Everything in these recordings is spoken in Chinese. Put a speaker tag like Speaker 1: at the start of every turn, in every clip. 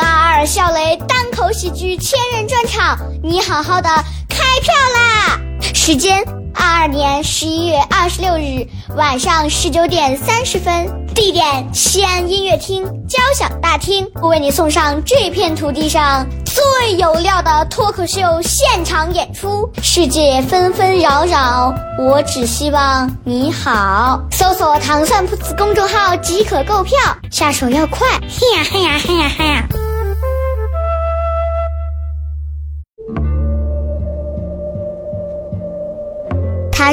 Speaker 1: 尔笑雷单口喜剧千人专场，你好好的开票啦！时间：二二年十一月二十六日晚上十九点三十分，地点：西安音乐厅交响大厅。为你送上这片土地上最有料的脱口秀现场演出。世界纷纷扰扰，我只希望你好。搜索“糖蒜铺子”公众号即可购票，下手要快！嘿呀嘿呀嘿呀嘿呀！他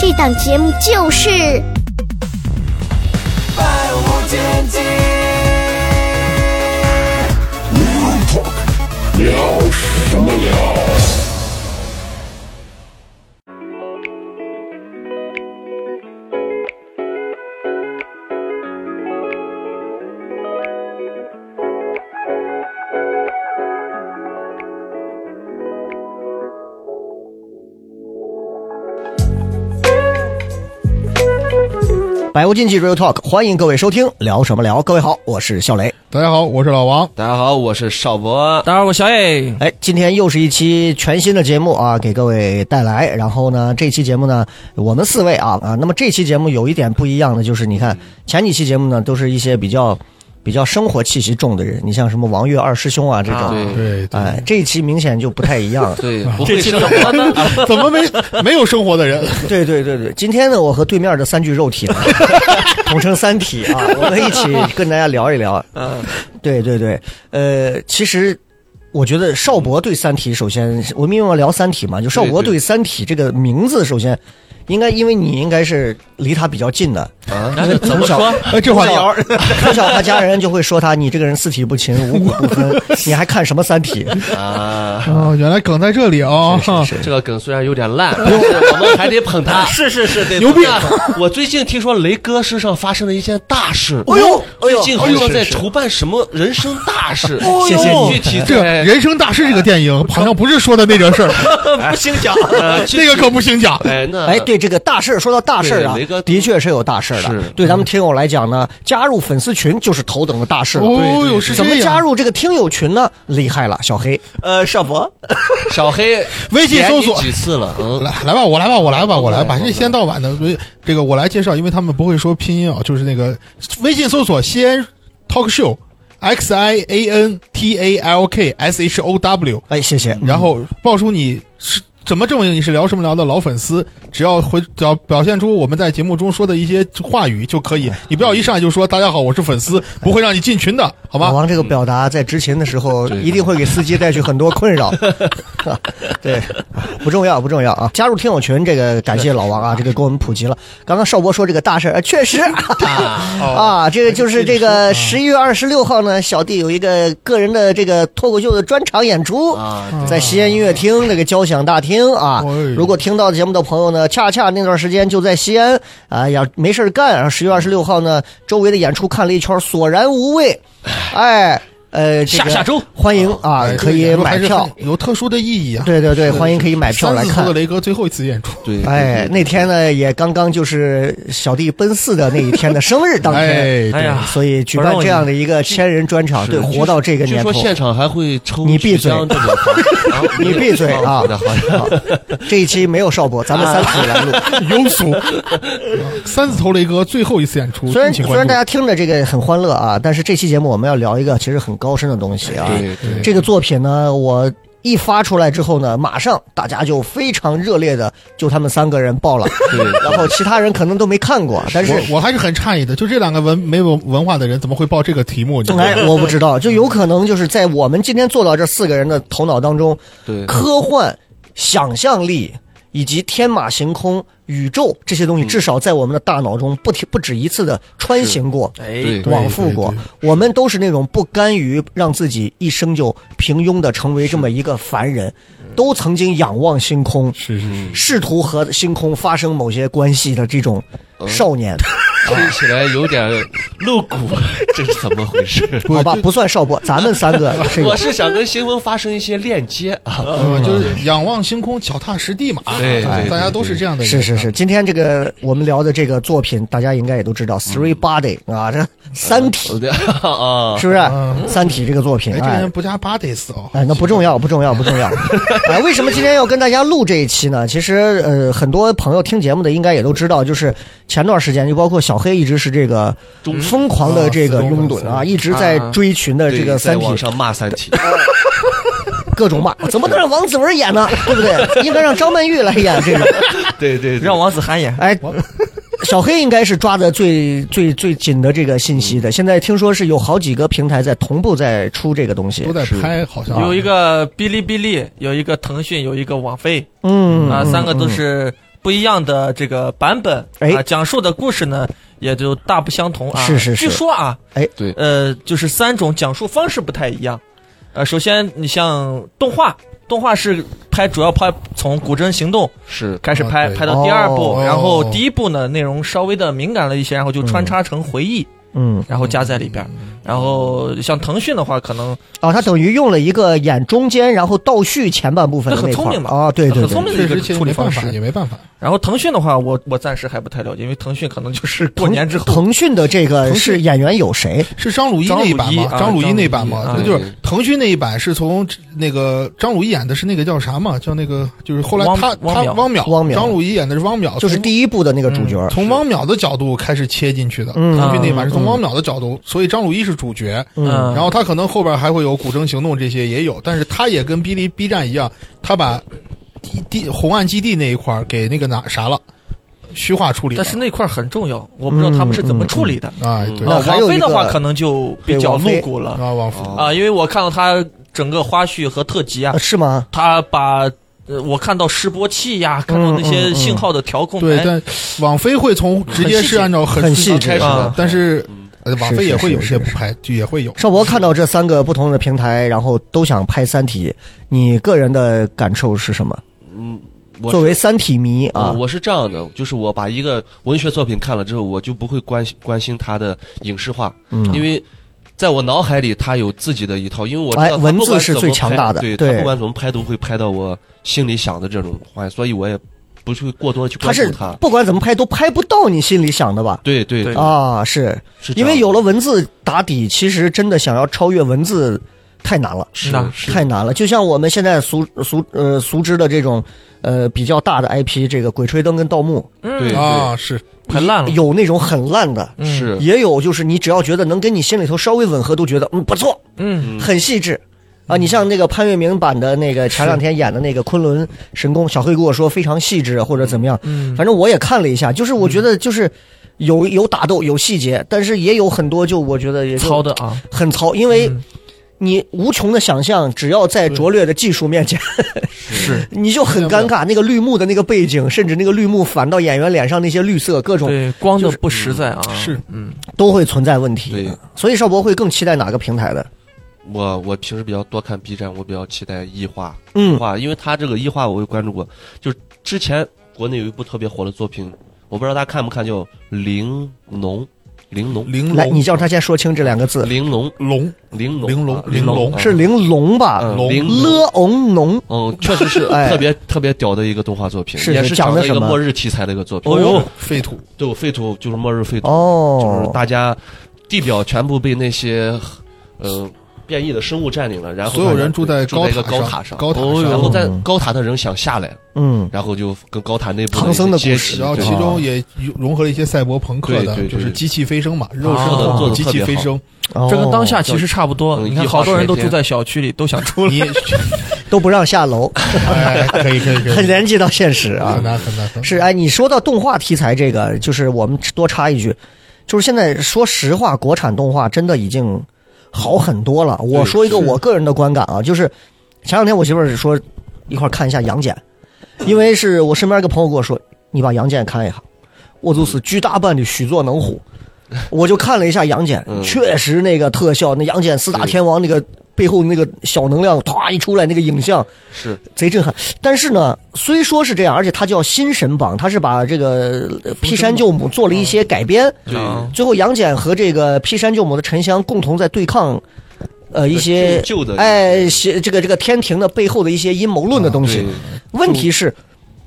Speaker 1: 这档节目就是《
Speaker 2: 百无禁忌。
Speaker 3: 百无禁忌 Real Talk，欢迎各位收听，聊什么聊？各位好，我是笑雷。
Speaker 4: 大家好，我是老王。
Speaker 2: 大家好，我是邵博。
Speaker 5: 大家好，我小 A。
Speaker 3: 哎，今天又是一期全新的节目啊，给各位带来。然后呢，这期节目呢，我们四位啊啊，那么这期节目有一点不一样的就是，你看前几期节目呢，都是一些比较比较生活气息重的人，你像什么王月二师兄啊这种，
Speaker 5: 啊
Speaker 2: 对
Speaker 4: 对，对
Speaker 3: 哎，这一期明显就不太一样了。
Speaker 2: 对，不会生活的。
Speaker 4: 怎么没没有生活的人？
Speaker 3: 对对对对，今天呢，我和对面的三具肉体 呢，统称三体啊，我们一起跟大家聊一聊。
Speaker 2: 嗯，
Speaker 3: 对对对，呃，其实我觉得邵博对《三体》，首先是我们因为要聊《三体》嘛，就邵博
Speaker 2: 对
Speaker 3: 对《三体》这个名字，首先应该因为你应该是离他比较近的，
Speaker 5: 然后啊怎么说？。
Speaker 4: 哎，这话
Speaker 3: 从小 从小他家人就会说他你这个人四体不勤，五谷不分，你还看什么《三体》
Speaker 2: 啊，
Speaker 4: 哦，原来梗在这里啊！
Speaker 3: 是
Speaker 2: 这个梗虽然有点 烂，但是我们还得捧他
Speaker 5: 是是是，对
Speaker 4: 牛逼！
Speaker 2: 我最近听说雷哥身上发生了一件大事。
Speaker 3: 哎呦
Speaker 2: 最近好像
Speaker 3: 哎呦
Speaker 2: 在
Speaker 3: 是是哎
Speaker 2: 筹办什么人生 大事。
Speaker 3: 谢谢你
Speaker 2: 具体
Speaker 4: 这个
Speaker 2: 在
Speaker 4: 《人生大事》这个电影好像不是说的那点事儿，
Speaker 5: 不兴讲。
Speaker 2: 呃具
Speaker 4: 这个可不行讲。
Speaker 2: 哎那
Speaker 3: 哎，对这个大事儿，说到大事儿啊
Speaker 2: 对雷哥，
Speaker 3: 的确是有大事儿的
Speaker 2: 是。
Speaker 3: 对咱们听友来讲呢，加入粉丝群就是头等的大事了。
Speaker 4: 哦哟，是
Speaker 3: 怎么
Speaker 4: 这
Speaker 3: 加
Speaker 4: 样。
Speaker 3: 入这个听友群呢？厉害了，小黑。
Speaker 5: 呃，少博，
Speaker 2: 小黑
Speaker 4: 微信搜
Speaker 2: 点
Speaker 4: 索
Speaker 2: 你几次了？嗯，
Speaker 4: 来来吧，我来吧，我来吧，我来吧，这先到晚的，所以这个我来介绍，因为他们不会说拼音啊，就是那个微信搜索西安 talk show x i a n t a l k s h o w，
Speaker 3: 哎，谢谢。
Speaker 4: 然后爆出你是怎么证明你是聊什么聊的老粉丝？只要回只要表现出我们在节目中说的一些话语就可以，
Speaker 3: 哎
Speaker 4: 你不要一上来就说“大家好，我是粉丝”，不会让你进群的，好
Speaker 3: 老
Speaker 4: 吗？
Speaker 3: 王这个表达在执勤的时候，
Speaker 2: 对
Speaker 3: 一定会给司机带去很多困 扰。对，不重要，不重要啊！加入听友群，这个感谢老王啊，这个给我们普及了。刚刚邵博说这个大事儿，呃确实
Speaker 5: 哦
Speaker 3: 啊，
Speaker 5: 哎
Speaker 3: 这个就是这个十一月二十六号呢，小弟有一个个人的这个脱口秀的专场演出。
Speaker 2: 啊，
Speaker 3: 在西安音乐厅那个交响大厅啊
Speaker 4: 哦哎，
Speaker 3: 如果听到节目的朋友呢，恰恰那段时间就在西安，哎呀，没事儿干。然后十月二十六号呢，周围的演出看了一圈，索然无味。哎，呃，这个
Speaker 5: 下下周
Speaker 3: 欢迎
Speaker 4: 哎
Speaker 3: 啊，可以买票。，
Speaker 4: 有特殊的意义啊！
Speaker 3: 对对对，欢迎可以买票来
Speaker 4: 三字头
Speaker 3: 看
Speaker 4: 的。雷哥最后一次演出，
Speaker 2: 对，
Speaker 3: 哎，那天呢也刚刚就是小弟奔四的那一天的生日当天，
Speaker 4: 哎，
Speaker 5: 哎
Speaker 4: 对
Speaker 5: 呀，
Speaker 3: 所以举办这样的一个千人专场，
Speaker 2: 是
Speaker 3: 对，活到这个
Speaker 2: 据
Speaker 3: 年头
Speaker 2: 说。现场还会抽
Speaker 3: 你闭嘴
Speaker 2: 纸箱 这种啊
Speaker 3: 你闭嘴啊
Speaker 2: 好的好的。
Speaker 3: 好， 这一期没有邵博，咱们三体 来录。
Speaker 4: 庸俗。三字头雷哥最后一次演出，
Speaker 3: 虽然
Speaker 4: 敬请
Speaker 3: 虽
Speaker 4: 关
Speaker 3: 然
Speaker 4: 注
Speaker 3: 大。家听着这个很欢乐啊，但是这期节目我们要聊一个其实很高深的东西啊。
Speaker 2: 对对
Speaker 3: 这个作品呢，我一发出来之后呢，马上大家就非常热烈的就他们三个人报了，
Speaker 2: 对
Speaker 3: 然后其他人可能都没看过，但是。
Speaker 4: 我我还是很诧异的，就这两个文没文文化的人怎么会报这个题 目？你知道吗
Speaker 3: 哎，我不知道，就有可能就是在我们今天坐到这四个人的头脑当中，
Speaker 2: 对
Speaker 3: 科幻、想象力以及天马行空宇宙这些东
Speaker 2: 嗯
Speaker 3: 西，至少在我们的大脑中不停不止一次的穿行过。
Speaker 5: 哎
Speaker 2: 对，
Speaker 4: 对
Speaker 3: 往复过
Speaker 4: 对，
Speaker 3: 我们都是那种不甘于让自己一生就平庸的成为这么一个凡人，
Speaker 2: 嗯
Speaker 3: 都曾经仰望星空，
Speaker 4: 是是是，
Speaker 3: 试图和星空发生某些关系的这种
Speaker 2: 嗯
Speaker 3: 少年，
Speaker 2: 听起来有点露骨， 这是怎么回事？
Speaker 3: 好吧，
Speaker 4: 就
Speaker 3: 不算少博，咱们三 个是有
Speaker 2: 我是想跟新闻发生一些链接啊，
Speaker 4: 呃
Speaker 3: 嗯
Speaker 4: 就是仰望星空，脚踏实地嘛。
Speaker 2: 对
Speaker 4: 啊
Speaker 2: 对
Speaker 4: 大家
Speaker 2: 对
Speaker 4: 都是这样的人。
Speaker 3: 是是是，今天这个我们聊的这个作品，大家应该也都知道，《Three Body》啊，这《三体
Speaker 2: 我》的啊，
Speaker 3: 是不是？《三体》这个作品，
Speaker 4: 哎，这个
Speaker 3: 哎
Speaker 4: 人不加巴得死哦。
Speaker 3: 哎，那不重要，不重要，不重要。哎，为什么今天要跟大家录这一期呢？其实，呃，很多朋友听节目的应该也都知道，就是前段时间，就包括小黑一直是这个疯狂的这个
Speaker 4: 嗯
Speaker 3: 拥趸啊，一直在追寻的这个《
Speaker 2: 对在
Speaker 3: 三体
Speaker 2: 网》，上骂《三体》，
Speaker 3: 各种骂，怎么能让王子文演呢？对不对？应该让张曼玉来演这个。
Speaker 2: 对对，
Speaker 5: 让王子涵演。
Speaker 3: 哎，小黑应该是抓的最最最紧的这个信息的。现在听说是有好几个平台在同步在出这个东西
Speaker 4: 都。在拍，好像
Speaker 5: 有一个哔哩哔哩，有一个腾讯，有一个网飞，
Speaker 3: 嗯
Speaker 5: 啊，
Speaker 3: 嗯
Speaker 5: 三个都是不一样的这个版本，
Speaker 3: 哎
Speaker 5: 啊，讲述的故事呢也就大不相同啊。
Speaker 3: 是是是
Speaker 5: 据说啊，
Speaker 3: 哎
Speaker 2: 对
Speaker 5: 呃，就是三种讲述方式不太一样。呃，首先你像动画，动画是拍主要拍从古筝行动
Speaker 2: 是
Speaker 5: 开始拍，
Speaker 4: 啊对
Speaker 5: 拍到第二部，
Speaker 4: 哦
Speaker 5: 然后第一部呢内容稍微的敏感了一些，然后就穿插成回忆，
Speaker 3: 嗯，
Speaker 5: 然后加在里边儿。然后像腾讯的话，可能
Speaker 3: 哦，他等于用了一个演中间，然后倒叙前半部分的
Speaker 5: 那很
Speaker 3: 那块
Speaker 5: 聪
Speaker 3: 儿
Speaker 5: 明嘛
Speaker 3: 啊，对对
Speaker 5: 很
Speaker 3: 对
Speaker 5: 聪明的
Speaker 4: 确
Speaker 5: 一
Speaker 4: 实
Speaker 5: 个
Speaker 4: 其实
Speaker 5: 处理
Speaker 4: 没
Speaker 5: 方
Speaker 4: 办
Speaker 5: 式
Speaker 4: 法，。也没办法。
Speaker 5: 然后腾讯的话，我我暂时还不太了解，因为腾讯可能就是过
Speaker 3: 腾
Speaker 5: 年之后
Speaker 3: 腾讯的这个是演员有谁？
Speaker 4: 是张鲁一那一版吗？
Speaker 5: 张
Speaker 4: 张
Speaker 5: 鲁一啊
Speaker 4: 鲁一那版吗？
Speaker 5: 张鲁
Speaker 4: 那
Speaker 5: 一啊
Speaker 4: 就是腾讯那一版是从那个张鲁一演的是那个叫啥嘛？叫那个就是后来
Speaker 5: 汪
Speaker 4: 他
Speaker 5: 汪
Speaker 4: 他
Speaker 5: 淼
Speaker 4: 汪淼
Speaker 3: 汪淼
Speaker 4: 张鲁一演的是汪淼，
Speaker 3: 就是
Speaker 4: 从
Speaker 3: 第一部的那
Speaker 5: 嗯
Speaker 3: 个主角。
Speaker 4: 从汪淼的角度开始切进去的。
Speaker 3: 嗯
Speaker 4: 腾讯那一版是
Speaker 3: 嗯
Speaker 4: 从汪淼的角度，所以张鲁一是主角。
Speaker 5: 嗯
Speaker 4: 然后他可能后边还会有古筝行动这些也有，但是他也跟哔哩 B 站一样，他把地地红岸基地那一块儿给那个拿啥了，虚化处理了
Speaker 5: 但。是那块儿很重要，我不知道他们是怎么处理的。
Speaker 4: 哎，
Speaker 3: 嗯
Speaker 4: 对
Speaker 5: 啊，
Speaker 3: 那嗯还有
Speaker 5: 王菲的
Speaker 3: 一
Speaker 5: 话
Speaker 3: 个
Speaker 5: 可能就比较露骨了
Speaker 4: 啊，王菲
Speaker 5: 啊，因为我看到他整个花絮和特辑啊
Speaker 3: 啊，是吗？
Speaker 5: 他把呃我看到示波器呀，看到那
Speaker 3: 嗯嗯
Speaker 5: 些
Speaker 3: 嗯
Speaker 5: 信号的调控，
Speaker 4: 对
Speaker 5: 哎，
Speaker 4: 但网飞会从直接是按照很
Speaker 3: 很细致
Speaker 4: 开始
Speaker 5: 啊
Speaker 4: 的，但是呃网飞也会有
Speaker 3: 是
Speaker 4: 些不拍，就也会有。
Speaker 3: 邵博看到这三个不同的平台，然后都想拍《三体》，你个人的感受是什么？
Speaker 2: 嗯，我
Speaker 3: 作为《三体》迷
Speaker 2: 我
Speaker 3: 啊，
Speaker 2: 我是这样的，就是我把一个文学作品看了之后，我就不会关心关心它的影视化，
Speaker 3: 嗯
Speaker 2: 因为在我脑海里它有自己的一套，因为我知
Speaker 3: 哎
Speaker 2: 道它
Speaker 3: 文
Speaker 2: 不
Speaker 3: 字
Speaker 2: 管
Speaker 3: 是
Speaker 2: 怎
Speaker 3: 最
Speaker 2: 么
Speaker 3: 强
Speaker 2: 拍
Speaker 3: 大的
Speaker 2: 对，
Speaker 3: 对
Speaker 2: 它不管怎么拍都会拍到我心里想的这种话，所以我也不去过多地去
Speaker 3: 他
Speaker 2: 关
Speaker 3: 是
Speaker 2: 注它。
Speaker 3: 不管怎么拍都拍不到你心里想的吧？
Speaker 2: 对对
Speaker 5: 对
Speaker 3: 啊，是
Speaker 2: 是这
Speaker 3: 因
Speaker 2: 样
Speaker 3: 为有了文字打底，其实真的想要超越文字太难了。
Speaker 2: 是
Speaker 5: 那
Speaker 2: 是
Speaker 3: 太难了。就像我们现在熟熟呃熟知的这种呃比较大的 IP，这个《鬼吹灯》跟《盗墓
Speaker 2: 对
Speaker 5: 嗯，
Speaker 4: 啊，是》
Speaker 5: 太烂了，
Speaker 3: 有那种很烂的，
Speaker 5: 嗯
Speaker 2: 是
Speaker 3: 也有就是你只要觉得能跟你心里头稍微吻合，都觉得嗯不错，
Speaker 5: 嗯，
Speaker 2: 嗯
Speaker 3: 很细致。啊，你像那个潘粤明版的那个前两天演的那个《昆仑神功》，小黑跟我说非常细致或者怎么样，
Speaker 5: 嗯
Speaker 3: 反正我也看了一下，就是我觉得就是有有打斗有细节，但是也有很多就我觉得也就
Speaker 5: 糙的啊，
Speaker 3: 很糙，因为
Speaker 5: 嗯
Speaker 3: 你无穷的想象，只要在拙劣的技术面前，
Speaker 2: 是
Speaker 3: 你就很尴尬。那个绿幕的那个背景，甚至那个绿幕反到演员脸上那些绿色，各种
Speaker 5: 对，光的不实在啊，
Speaker 4: 是
Speaker 5: 嗯，
Speaker 3: 都会存在问题
Speaker 2: 对。
Speaker 3: 所以邵博会更期待哪个平台的？
Speaker 2: 我我平时比较多看 B 站，我比较期待异化异
Speaker 3: 嗯
Speaker 2: 化，因为它这个异化我有关注过，就是之前国内有一部特别火的作品，我不知道大家看不看，叫《玲珑》，玲珑。
Speaker 4: 玲
Speaker 3: 来，你
Speaker 4: 珑
Speaker 3: 叫他先说清这两个字，
Speaker 2: 玲珑，
Speaker 4: 龙
Speaker 2: 玲珑，
Speaker 4: 玲珑
Speaker 2: 啊
Speaker 4: 玲珑
Speaker 2: 啊
Speaker 3: 是玲珑吧
Speaker 2: 嗯？
Speaker 4: 龙
Speaker 2: 玲珑
Speaker 3: 了翁农
Speaker 2: 嗯，确实是
Speaker 3: 哎
Speaker 2: 特别特别屌的一个动画作品，
Speaker 3: 是
Speaker 2: 也
Speaker 3: 是
Speaker 2: 是
Speaker 3: 讲的
Speaker 2: 的一个
Speaker 3: 什么
Speaker 2: 末日题材的一个作品。
Speaker 5: 哦呦，
Speaker 4: 废土，
Speaker 2: 对，废土就是末日废土，就是
Speaker 3: 哦，
Speaker 2: 大家地表全部被那些呃变异的生物占领了，然后
Speaker 4: 所有人
Speaker 2: 大
Speaker 4: 住
Speaker 2: 家
Speaker 4: 在
Speaker 2: 住在一个
Speaker 4: 高
Speaker 2: 高
Speaker 4: 塔
Speaker 2: 塔上，
Speaker 4: 高塔
Speaker 5: 哦
Speaker 4: 上，
Speaker 5: 呦
Speaker 2: 然后在高塔的人想下来，
Speaker 3: 嗯，
Speaker 2: 然后就跟高塔内部
Speaker 3: 唐僧的
Speaker 2: 一些
Speaker 3: 故
Speaker 2: 阶
Speaker 3: 事
Speaker 2: 级
Speaker 4: 然后
Speaker 2: 对
Speaker 4: 啊其中也融合了一些赛博朋克
Speaker 2: 对
Speaker 4: 的，
Speaker 2: 对对
Speaker 4: 就是机器飞升嘛，肉
Speaker 5: 啊
Speaker 4: 身
Speaker 5: 做得
Speaker 4: 合作
Speaker 2: 做得
Speaker 4: 机
Speaker 2: 特
Speaker 4: 器
Speaker 2: 别
Speaker 4: 飞
Speaker 2: 好
Speaker 4: 升，
Speaker 5: 这跟
Speaker 3: 哦
Speaker 5: 当下其实差不多，
Speaker 2: 嗯
Speaker 5: 你
Speaker 2: 异
Speaker 5: 看
Speaker 2: 化
Speaker 5: 好多人都
Speaker 2: 水
Speaker 5: 住
Speaker 2: 天
Speaker 5: 在小区里，都想出来，
Speaker 4: 你
Speaker 3: 都不让下楼，
Speaker 4: 哎，可以可以可以，
Speaker 3: 很连接到现实啊
Speaker 4: 很。难很难，很 难
Speaker 3: 是哎，你说到动画题材这个，就是我们多插一句，就是现在说实话，国产动画真的已经好很多了。我说一个我个人的观感啊，就是前两天我媳妇儿说一块儿看一下《杨戬》，因为是我身边一个朋友跟我说，你把杨戬看一下，我就是巨大版的须佐能乎。我就看了一下杨戬，
Speaker 2: 嗯
Speaker 3: 确实那个特效，那杨戬四大天王那个背后那个小能量，唰一出来那个影像，
Speaker 2: 是
Speaker 3: 贼震撼。但是呢，虽说是这样，而且它叫新神榜，它是把这个呃劈山救母做了一些改编。
Speaker 2: 对
Speaker 5: 啊
Speaker 3: 最后，杨戬和这个劈山救母的沉香共同在对抗，呃，一些
Speaker 2: 旧旧的
Speaker 3: 哎，些这个这个天庭的背后的一些阴谋论的东西。
Speaker 2: 对
Speaker 3: 问题是，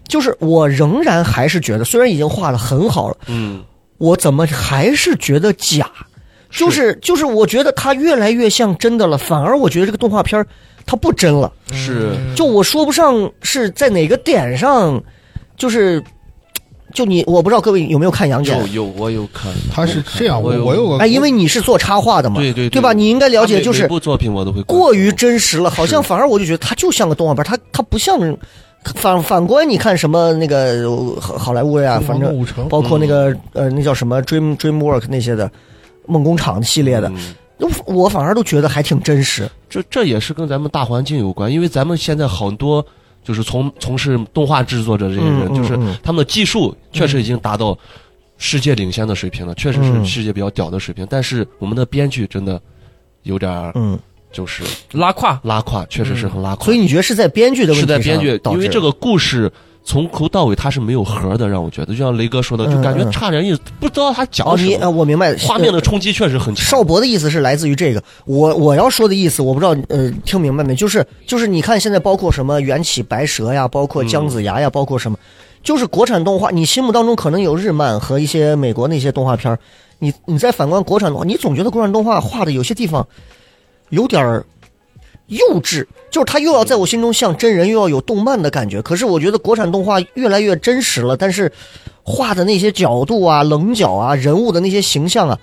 Speaker 3: 就是我仍然还是觉得，虽然已经画的很好了，
Speaker 2: 嗯，
Speaker 3: 我怎么还是觉得假？就是就是，我觉得它越来越像真的了，反而我觉得这个动画片儿它不真了。
Speaker 2: 是
Speaker 3: 就我说不上是在哪个点上，就是就你我不知道各位有没有看杨戬
Speaker 2: 有。有我有看，
Speaker 4: 他是这样，
Speaker 2: 我
Speaker 4: 我
Speaker 2: 有
Speaker 4: 我有个
Speaker 3: 哎，因为你是做插画的嘛，
Speaker 2: 对对对
Speaker 3: 吧？你应 该了解，就
Speaker 2: 他每每
Speaker 3: 是
Speaker 2: 部作品我都会关注
Speaker 3: 过于真实了，好像反而我就觉得它就像个动画片，它它不像。反反观，你看什么那个呃好好莱坞
Speaker 2: 嗯
Speaker 3: 呀，反正
Speaker 4: 五成
Speaker 3: 包括那个呃，那叫什么 Dream DreamWork 那些的梦工厂系列的，
Speaker 2: 嗯
Speaker 3: 我我反而都觉得还挺真实。
Speaker 2: 这这也是跟咱们大环境有关，因为咱们现在很多就是从从事动画制作者这些人，
Speaker 3: 嗯嗯
Speaker 2: 就是
Speaker 3: 嗯
Speaker 2: 他们的技术确实已经达到世界领先的水平了，确实是
Speaker 3: 嗯
Speaker 2: 世界比较屌的水平。但是我们的编剧真的有点儿
Speaker 3: 嗯，
Speaker 2: 就是
Speaker 5: 拉胯，
Speaker 2: 拉胯，确实是很拉胯。
Speaker 3: 所以你觉得是在编剧的问
Speaker 2: 是
Speaker 3: 题
Speaker 2: 在
Speaker 3: 上
Speaker 2: 编剧，
Speaker 3: 导
Speaker 2: 因为
Speaker 3: 致
Speaker 2: 这个故事从头到尾它是没有核的，让我觉得就像雷哥说的，
Speaker 3: 嗯
Speaker 2: 就感觉
Speaker 3: 嗯
Speaker 2: 差点意思，不知道他讲
Speaker 3: 哦，
Speaker 2: 的什
Speaker 3: 你
Speaker 2: 么。
Speaker 3: 呃，我明白
Speaker 2: 画面
Speaker 3: 呃
Speaker 2: 的冲击确实很强
Speaker 3: 邵。博的意思是来自于这个，我我要说的意思，我不知道呃听明白没？就是就是，你看现在包括什么缘起白蛇呀，包括姜子牙呀，包括什么，就是国产动画，你心目当中可能有日漫和一些美国那些动画片儿你你再反观国产动画，你总觉得国产动画画的有些地方有点儿幼稚，就是它又要在我心中像真人，又要有动漫的感觉。可是我觉得国产动画越来越真实了，但是画的那些角度啊、棱角啊、人物的那些形象啊，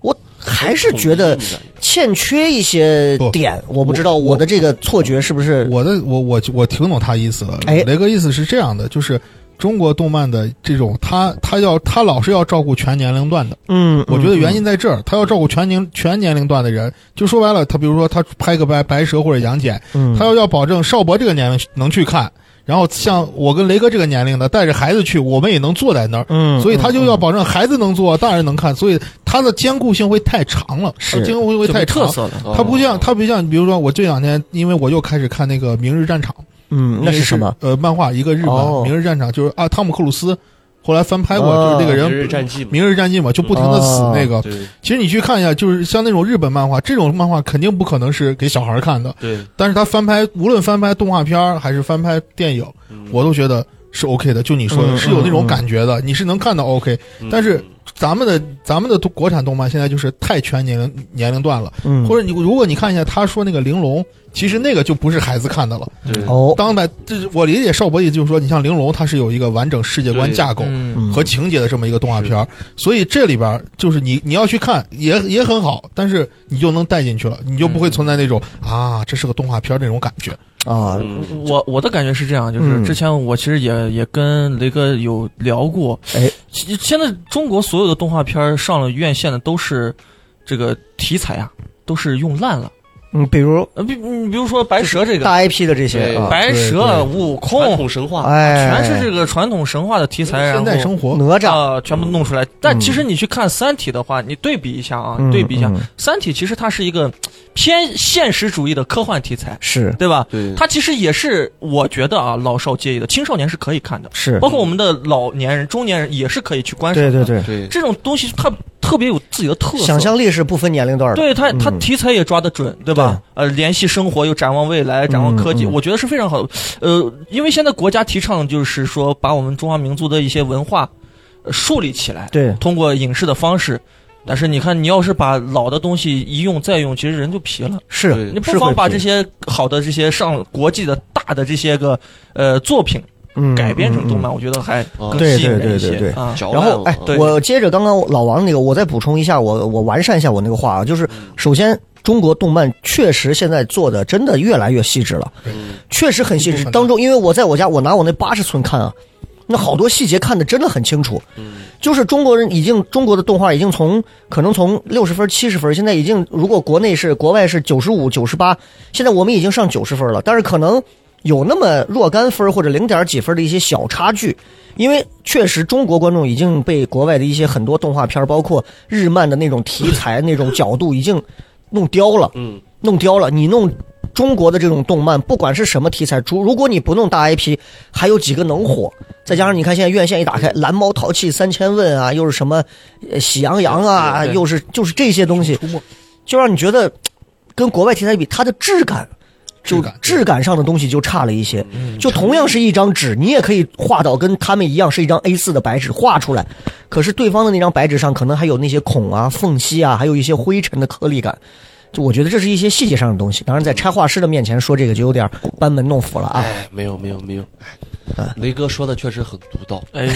Speaker 3: 我还是觉
Speaker 2: 嗯
Speaker 3: 得欠缺一些点。我不知道我的这个错觉是不是？
Speaker 4: 我的我我我听懂他意思了。
Speaker 3: 哎
Speaker 4: 雷哥意思是这样的，就是中国动漫的这种，他他要他老是要照顾全年龄段的。
Speaker 3: 嗯，
Speaker 4: 我觉得原因在这儿，他要照顾全年全年龄段的人。就说白了，他比如说他拍个白白蛇或者杨戬，
Speaker 3: 嗯
Speaker 4: 他要要保证邵博这个年龄能去看，然后像我跟雷哥这个年龄的带着孩子去，我们也能坐在那儿。
Speaker 3: 嗯，
Speaker 4: 所以他就要保证孩子能坐，大人能看，所以他的兼顾性会太长了，
Speaker 3: 是
Speaker 4: 它兼顾性会
Speaker 5: 就没
Speaker 4: 太
Speaker 5: 特
Speaker 4: 长。
Speaker 5: 色了。
Speaker 4: 他不像他不像，比如说我这两天，因为我又开始看那个《明日战场》，
Speaker 3: 嗯，那
Speaker 4: 因为
Speaker 3: 是什么？？
Speaker 4: 呃，漫画一个日本
Speaker 3: 哦
Speaker 4: 《明日战场》，就是啊，汤姆克鲁斯后来翻拍过，
Speaker 3: 哦
Speaker 4: 就是那个
Speaker 2: 明
Speaker 4: 人
Speaker 2: 日战记
Speaker 4: 《明日战记》嘛，就不停的死
Speaker 3: 哦
Speaker 4: 那个。
Speaker 2: 对
Speaker 4: 其实你去看一下，就是像那种日本漫画，这种漫画肯定不可能是给小孩看的，
Speaker 2: 对，
Speaker 4: 但是他翻拍，无论翻拍动画片儿还是翻拍电影，
Speaker 2: 嗯
Speaker 4: 我都觉得是 OK 的。就你说
Speaker 3: 嗯
Speaker 4: 的，是有那种
Speaker 3: 嗯
Speaker 4: 感觉的，你是能看到 OK。但
Speaker 2: 嗯
Speaker 4: 是咱们的咱们的国产动漫现在就是太全年龄年龄段了，
Speaker 3: 嗯，
Speaker 4: 或者你如果你看一下他说那个玲珑，其实那个就不是孩子看的了。
Speaker 2: 嗯对
Speaker 3: 哦，
Speaker 4: 当代，这是我理解邵博意思就是说，你像玲珑，它是有一个完整世界观
Speaker 2: 对
Speaker 4: 架构。
Speaker 5: 嗯，
Speaker 4: 和情节的这么一个动画片儿，所以这里边儿就是你你要去看也也很好，但是你就能带进去了，你就不
Speaker 3: 嗯
Speaker 4: 会存在那种、啊这是个动画片儿那种感觉。
Speaker 3: 啊，
Speaker 2: 嗯
Speaker 5: 我我的感觉是这样，就是
Speaker 3: 嗯
Speaker 5: 之前我其实也也跟雷哥有聊过，
Speaker 3: 哎
Speaker 5: 其，现在中国所有的动画片儿上了院线的都是这个题材啊，都是用烂了。
Speaker 3: 嗯，比如
Speaker 5: 呃，比你比如说白蛇这个，
Speaker 3: 大 IP 的这些
Speaker 2: 对
Speaker 3: 啊，
Speaker 5: 白蛇、
Speaker 4: 对
Speaker 5: 悟
Speaker 2: 传
Speaker 5: 空，
Speaker 2: 统神话，
Speaker 3: 哎，
Speaker 5: 全是这个传统神话的题材，然
Speaker 4: 现
Speaker 5: 后
Speaker 4: 代生活，
Speaker 3: 哪吒，
Speaker 5: 啊、全部弄出来。但其实你去看《三体》的话，你对比一下啊，
Speaker 3: 嗯
Speaker 5: 对比一下，
Speaker 3: 嗯
Speaker 5: 三体》其实它是一个偏现实主义的科幻题材，
Speaker 3: 是
Speaker 5: 对吧？
Speaker 3: 嗯
Speaker 2: 对，
Speaker 5: 它其实也是我觉得啊，老少皆宜的，青少年是可以看的，
Speaker 3: 是，
Speaker 5: 包括我们的老年人、中年人也是可以去观赏
Speaker 3: 对
Speaker 5: 的。
Speaker 3: 对对，
Speaker 2: 对
Speaker 5: 这种东西它特别有自己的特色，
Speaker 3: 想象力是不分年龄段的，
Speaker 5: 对它它
Speaker 3: 嗯
Speaker 5: 题材也抓得准，对吧？呃，联系生活又展望未来，展望科技，
Speaker 3: 嗯嗯
Speaker 5: 我觉得是非常好的。呃，因为现在国家提倡就是说，把我们中华民族的一些文化、呃树立起来，
Speaker 3: 对
Speaker 5: 通过影视的方式。但是你看，你要是把老的东西一用再用，其实人就皮了。
Speaker 3: 是
Speaker 2: 对
Speaker 5: 你不
Speaker 3: 是
Speaker 5: 妨
Speaker 3: 会
Speaker 5: 把
Speaker 3: 皮
Speaker 5: 这些好的这些上国际的大的这些个呃作品
Speaker 3: 嗯
Speaker 5: 改编成动。
Speaker 3: 嗯嗯
Speaker 5: 漫，我觉得还
Speaker 2: 哦
Speaker 5: 更
Speaker 3: 对
Speaker 5: 吸引
Speaker 3: 对
Speaker 5: 人一
Speaker 3: 对对
Speaker 5: 些
Speaker 3: 对
Speaker 5: 啊。
Speaker 2: 嚼
Speaker 3: 然后，
Speaker 2: 烂
Speaker 3: 哎
Speaker 2: 了，
Speaker 5: 对
Speaker 3: 我接着刚刚老王那个，我再补充一下，我我完善一下我那个话啊，就是
Speaker 2: 嗯
Speaker 3: 首先，中国动漫确实现在做的真的越来越细致了，
Speaker 2: 嗯
Speaker 3: 确实很细
Speaker 4: 一部
Speaker 3: 致。
Speaker 4: 分
Speaker 3: 当中，因为我在我家，我拿我那八十寸看啊，那好多细节看的真的很清楚。
Speaker 2: 嗯
Speaker 3: 就是中国人已经中国的动画已经从可能从六十分七十分，现在已经如果国内是国外是九十五九十八，现在我们已经上九十分了。但是可能有那么若干分儿或者零点几分儿的一些小差距，因为确实中国观众已经被国外的一些很多动画片儿，包括日漫的那种题材、那种角度已经弄刁了。
Speaker 2: 嗯，
Speaker 3: 弄刁了。你弄中国的这种动漫，不管是什么题材，如如果你不弄大 IP，还有几个能火？再加上你看现在院线一打开，《蓝猫淘气三千问》啊，又是什么呃喜羊羊啊，
Speaker 5: 对对
Speaker 3: 又是就是这些东西，就让你觉得嘖跟国外题材比，它的质感。就
Speaker 4: 质感
Speaker 3: 质感上的东西就差了一些，就同样是一张纸，你也可以画到跟他们一样是一张 A 4的白纸画出来，可是对方的那张白纸上可能还有那些孔啊、缝隙啊，还有一些灰尘的颗粒感，就我觉得这是一些细节上的东西。当然，在插画师的面前说这个就有点班门弄斧了啊。
Speaker 2: 哎，没有没有没有，哎雷哥说的确实很独到。
Speaker 5: 哎，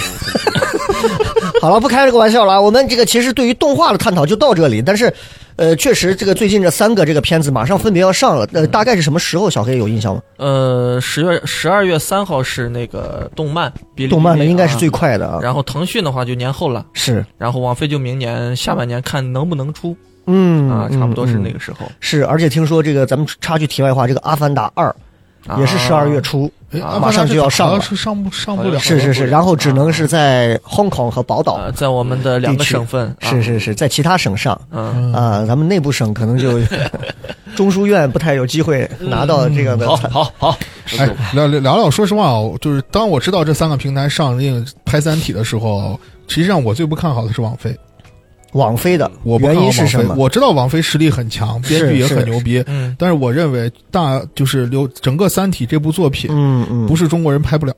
Speaker 3: 好了，不开这个玩笑了啊。我们这个其实对于动画的探讨就到这里，但是，呃，确实这个最近这三个这个片子马上分别要上了，呃，大概是什么时候？小黑有印象吗？
Speaker 5: 呃，十月十二月三号是那个动漫，比利
Speaker 3: 动漫的
Speaker 5: 比利
Speaker 3: 应该
Speaker 5: 啊
Speaker 3: 是最快的啊。
Speaker 5: 然后腾讯的话就年后了，
Speaker 3: 是，
Speaker 5: 然后网飞就明年下半年看能不能出
Speaker 3: 嗯
Speaker 5: 啊，差不多是那。
Speaker 3: 嗯嗯
Speaker 5: 个时候，
Speaker 3: 是，而且听说这个咱们插句题外话，这个《阿凡达二》
Speaker 5: 啊
Speaker 3: 也是十二月
Speaker 5: 初。
Speaker 3: 初，
Speaker 4: 哎
Speaker 5: 啊
Speaker 4: 阿凡达
Speaker 3: 马上就要上了
Speaker 4: 好像是上不上不了了，
Speaker 3: 是是是，然后只能是在 Hong Kong 和宝岛
Speaker 5: 啊，在我们的两个省份，啊
Speaker 3: 是，是是，在其他省上
Speaker 5: 嗯，
Speaker 4: 嗯
Speaker 3: 啊，咱们内部省可能就中书院不太有机会拿到这个的。
Speaker 2: 好好好，
Speaker 4: 嗯哎，聊聊聊聊，说实话啊，就是当我知道这三个平台上映拍《三体》的时候，实际上我最不看好的是王菲。
Speaker 3: 网飞的
Speaker 4: 我不
Speaker 3: 原
Speaker 4: 看好
Speaker 3: 因
Speaker 4: 王
Speaker 3: 是
Speaker 4: 菲
Speaker 3: 什，么？
Speaker 4: 我知道王菲实力很强，编
Speaker 3: 是
Speaker 4: 剧也
Speaker 3: 是
Speaker 4: 很牛逼，
Speaker 5: 嗯，
Speaker 4: 但是我认为大就是留整个《三体》这部作品，
Speaker 3: 嗯嗯，
Speaker 4: 不是中国人拍不了。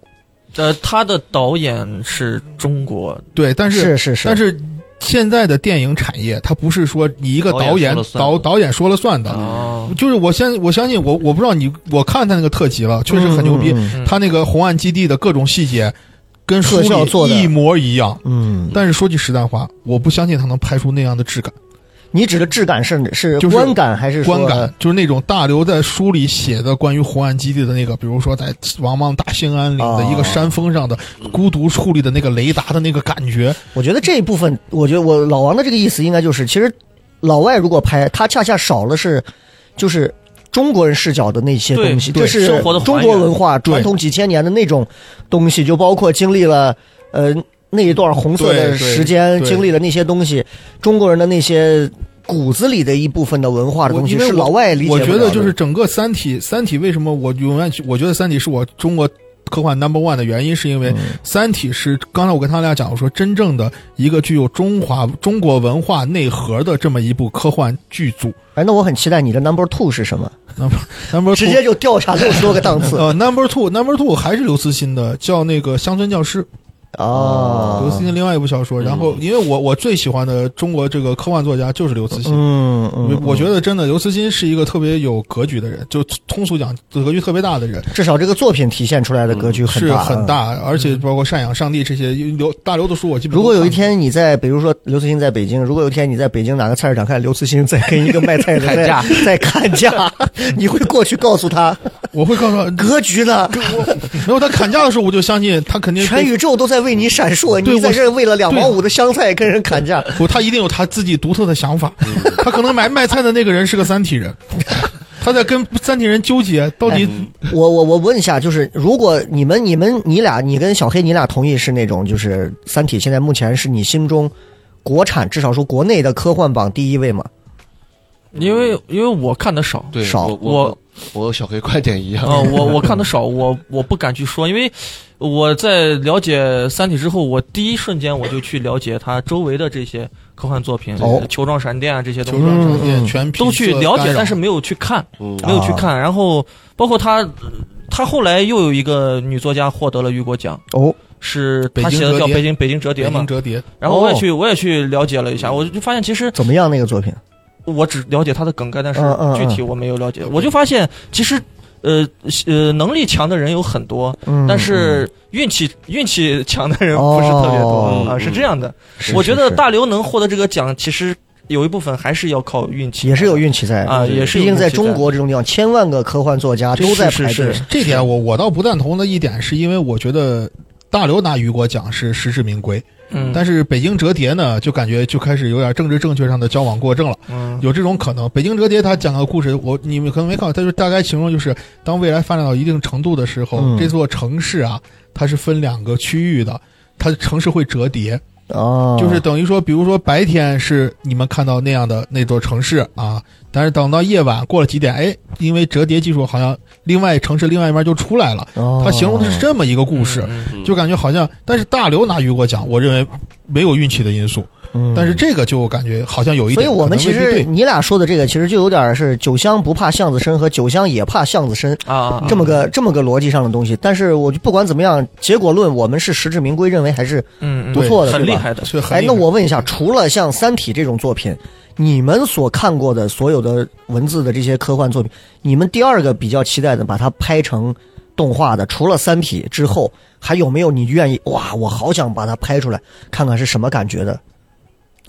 Speaker 5: 呃，他的导演是中国，
Speaker 4: 对，但是
Speaker 3: 是是是
Speaker 4: 但是现在的电影产业，它不是说你一个
Speaker 2: 导
Speaker 4: 导
Speaker 2: 演
Speaker 4: 演
Speaker 2: 说了算
Speaker 4: 导
Speaker 2: 的
Speaker 4: 导演说了算
Speaker 3: 啊嗯
Speaker 4: 的。
Speaker 5: 哦，
Speaker 4: 就是我相我相信我我不知道你我看他那个特辑了，确实很牛逼。
Speaker 3: 嗯嗯
Speaker 5: 嗯
Speaker 4: 他那个红岸基地的各种细节跟书
Speaker 3: 特效做的
Speaker 4: 里一模一样。
Speaker 3: 嗯，
Speaker 4: 但是说句实在话，我不相信他能拍出那样的质感，
Speaker 3: 你指的质感是是
Speaker 4: 就是
Speaker 3: 观感还是说
Speaker 4: 观感？就是那种大刘在书里写的关于红岸基地的那个，比如说在王莽大兴安岭的一个
Speaker 3: 哦
Speaker 4: 山峰上的孤独矗立的那个雷达的那个感觉，
Speaker 3: 我觉得这一部分，我觉得我老王的这个意思应该就是，其实老外如果拍，他恰恰少了是，就是中国人视角的那些
Speaker 5: 对
Speaker 3: 东西，
Speaker 5: 对
Speaker 3: 这是
Speaker 5: 生活的还
Speaker 3: 中
Speaker 5: 原
Speaker 3: 国文化
Speaker 4: 对
Speaker 3: 传统几千年的那种东西，就包括经历了呃那一段红色的
Speaker 4: 对对
Speaker 3: 时间，
Speaker 4: 对
Speaker 3: 经历了那些东西，中国人的那些骨子里的一部分的文化的
Speaker 4: 我
Speaker 3: 东西
Speaker 4: 因为
Speaker 3: 是
Speaker 4: 我
Speaker 3: 老外理解不
Speaker 4: 我
Speaker 3: 了的
Speaker 4: 觉得就是整个《三体》，《三体》为什么我永远去我觉得《三体》是我中国科幻 number one 的原因，是因为《
Speaker 3: 嗯
Speaker 4: 三体》是刚才我跟他俩讲，我说真正的一个具有中华中国文化内核的这么一部科幻剧组。
Speaker 3: 哎，那我很期待你的 number two 是 什么，
Speaker 4: number number
Speaker 3: 直
Speaker 4: two
Speaker 3: 接就调查这么多个档 次
Speaker 4: 呃 number two number two 还是刘慈欣的，叫那个《乡村教师》，刘慈
Speaker 3: 哦
Speaker 4: 欣，的另外呃一部小说。然后因为我我最喜欢的中国这个科幻作家就是刘慈欣。
Speaker 3: 嗯嗯，
Speaker 4: 我觉得真的，刘慈欣是一个特别有格局的人，就通俗讲格局特别大的人。
Speaker 3: 至少这个作品体现出来的格局很
Speaker 4: 嗯是
Speaker 3: 大，嗯
Speaker 4: 很。大，而且包括赡养上帝这些刘大刘的书，我基本都
Speaker 3: 如果有一
Speaker 4: 看过
Speaker 3: 天你在，比如说刘慈欣在北京，如果有一天你在北京哪个菜市场看刘慈欣在跟一个卖菜的
Speaker 5: 砍价
Speaker 3: 在 在砍价，你会过去告诉他
Speaker 4: 我会告诉他，
Speaker 3: 格局呢？
Speaker 4: 没有他砍价的时候，我就相信他肯定
Speaker 3: 全宇宙都在为你闪烁，
Speaker 4: 对
Speaker 3: 你在
Speaker 4: 我
Speaker 3: 这儿为了两毛五的香菜跟人砍价，
Speaker 4: 不，他一定有他自己独特的想法。
Speaker 3: 嗯
Speaker 4: 他可能买卖菜的那个人是个三体 人，他在跟三体人纠结到
Speaker 3: 哎
Speaker 4: 底
Speaker 3: 我我我问一下，就是如果你们你们你俩你跟小黑你俩同意是那种就是《三体》现在目前是你心中国产至少说国内的科幻榜第一位嘛？
Speaker 5: 因为因为我看的少，
Speaker 2: 对，
Speaker 3: 少
Speaker 2: 我我我和小黑观点 一样。
Speaker 5: 啊，
Speaker 4: 哦
Speaker 5: 我我看的少，我我不敢去说，因为我在了解《三体》之后，我第一瞬间我就去了解他周围的这些科幻作品，
Speaker 3: 哦
Speaker 5: 球状闪电》啊这些
Speaker 4: 球
Speaker 5: 东西
Speaker 4: 状闪
Speaker 3: 嗯
Speaker 4: 电全
Speaker 5: 都去了解，但是
Speaker 4: 没
Speaker 5: 没有去看，
Speaker 4: 啊
Speaker 2: 嗯
Speaker 5: 没有去看。然后包括他，他后来又有一个女作家获得了雨果奖，
Speaker 3: 哦，
Speaker 5: 是
Speaker 4: 北
Speaker 5: 他
Speaker 4: 京
Speaker 5: 写的
Speaker 4: 折
Speaker 5: 叫《
Speaker 4: 叠
Speaker 5: 北京北京折叠》嘛。
Speaker 4: 折哦叠，
Speaker 3: 啊
Speaker 5: 然后我也去我也去了解了一下，我就发现其实
Speaker 3: 怎么样那个作品？
Speaker 5: 我只了解他的梗概，但是
Speaker 3: 嗯嗯嗯
Speaker 5: 具体我没有了解。我就发现其实。呃呃，能力强的人有很多，
Speaker 3: 嗯，
Speaker 5: 但是运气运气强的人不是特别
Speaker 3: 哦
Speaker 5: 多啊，
Speaker 2: 嗯
Speaker 5: 是这样的。
Speaker 3: 是
Speaker 5: 我觉
Speaker 3: 是
Speaker 5: 得
Speaker 3: 是
Speaker 5: 大刘能获得这个奖，其实有一部分还是要靠运气，
Speaker 3: 也是有运气在
Speaker 5: 啊，也是
Speaker 3: 毕
Speaker 5: 有
Speaker 3: 竟在
Speaker 5: 运气
Speaker 3: 中国这种地方，千万个科幻作家都在排
Speaker 5: 是是
Speaker 3: 队
Speaker 5: 是。
Speaker 4: 这点我我倒不赞同的一点，是因为我觉得大刘拿雨果奖是实至名归，
Speaker 5: 嗯，
Speaker 4: 但是北京折叠呢，就感觉就开始有点政治正确上的矫枉过正了，
Speaker 5: 嗯
Speaker 4: 有这种可能。北京折叠他讲的故事，我你们可能没看过，他就大概形容就是，当未来发展到一定程度的时候，
Speaker 3: 嗯
Speaker 4: 这座城市啊，它是分两个区域的，它城市会折叠，
Speaker 3: 哦，
Speaker 4: 就是等于说，比如说白天是你们看到那样的那座城市啊，但是等到夜晚过了几点，哎，因为折叠技术好像另外城市另外一面就出来了。
Speaker 3: 哦
Speaker 4: 他形容的是这么一个故事，
Speaker 5: 嗯嗯
Speaker 4: 就感觉好像，但是大刘拿雨果奖，我认为没有运气的因素，
Speaker 3: 嗯
Speaker 4: 但是这个就感觉好像有一
Speaker 3: 所
Speaker 4: 点，
Speaker 3: 以我们其
Speaker 4: 可能未
Speaker 3: 实
Speaker 4: 必对
Speaker 3: 你俩说的这个，其实就有点是酒香不怕巷子深和酒香也怕巷子深
Speaker 5: 啊啊，
Speaker 3: 这么个这么个逻辑上的东西。但是我就不管怎么样，结果论我们是实至名归，认为还是
Speaker 5: 嗯嗯
Speaker 3: 不错的
Speaker 5: 很
Speaker 3: 对
Speaker 5: 厉
Speaker 3: 吧
Speaker 5: 害的。
Speaker 4: 是很
Speaker 3: 哎，
Speaker 4: 厉
Speaker 3: 那
Speaker 4: 害
Speaker 3: 我问一下，除了像《三体》这种作品，你们所看过的所有的文字的这些科幻作品，你们第二个比较期待的，把它拍成动画的，除了《三体》之后，还有没有你愿意？哇，我好想把它拍出来，看看是什么感觉的？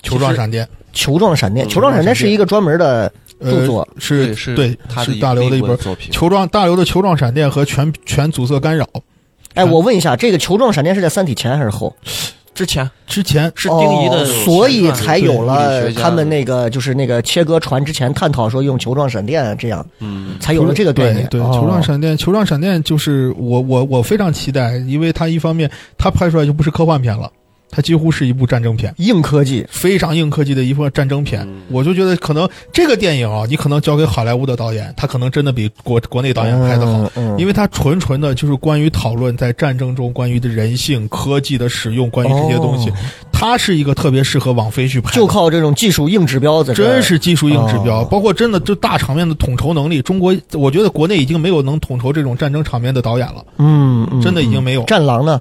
Speaker 4: 球状闪电，
Speaker 3: 球状闪电，
Speaker 2: 嗯
Speaker 3: 球状闪电是一个专门的著
Speaker 4: 呃
Speaker 3: 作，
Speaker 4: 是
Speaker 2: 是
Speaker 4: 对
Speaker 2: 他
Speaker 4: 是
Speaker 2: 的
Speaker 4: 大刘的一
Speaker 2: 本
Speaker 4: 本
Speaker 2: 作品，
Speaker 4: 球状大刘的球状闪电和全全阻塞干扰
Speaker 3: 哎，我问一下，这个球状闪电是在《三体》前还是后？
Speaker 5: 之前
Speaker 4: 之前
Speaker 5: 是丁仪的
Speaker 3: 哦
Speaker 5: 前传，
Speaker 3: 所以才有
Speaker 2: 对物
Speaker 3: 了
Speaker 2: 理学家
Speaker 3: 他们那个就是那个切割船之前探讨说用球状闪电这样，
Speaker 2: 嗯，
Speaker 3: 才有了这个概念。
Speaker 4: 对，对
Speaker 3: 哦
Speaker 4: 球状闪电，球状闪电就是我我我非常期待，因为它一方面它拍出来就不是科幻片了，它几乎是一部战争片。
Speaker 3: 硬科技，
Speaker 4: 非常硬科技的一部战争片，
Speaker 2: 嗯
Speaker 4: 我就觉得可能这个电影啊，你可能交给好莱坞的导演，他可能真的比国国内导演拍的好，
Speaker 3: 嗯，嗯
Speaker 4: 因为它纯纯的就是关于讨论在战争中关于的人性、科技的使用，关于这些东西，
Speaker 3: 哦
Speaker 4: 它是一个特别适合网飞去拍的。
Speaker 3: 就靠这种技术硬指标在这儿
Speaker 4: 真是技术硬指标，
Speaker 3: 哦
Speaker 4: 包括真的就大场面的统筹能力，中国我觉得国内已经没有能统筹这种战争场面的导演了，
Speaker 3: 嗯，嗯
Speaker 4: 真的已经没有
Speaker 3: 嗯战狼呢？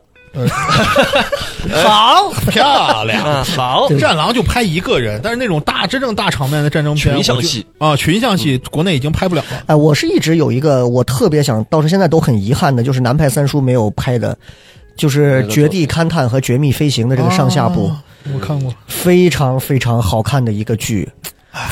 Speaker 4: 好 漂亮。
Speaker 5: 嗯，好，
Speaker 3: 对
Speaker 4: 战狼就拍一个人，但是那种大真正大场面的战争片，
Speaker 2: 群像
Speaker 4: 我就
Speaker 2: 戏
Speaker 4: 啊，群像戏国内已经拍不了了。
Speaker 3: 哎，我是一直有一个我特别想，到是现在都很遗憾的，就是南派三叔没有拍的，就是
Speaker 2: 哪
Speaker 3: 《
Speaker 2: 个作
Speaker 3: 绝地勘探》和《绝密飞行》的这个上下部。
Speaker 4: 啊我看过，
Speaker 3: 非常非常好看的一个剧，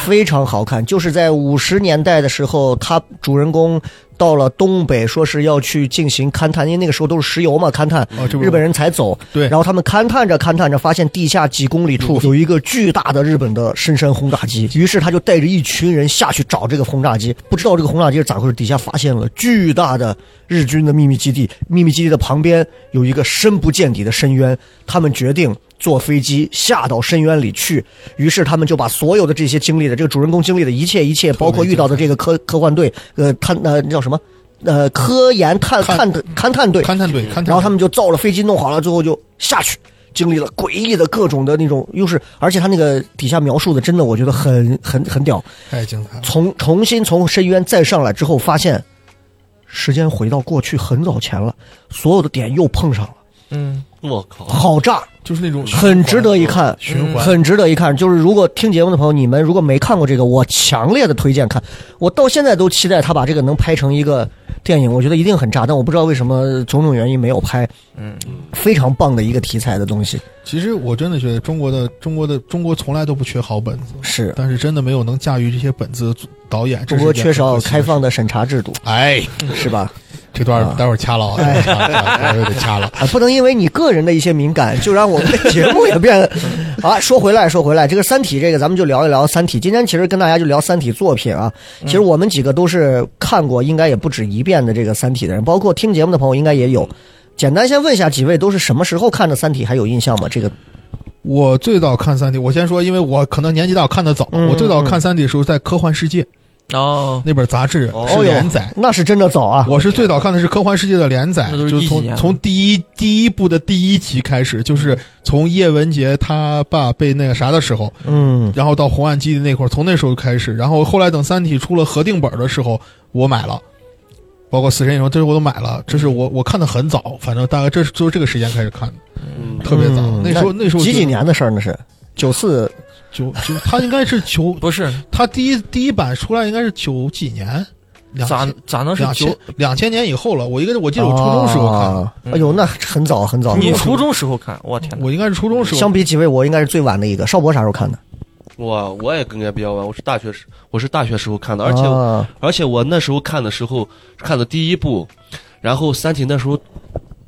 Speaker 3: 非常好看。就是在五十年代的时候，他主人公到了东北，说是要去进行勘探，因为那个时候都是石油嘛，勘探。
Speaker 4: 啊，这不
Speaker 3: 日本人才走，
Speaker 4: 对
Speaker 3: 然后他们勘探着勘探着，发现地下几公里处有一个巨大的日本的深山轰炸机，于是他就带着一群人下去找这个轰炸机，不知道这个轰炸机是咋回事，底下发现了巨大的日军的秘密基地，秘密基地的旁边有一个深不见底的深渊，他们决定坐飞机下到深渊里去，于是他们就把所有的这些经历的这个主人公经历的一切一切，包括遇到的这个科科幻队，呃，探呃那叫什么，呃，科研探探勘探队，
Speaker 4: 勘探队，勘探队，
Speaker 3: 然后他们就造了飞机，弄好了之后就下去，经历了诡异的各种的那种，又是而且他那个底下描述的，真的我觉得很很很屌。
Speaker 4: 太精彩了。
Speaker 3: 从重新从深渊再上来之后，发现时间回到过去很早前了，所有的点又碰上了，
Speaker 5: 嗯，
Speaker 2: 我靠，
Speaker 3: 好炸，
Speaker 4: 就是那种
Speaker 3: 很值得一看。
Speaker 4: 循环，
Speaker 3: 很值得一看，就是如果听节目的朋友，你们如果没看过这个，我强烈的推荐看。我到现在都期待他把这个能拍成一个电影，我觉得一定很炸，但我不知道为什么种种原因没有拍。
Speaker 5: 嗯，
Speaker 3: 非常棒的一个题材的东西。
Speaker 4: 其实我真的觉得中国的中国的中国从来都不缺好本子，
Speaker 3: 是
Speaker 4: 但是真的没有能驾驭这些本子的导演。
Speaker 3: 中国
Speaker 4: 这是
Speaker 3: 缺
Speaker 4: 一件很
Speaker 3: 少
Speaker 4: 可惜的
Speaker 3: 开
Speaker 4: 事。
Speaker 3: 放的审查制度，
Speaker 4: 哎，
Speaker 3: 是吧？
Speaker 4: 这段
Speaker 3: 啊
Speaker 4: 待会儿掐了啊，待会儿掐了待会儿得掐了。
Speaker 3: 啊，不能因为你个人的一些敏感，就让我们的节目也变得。啊，说回来，说回来，这个《三体》这个，咱们就聊一聊《三体》。今天其实跟大家就聊《三体》作品啊，其实我们几个都是看过，应该也不止一遍的这个《三体》的人，包括听节目的朋友应该也有。简单先问一下几位，都是什么时候看的《三体》，还有印象吗？这个
Speaker 4: 我最早看《三体》，我先说，因为我可能年纪大，看的早。
Speaker 3: 嗯
Speaker 4: 我最早看《三体》的时候在《科幻世界》
Speaker 5: 哦，
Speaker 4: 那本杂志
Speaker 2: 哦
Speaker 4: 是连载。
Speaker 3: 那是真的早啊！
Speaker 4: 我是最早看的是《科幻世界》的连载，
Speaker 5: 那都是
Speaker 4: 就
Speaker 5: 一几
Speaker 4: 从
Speaker 5: 年了
Speaker 4: 从第一第一部的第一集开始，就是从叶文洁他爸被那个啥的时候，
Speaker 3: 嗯，
Speaker 4: 然后到红岸基地那块儿，从那时候开始，然后后来等《三体》出了合订本的时候，我买了，包括《死神一生》，这是我都买了，这是我我看的很早，反正大概这是就是这个时间开始看的，
Speaker 2: 嗯
Speaker 4: 特别早。
Speaker 3: 嗯
Speaker 4: 那时候那时候
Speaker 3: 几
Speaker 4: 就
Speaker 3: 几年的事儿那是九四
Speaker 4: 九九，他应该是九，
Speaker 5: 不是，
Speaker 4: 他第一第一版出来应该是九几年，两
Speaker 5: 咋
Speaker 4: 千
Speaker 5: 咋能是
Speaker 4: 两千
Speaker 5: 九？
Speaker 4: 两千年以后了。我应该我记得我初中时候看的，
Speaker 3: 啊哎呦，那很早很早。
Speaker 5: 你初中时候看，我天哪！
Speaker 4: 我应该是初中时候
Speaker 3: 相比几位，我应该是最晚的一个。邵博啥时候看的？
Speaker 2: 我我也跟人家比较晚，我是大学时我是大学时候看的，而且
Speaker 3: 啊
Speaker 2: 而且我那时候看的时候看的第一部，然后《三体》那时候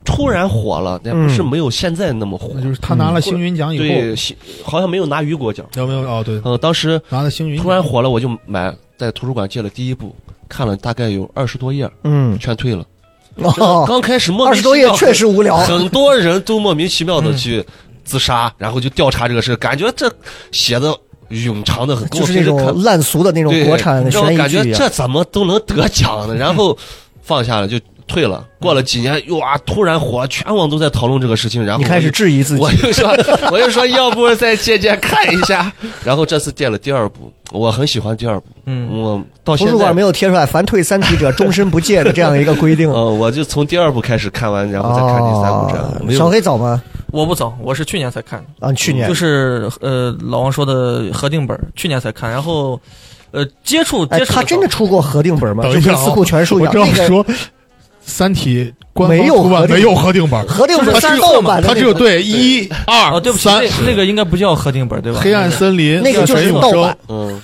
Speaker 2: 突然火了，但不是没有现在那么火。
Speaker 4: 嗯那就是他拿了星云奖以后，
Speaker 2: 对，西好像没有拿雨果奖。
Speaker 4: 有没有？哦，对，
Speaker 2: 嗯，当时
Speaker 4: 拿了星云奖
Speaker 2: 突然火了，我就买，在图书馆借了第一部，看了大概有二十多页，
Speaker 3: 嗯，
Speaker 2: 全退了。
Speaker 3: 哦，
Speaker 2: 刚开始莫
Speaker 3: 二十
Speaker 2: 名其
Speaker 3: 多页
Speaker 2: 妙
Speaker 3: 确实无聊。
Speaker 2: 很多人都莫名其妙的去自杀，然后就调查这个事，感觉这写的冗长的很，跟
Speaker 3: 就
Speaker 2: 我
Speaker 3: 是那
Speaker 2: 平时看
Speaker 3: 种烂俗的那种
Speaker 2: 对
Speaker 3: 国产的
Speaker 2: 让
Speaker 3: 悬
Speaker 2: 我
Speaker 3: 疑
Speaker 2: 感觉
Speaker 3: 剧一样，啊
Speaker 2: 这怎么都能得奖呢？然后放下了就退了。过了几年，又啊突然火，全网都在讨论这个事情，然后
Speaker 3: 你开始质疑自己
Speaker 2: 我。就说，我就说，要不再借鉴看一下。 然后这次借了第二部，我很喜欢第二部，
Speaker 5: 嗯，
Speaker 2: 我到
Speaker 3: 图
Speaker 2: 现
Speaker 3: 书
Speaker 2: 在
Speaker 3: 馆没有贴出来“凡退三体者，终身不戒”的这样一个规 定。
Speaker 2: 呃，我就从第二部开始看完，然后再看第三部，这
Speaker 3: 哦
Speaker 2: 样没
Speaker 3: 小
Speaker 2: 有。
Speaker 3: 黑早吗？
Speaker 5: 我不早，我是去年才看，
Speaker 3: 啊，去年
Speaker 5: 就是呃老王说的核定本儿，去年才看，然后呃接触
Speaker 3: 哎
Speaker 5: 接，触
Speaker 3: 他真的出过核定本吗？
Speaker 4: 等
Speaker 3: 就
Speaker 4: 一下
Speaker 3: 跟
Speaker 4: 啊
Speaker 3: 四库 全书一
Speaker 4: 我
Speaker 3: 样，
Speaker 4: 正
Speaker 3: 那
Speaker 4: 要
Speaker 3: 个
Speaker 4: 说，《三体》官方
Speaker 3: 没有
Speaker 4: 出版
Speaker 3: 核定
Speaker 4: 没有核定 本，
Speaker 3: 核定本
Speaker 4: 它
Speaker 3: 是
Speaker 4: 只
Speaker 3: 盗版的
Speaker 4: 它
Speaker 3: 那
Speaker 4: 只
Speaker 3: 个
Speaker 4: 有对一
Speaker 5: 啊、
Speaker 4: 二
Speaker 5: 对不起，
Speaker 4: 三
Speaker 5: 那那个应该不叫核定本儿对吧？
Speaker 4: 黑暗森林
Speaker 3: 那个就是
Speaker 4: 水母
Speaker 3: 盗
Speaker 4: 洲
Speaker 3: 版，
Speaker 2: 嗯，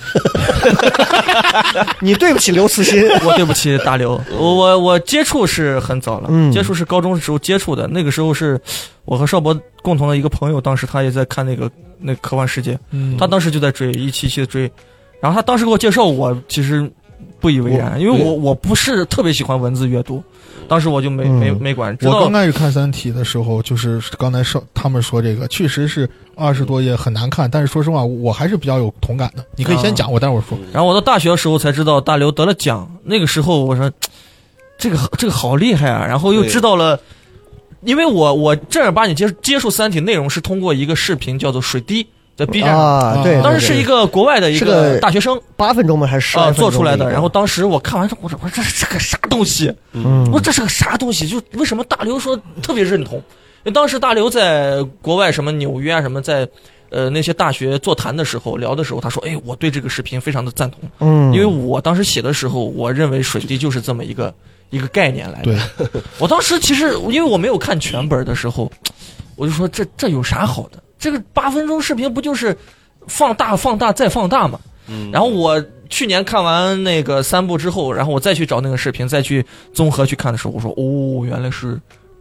Speaker 3: 你对不起刘慈欣。
Speaker 5: 我对不起 大刘，我我我接触是很早了，
Speaker 3: 嗯
Speaker 5: 接触是高中的时候接触的，那个时候是我和邵博共同的一个朋友，当时他也在看那个那个科幻世界，
Speaker 4: 嗯
Speaker 5: 他当时就在追，一期一期的追，然后他当时给我介绍，我其实不以为然，因为我我不是特别喜欢文字阅读，当时我就没、没
Speaker 3: 嗯
Speaker 5: 没管，直
Speaker 4: 我
Speaker 5: 到
Speaker 4: 刚开始看《三体》的时候，就是刚才说他们说这个，确实是二十多页很难看，但是说实话，我还是比较有同感的。你可以先讲，我待会儿说。
Speaker 3: 嗯
Speaker 5: 然后我到大学的时候才知道大刘得了奖，那个时候我说，这个这个好厉害啊！然后又
Speaker 2: 对
Speaker 5: 知道了，因为我我正儿八经接接触《三体》内容是通过一个视频叫做《水滴》在 B 站上，
Speaker 3: 啊，对，
Speaker 4: 啊
Speaker 5: 当时是一个国外的一
Speaker 3: 是个
Speaker 5: 个大学生
Speaker 3: 八分钟吗？还是十
Speaker 5: 啊、
Speaker 3: 来分钟
Speaker 5: 做出来
Speaker 3: 一
Speaker 5: 的，
Speaker 3: 个
Speaker 5: 然后当时我看完之后，我说我说这是个啥东西？
Speaker 3: 嗯
Speaker 5: 我说这是个啥东西？就为什么大刘说特别认同？因为当时大刘在国外什么纽约啊什么在。呃，那些大学座谈的时候聊的时候，他说：“哎，我对这个视频非常的赞同。”
Speaker 3: 嗯，
Speaker 5: 因为我当时写的时候，我认为水滴就是这么一个一个概念来的。
Speaker 4: 对，
Speaker 5: 我当时其实因为我没有看全本的时候，我就说这这有啥好的？这个八分钟视频不就是放大、放大再放大吗？
Speaker 2: 嗯
Speaker 5: 然后我去年看完那个三部之后，然后我再去找那个视频，再去综合去看的时候，我说哦，原来是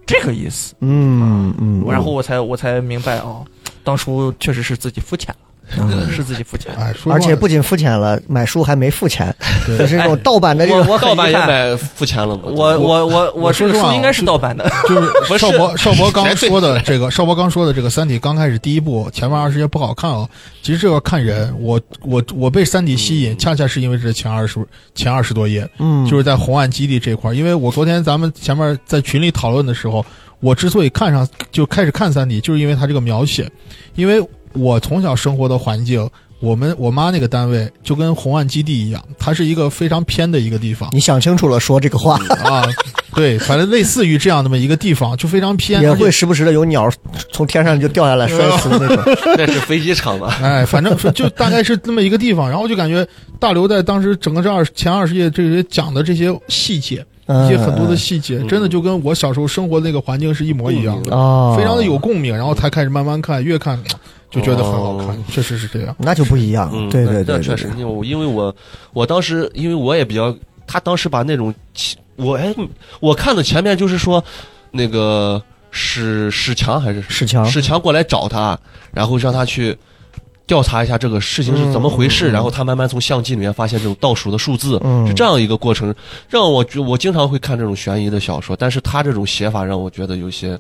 Speaker 5: 这个意思。
Speaker 3: 嗯嗯，
Speaker 5: 然后我才我才明白哦，当初确实是自己肤浅了，嗯是自己肤浅了。
Speaker 4: 哎，说
Speaker 3: 而
Speaker 4: 实话
Speaker 3: 且不仅付钱了，买书还没付钱，
Speaker 4: 对
Speaker 3: 就是这种盗版的这
Speaker 5: 我
Speaker 3: 种。
Speaker 5: 我很
Speaker 2: 盗版
Speaker 5: 遗
Speaker 2: 也
Speaker 5: 憾
Speaker 2: 买付钱了嘛？
Speaker 5: 我我我我这
Speaker 4: 说
Speaker 5: 个
Speaker 4: 实话
Speaker 5: 书
Speaker 4: 啊
Speaker 5: 应该是盗版的，
Speaker 4: 就是
Speaker 2: 不
Speaker 4: 邵
Speaker 2: 是
Speaker 4: 博邵博刚
Speaker 2: 绝对
Speaker 4: 说的这个，邵博刚说的这个《三体》刚开始第一部前面二十页不好看啊，其实这要看人。我我我被《三体》吸
Speaker 2: 嗯
Speaker 4: 引，恰恰是因为这前二十前二十多页，
Speaker 3: 嗯，
Speaker 4: 就是在红岸基地这块儿。因为我昨天咱们前面在群里讨论的时候，我之所以看上就开始看《三体》，就是因为它这个描写，因为我从小生活的环境。我们我妈那个单位就跟红岸基地一样，它是一个非常偏的一个地方
Speaker 3: 你想清楚了说这个话，
Speaker 4: 啊， 对，反正类似于这样那么一个地方，就非常偏，
Speaker 3: 也
Speaker 4: 而且
Speaker 3: 会时不时的有鸟从天上就掉下来摔死的那 种。
Speaker 2: 那是飞机 场吧？
Speaker 4: 哎，反正是就大概是那么一个地方，然后就感觉大刘在当时整个这二前二十页这些讲的这些细节，一
Speaker 3: 嗯
Speaker 4: 些很多的细节，真的就跟我小时候生活的那个环境是一模一样，
Speaker 2: 嗯
Speaker 4: 的，
Speaker 3: 哦，
Speaker 4: 非常的有。共鸣，然后才开始慢慢看，越看就觉得很好
Speaker 3: 哦
Speaker 4: 看，确实是这样。
Speaker 3: 那就不一样，
Speaker 2: 嗯，
Speaker 3: 对
Speaker 2: 那
Speaker 3: 对对，
Speaker 2: 那
Speaker 3: 对
Speaker 2: 确实，，因为我因为我我当时因为我也比较，他当时把那种其我哎，我看的前面就是说那个史史强还是
Speaker 3: 史强
Speaker 2: 史强过来找他，然后让他去。调查一下这个事情是怎么回事，然后他慢慢从相机里面发现这种倒数的数字，
Speaker 3: 嗯
Speaker 2: 是这样一个过程，让我觉我经常会看这种悬疑的小说，但是他这种写法让我觉得有些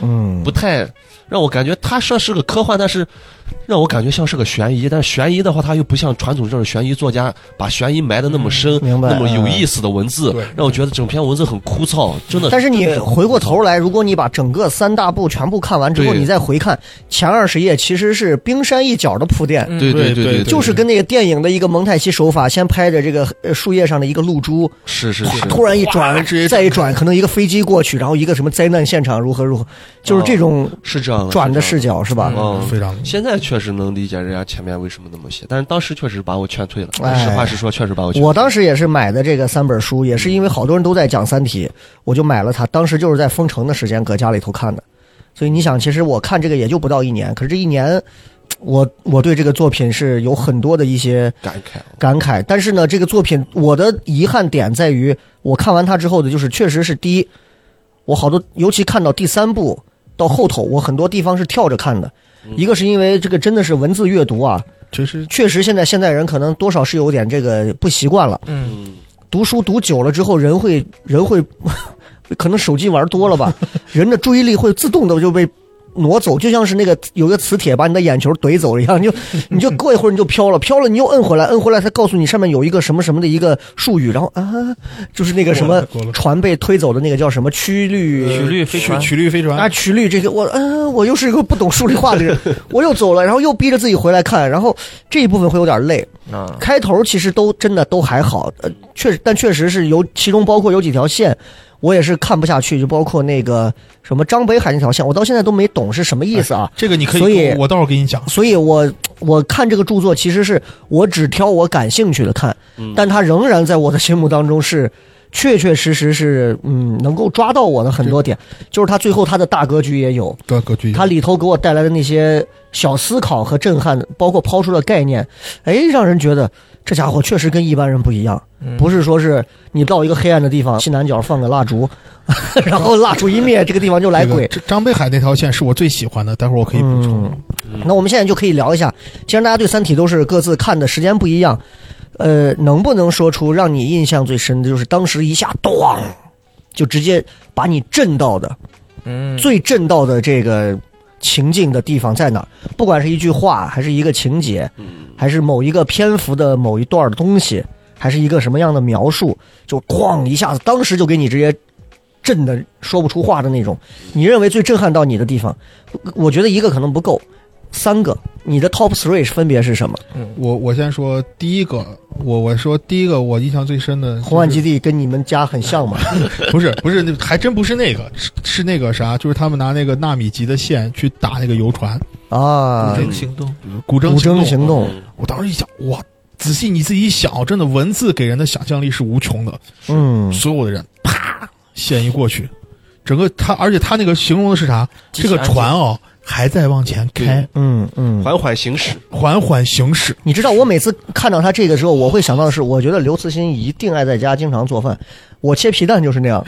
Speaker 3: 嗯
Speaker 2: 不，太让我感觉它算是个科幻，但是让我感觉像是个悬疑。但是悬疑的话，它又不像传统这种悬疑作家把悬疑埋的那么深、
Speaker 3: 嗯明白嗯
Speaker 2: 那么有意思的文字
Speaker 4: 对，
Speaker 2: 让我觉得整篇文字很枯燥，真的。
Speaker 3: 但是你回过头来，如果你把整个三大部全部看完之后，
Speaker 2: 对
Speaker 3: 你再回看前二十页，其实是冰山一角的铺垫，
Speaker 5: 嗯
Speaker 2: 对对
Speaker 4: 对
Speaker 2: 对，
Speaker 4: 对
Speaker 3: 就是跟那个电影的一个蒙太奇手法，先拍着这个呃树叶上的一个露珠，
Speaker 2: 是是是
Speaker 3: 哗，突然一转，再一转，可能一个飞机过去，然后一个什么灾难现场如何如何，
Speaker 2: 哦
Speaker 3: 就是这种
Speaker 2: 是这样的
Speaker 3: 转的
Speaker 2: 嗯是
Speaker 3: 视
Speaker 2: 这
Speaker 3: 角是吧
Speaker 2: 样？的嗯，
Speaker 4: 非常
Speaker 2: 现在确实能理解人家前面为什么那么写，但是当时确实把我劝退了。
Speaker 3: 哎
Speaker 2: 实话实说，确实把我劝退了。
Speaker 3: 我当时也是买的这个三本书，也是因为好多人都在讲《三体》，我就买了它。当时就是在封城的时间搁家里头看的，所以你想，其实我看这个也就不到一年，可是这一年，我我对这个作品是有很多的一些
Speaker 2: 感慨，
Speaker 3: 感慨。但是呢，这个作品我的遗憾点在于，我看完它之后的就是，确实是第一，我好多，尤其看到第三部到后头，我很多地方是跳着看的。
Speaker 2: 嗯
Speaker 3: 一个是因为这个真的是文字阅读啊，
Speaker 4: 其实
Speaker 3: 确实现在现在人可能多少是有点这个不习惯了。
Speaker 5: 嗯，
Speaker 2: 嗯，
Speaker 3: 读书读久了之后，人会人会， 可能手机玩多了吧， 人的注意力会自动的就被挪走，就像是那个有个磁铁把你的眼球怼走一样，你就 你就过一会儿你就飘了，飘了你又摁回来，摁回来它告诉你上面有一个什么什么的一个术语，然后啊，就是那个什
Speaker 4: 过
Speaker 3: 么
Speaker 4: 了过了
Speaker 3: 船被推走的那个叫什么曲率
Speaker 5: 曲率飞
Speaker 4: 曲
Speaker 5: 船，
Speaker 4: 曲率飞
Speaker 3: 啊，
Speaker 4: 船，
Speaker 3: 曲率这个我，嗯、我又是一个不懂数理化的人，我又走了，然后又逼着自己回来看，然后这一部分会有点累。
Speaker 5: 啊，
Speaker 3: 开头其实都真的都还好，呃，确实，但确实是有其中包括有几条线，我也是看不下去，就包括那个什么张北海那条线，我到现在都没懂是什么意思啊。
Speaker 4: 这个你可
Speaker 3: 所以
Speaker 4: 以，我到时候给你讲。
Speaker 3: 所以我我看这个著作，其实是我只挑我感兴趣的看，
Speaker 2: 嗯
Speaker 3: 但它仍然在我的心目当中是确确实实是嗯能够抓到我的很多点，就是它最后它的大格局也有，
Speaker 4: 对，格局
Speaker 3: 它里头给我带来的那些小思考和震撼，包括抛出的概念，哎，让人觉得这家伙确实跟一般人不一样，
Speaker 4: 嗯
Speaker 3: 不是说是你到一个黑暗的地方，西南角放个蜡烛， 然后蜡烛一灭，这个地方就来
Speaker 4: 这个
Speaker 3: 鬼。
Speaker 4: 这张北海那条线是我最喜欢的，待会儿我可以补充。
Speaker 3: 嗯
Speaker 2: 嗯
Speaker 3: 那我们现在就可以聊一下，既然大家对《三体》都是各自看的时间不一样，呃，能不能说出让你印象最深的，就是当时一下咣，就直接把你震到的，
Speaker 5: 嗯，
Speaker 3: 最震到的这个情境的地方在哪儿？不管是一句话，还是一个情节，
Speaker 2: 嗯
Speaker 3: 还是某一个篇幅的某一段东西，还是一个什么样的描述，就哐一下子，当时就给你直接震的说不出话的那种。你认为最震撼到你的地方，我觉得一个可能不够，三个，你的 top three 是分别是什么？
Speaker 4: 我我先说第一个，我我说第一个我印象最深的、就是，
Speaker 3: 红岸基地跟你们家很像嘛？
Speaker 4: 不是不是，那还真不是那个，是是那个啥，就是他们拿那个纳米级的线去打那个游船，
Speaker 3: 啊，
Speaker 5: 这个行动，
Speaker 4: 古筝
Speaker 3: 古筝
Speaker 4: 行
Speaker 3: 行
Speaker 4: 动。
Speaker 3: 动，
Speaker 4: 我当时一想，哇，仔细你自己想，真的文字给人的想象力是无穷的，
Speaker 3: 嗯，
Speaker 4: 所有的人啪线一过去，整个他，而且他那个形容的是啥？
Speaker 5: 极
Speaker 4: 这
Speaker 5: 其
Speaker 4: 个
Speaker 5: 安静
Speaker 4: 船哦还在往前开，
Speaker 3: 嗯嗯，
Speaker 2: 缓缓行驶，
Speaker 4: 缓缓行驶。
Speaker 3: 你知道我每次看到他这个时候，我会想到的是，我觉得刘慈欣一定爱在家经常做饭。我切皮蛋就是那 样，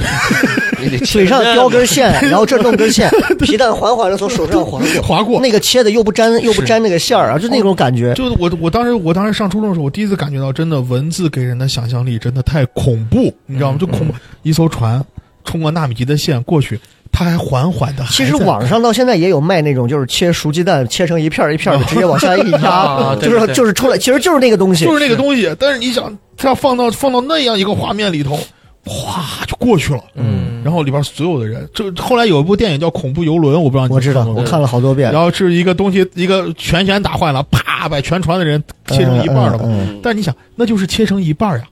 Speaker 2: 嘴
Speaker 3: 嘴上叼根线，然后这弄根 线，皮蛋缓缓的从手上划过，
Speaker 4: 划过
Speaker 3: 那个切的又不粘又不粘那个馅儿啊，就那种感觉。
Speaker 4: 就是我，我当时，我当时上初中的时候，我第一次感觉到，真的文字给人的想象力真的太恐怖，你知道
Speaker 3: 嗯
Speaker 4: 吗？就恐怖，一艘船冲过纳米级的线过去，它还缓缓的。
Speaker 3: 其实网上到现在也有卖那种，就是切熟鸡蛋，切成一片儿一片儿 的，直接往下一压
Speaker 5: 啊，
Speaker 3: 就
Speaker 5: 对
Speaker 3: 是
Speaker 5: 对对
Speaker 3: 就是出来，其实就是那个东西
Speaker 4: 就。是那个东西，但是你想，它放到放到那样一个画面里头，哗就过去了。
Speaker 5: 嗯，
Speaker 4: 然后里边所有的人，就后来有一部电影叫《恐怖游轮》，我不知道你
Speaker 3: 我知道，
Speaker 4: 看过没
Speaker 3: 我看了好多遍
Speaker 4: 然。后是一个东西，一个全员打坏了，啪把全船的人切成一半了嘛。
Speaker 3: 嗯嗯
Speaker 2: 嗯
Speaker 4: 但你想，那就是切成一半呀，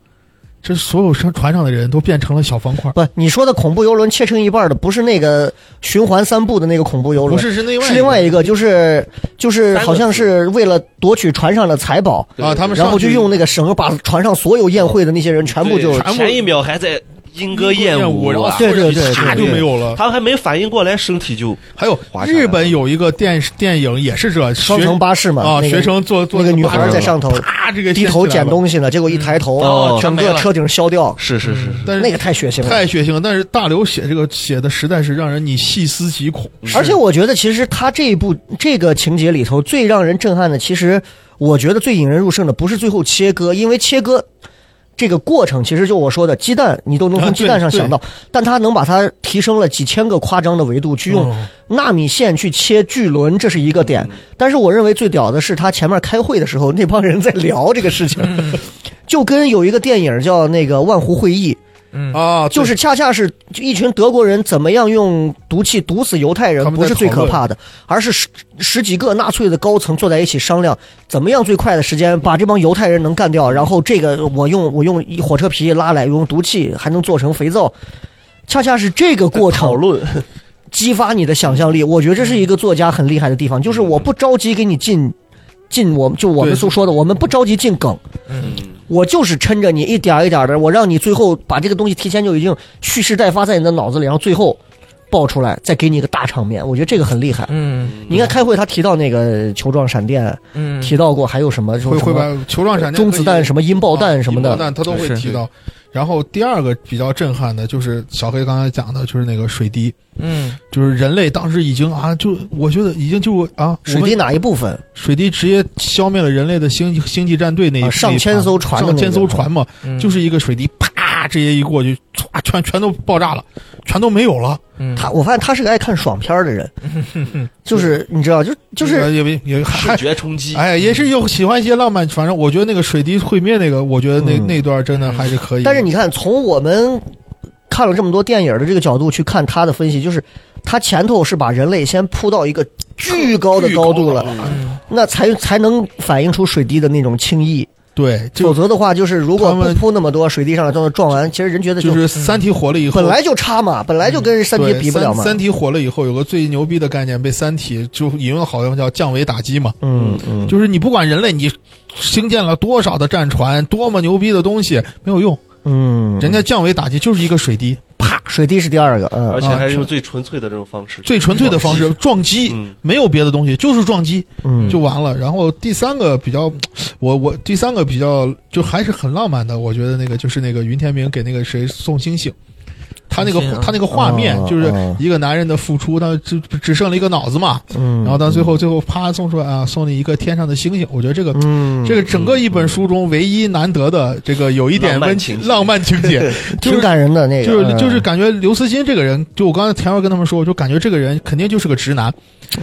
Speaker 4: 这所有上船上的人都变成了小方块。
Speaker 3: 不，你说的恐怖游轮切成一半儿的，不是那个循环三部的那个恐怖游轮，啊
Speaker 4: 不是，是另外
Speaker 3: 是另外一个，就是就是
Speaker 2: 单个
Speaker 3: 好像是为了夺取船上的财宝，
Speaker 4: 啊，他们
Speaker 3: 然后
Speaker 4: 上去
Speaker 3: 就用那个绳把船上所有宴会的那些人全部就
Speaker 2: 对
Speaker 4: 全部
Speaker 2: 前一秒还在莺歌
Speaker 4: 燕
Speaker 2: 燕
Speaker 4: 然后
Speaker 2: 啊
Speaker 3: 对对对对
Speaker 4: 啪就没有了。
Speaker 2: 他们还没反应过来，身体就
Speaker 4: 还有
Speaker 2: 滑下来
Speaker 4: 日本有一个电视电影也是这
Speaker 3: 啊双
Speaker 4: 学
Speaker 3: 层巴士嘛，
Speaker 4: 啊，
Speaker 3: 那个
Speaker 4: 学生坐坐
Speaker 3: 那个女
Speaker 4: 巴士
Speaker 3: 孩在上头
Speaker 4: 啪这个
Speaker 3: 低头捡东西呢，结果一抬
Speaker 4: 嗯
Speaker 3: 头，啊
Speaker 2: 哦
Speaker 3: 整个车顶削掉，
Speaker 2: 是是是嗯
Speaker 4: 西，
Speaker 2: 是，
Speaker 4: 但是
Speaker 3: 那个太血腥了
Speaker 4: 嗯太。血腥了。但是大刘写这个写的实在是让人你细思极恐，
Speaker 3: 而且我觉得，其实他这一部这个情节里头最让人震撼的，其实我觉得最引人入胜的不是最后切割，因为切割这个过程，其实就我说的鸡蛋，你都能
Speaker 4: 啊
Speaker 3: 从
Speaker 4: 对
Speaker 3: 鸡蛋上想到，但他能把它提升了几千个夸张的维度，去用
Speaker 4: 嗯
Speaker 3: 纳米线去切巨轮，这是一个点。但是我认为最屌的是他前面开会的时候，那帮人在聊这个事情，
Speaker 4: 嗯
Speaker 3: 就跟有一个电影叫那个《万湖会议》，
Speaker 4: 啊，对
Speaker 3: 就是恰恰是一群德国人怎么样用毒气毒死犹太人
Speaker 4: 他，们
Speaker 3: 不
Speaker 4: 在
Speaker 3: 是最可怕的，而是十十几个纳粹的高层坐在一起商量，怎么样最快的时间把这帮犹太人能干掉，然后这个我用我用一火车皮拉来，用毒气还能做成肥皂，恰恰是这个过程
Speaker 2: 讨论
Speaker 3: 激发你的想象力。我觉得这是一个作家很厉害的地方，就是我不着急给你进进我们就我们
Speaker 4: 嗯对
Speaker 3: 所说的，我们不着急进梗，
Speaker 2: 嗯
Speaker 3: 我就是抻着你一点儿一点的，我让你最后把这个东西提前就已经蓄势待发在你的脑子里，然后最后爆出来，再给你一个大场面，我觉得这个很厉害。
Speaker 5: 嗯
Speaker 3: 你看开会他提到那个球状闪电，
Speaker 5: 嗯，
Speaker 3: 提到过还有什么说
Speaker 4: 会
Speaker 3: 什
Speaker 4: 会
Speaker 3: 么
Speaker 4: 把球状闪电、啊
Speaker 3: 中子弹、什么音爆弹什么
Speaker 4: 啊引爆
Speaker 3: 的，
Speaker 4: 弹他都会
Speaker 5: 是
Speaker 4: 提到。然后第二个比较震撼的就是小黑刚才讲的，就是那个水滴，
Speaker 5: 嗯
Speaker 4: 就是人类当时已经啊，就我觉得已经就啊，我
Speaker 3: 水
Speaker 4: 们
Speaker 3: 滴哪一部分？
Speaker 4: 水滴直接消灭了人类的星星际战队那一、
Speaker 3: 啊上
Speaker 4: 那一
Speaker 3: 千
Speaker 4: 盘
Speaker 3: 艘船的
Speaker 4: 上
Speaker 3: 那
Speaker 4: 千
Speaker 3: 个
Speaker 4: 艘船嘛，
Speaker 5: 嗯，
Speaker 4: 就是一个水滴啪，直接一过去，唰，全全都爆炸了，全都没有了。
Speaker 5: 嗯
Speaker 3: 他我发现他是个爱看爽片儿的人，
Speaker 4: 嗯
Speaker 3: 就是你知道，就就是
Speaker 4: 呃也也也
Speaker 2: 视
Speaker 4: 还
Speaker 2: 觉冲击，
Speaker 4: 哎，也是有喜欢一些浪漫，反正我觉得那个水滴毁灭那个，我觉得那、
Speaker 3: 嗯
Speaker 4: 那段真的还是可以。
Speaker 3: 但是你看，从我们看了这么多电影的这个角度去看他的分析，就是他前头是把人类先扑到一个巨高的高度了，
Speaker 4: 哎
Speaker 5: 嗯
Speaker 3: 那才才能反映出水滴的那种轻易。
Speaker 4: 对，
Speaker 3: 否
Speaker 4: 就
Speaker 3: 则的话，就是如果
Speaker 4: 他
Speaker 3: 不
Speaker 4: 们
Speaker 3: 扑那么多，水滴上来都能撞完，其实人觉得就嗯
Speaker 4: 就是《三体》火了以后，
Speaker 3: 本来就差嘛，本来就跟三体
Speaker 4: 对
Speaker 3: 比不了嘛
Speaker 4: 三。三体》火了以后，有个最牛逼的概念被《三体》就引用的好像叫降维打击嘛，
Speaker 3: 嗯嗯，
Speaker 4: 就是你不管人类你兴建了多少的战船，多么牛逼的东西没有用，
Speaker 3: 嗯，
Speaker 4: 人家降维打击就是一个水滴，
Speaker 3: 啪，水滴是第二个，嗯，
Speaker 2: 而且
Speaker 3: 啊
Speaker 2: 还是用最纯粹的这种方式，
Speaker 4: 最纯粹的方式撞击。
Speaker 2: 嗯，
Speaker 4: 没有别的东西，就是撞击
Speaker 3: 嗯
Speaker 4: 就完了。然后第三个比较，我我第三个比较就还是很浪漫的，我觉得那个就是那个云天明给那个谁送星星，他那个
Speaker 5: 送星星啊
Speaker 4: 他那个画面
Speaker 3: 哦
Speaker 4: 就是
Speaker 3: 哦
Speaker 4: 一个男人的付出，他只只剩了一个脑子嘛，
Speaker 3: 嗯，
Speaker 4: 然后到最后最后啪送出来啊，送你一个天上的星星。我觉得这个
Speaker 3: 嗯
Speaker 4: 这个整个一本书中唯一难得的这个有一点
Speaker 2: 浪漫
Speaker 4: 温
Speaker 2: 情
Speaker 4: 情
Speaker 2: 节
Speaker 4: 浪漫情 节，就
Speaker 3: 挺
Speaker 4: 是。
Speaker 3: 感人的那个，嗯
Speaker 4: 就是就是感觉刘慈欣这个人，就我刚才前面跟他们说，我就感觉这个人肯定就是个直男，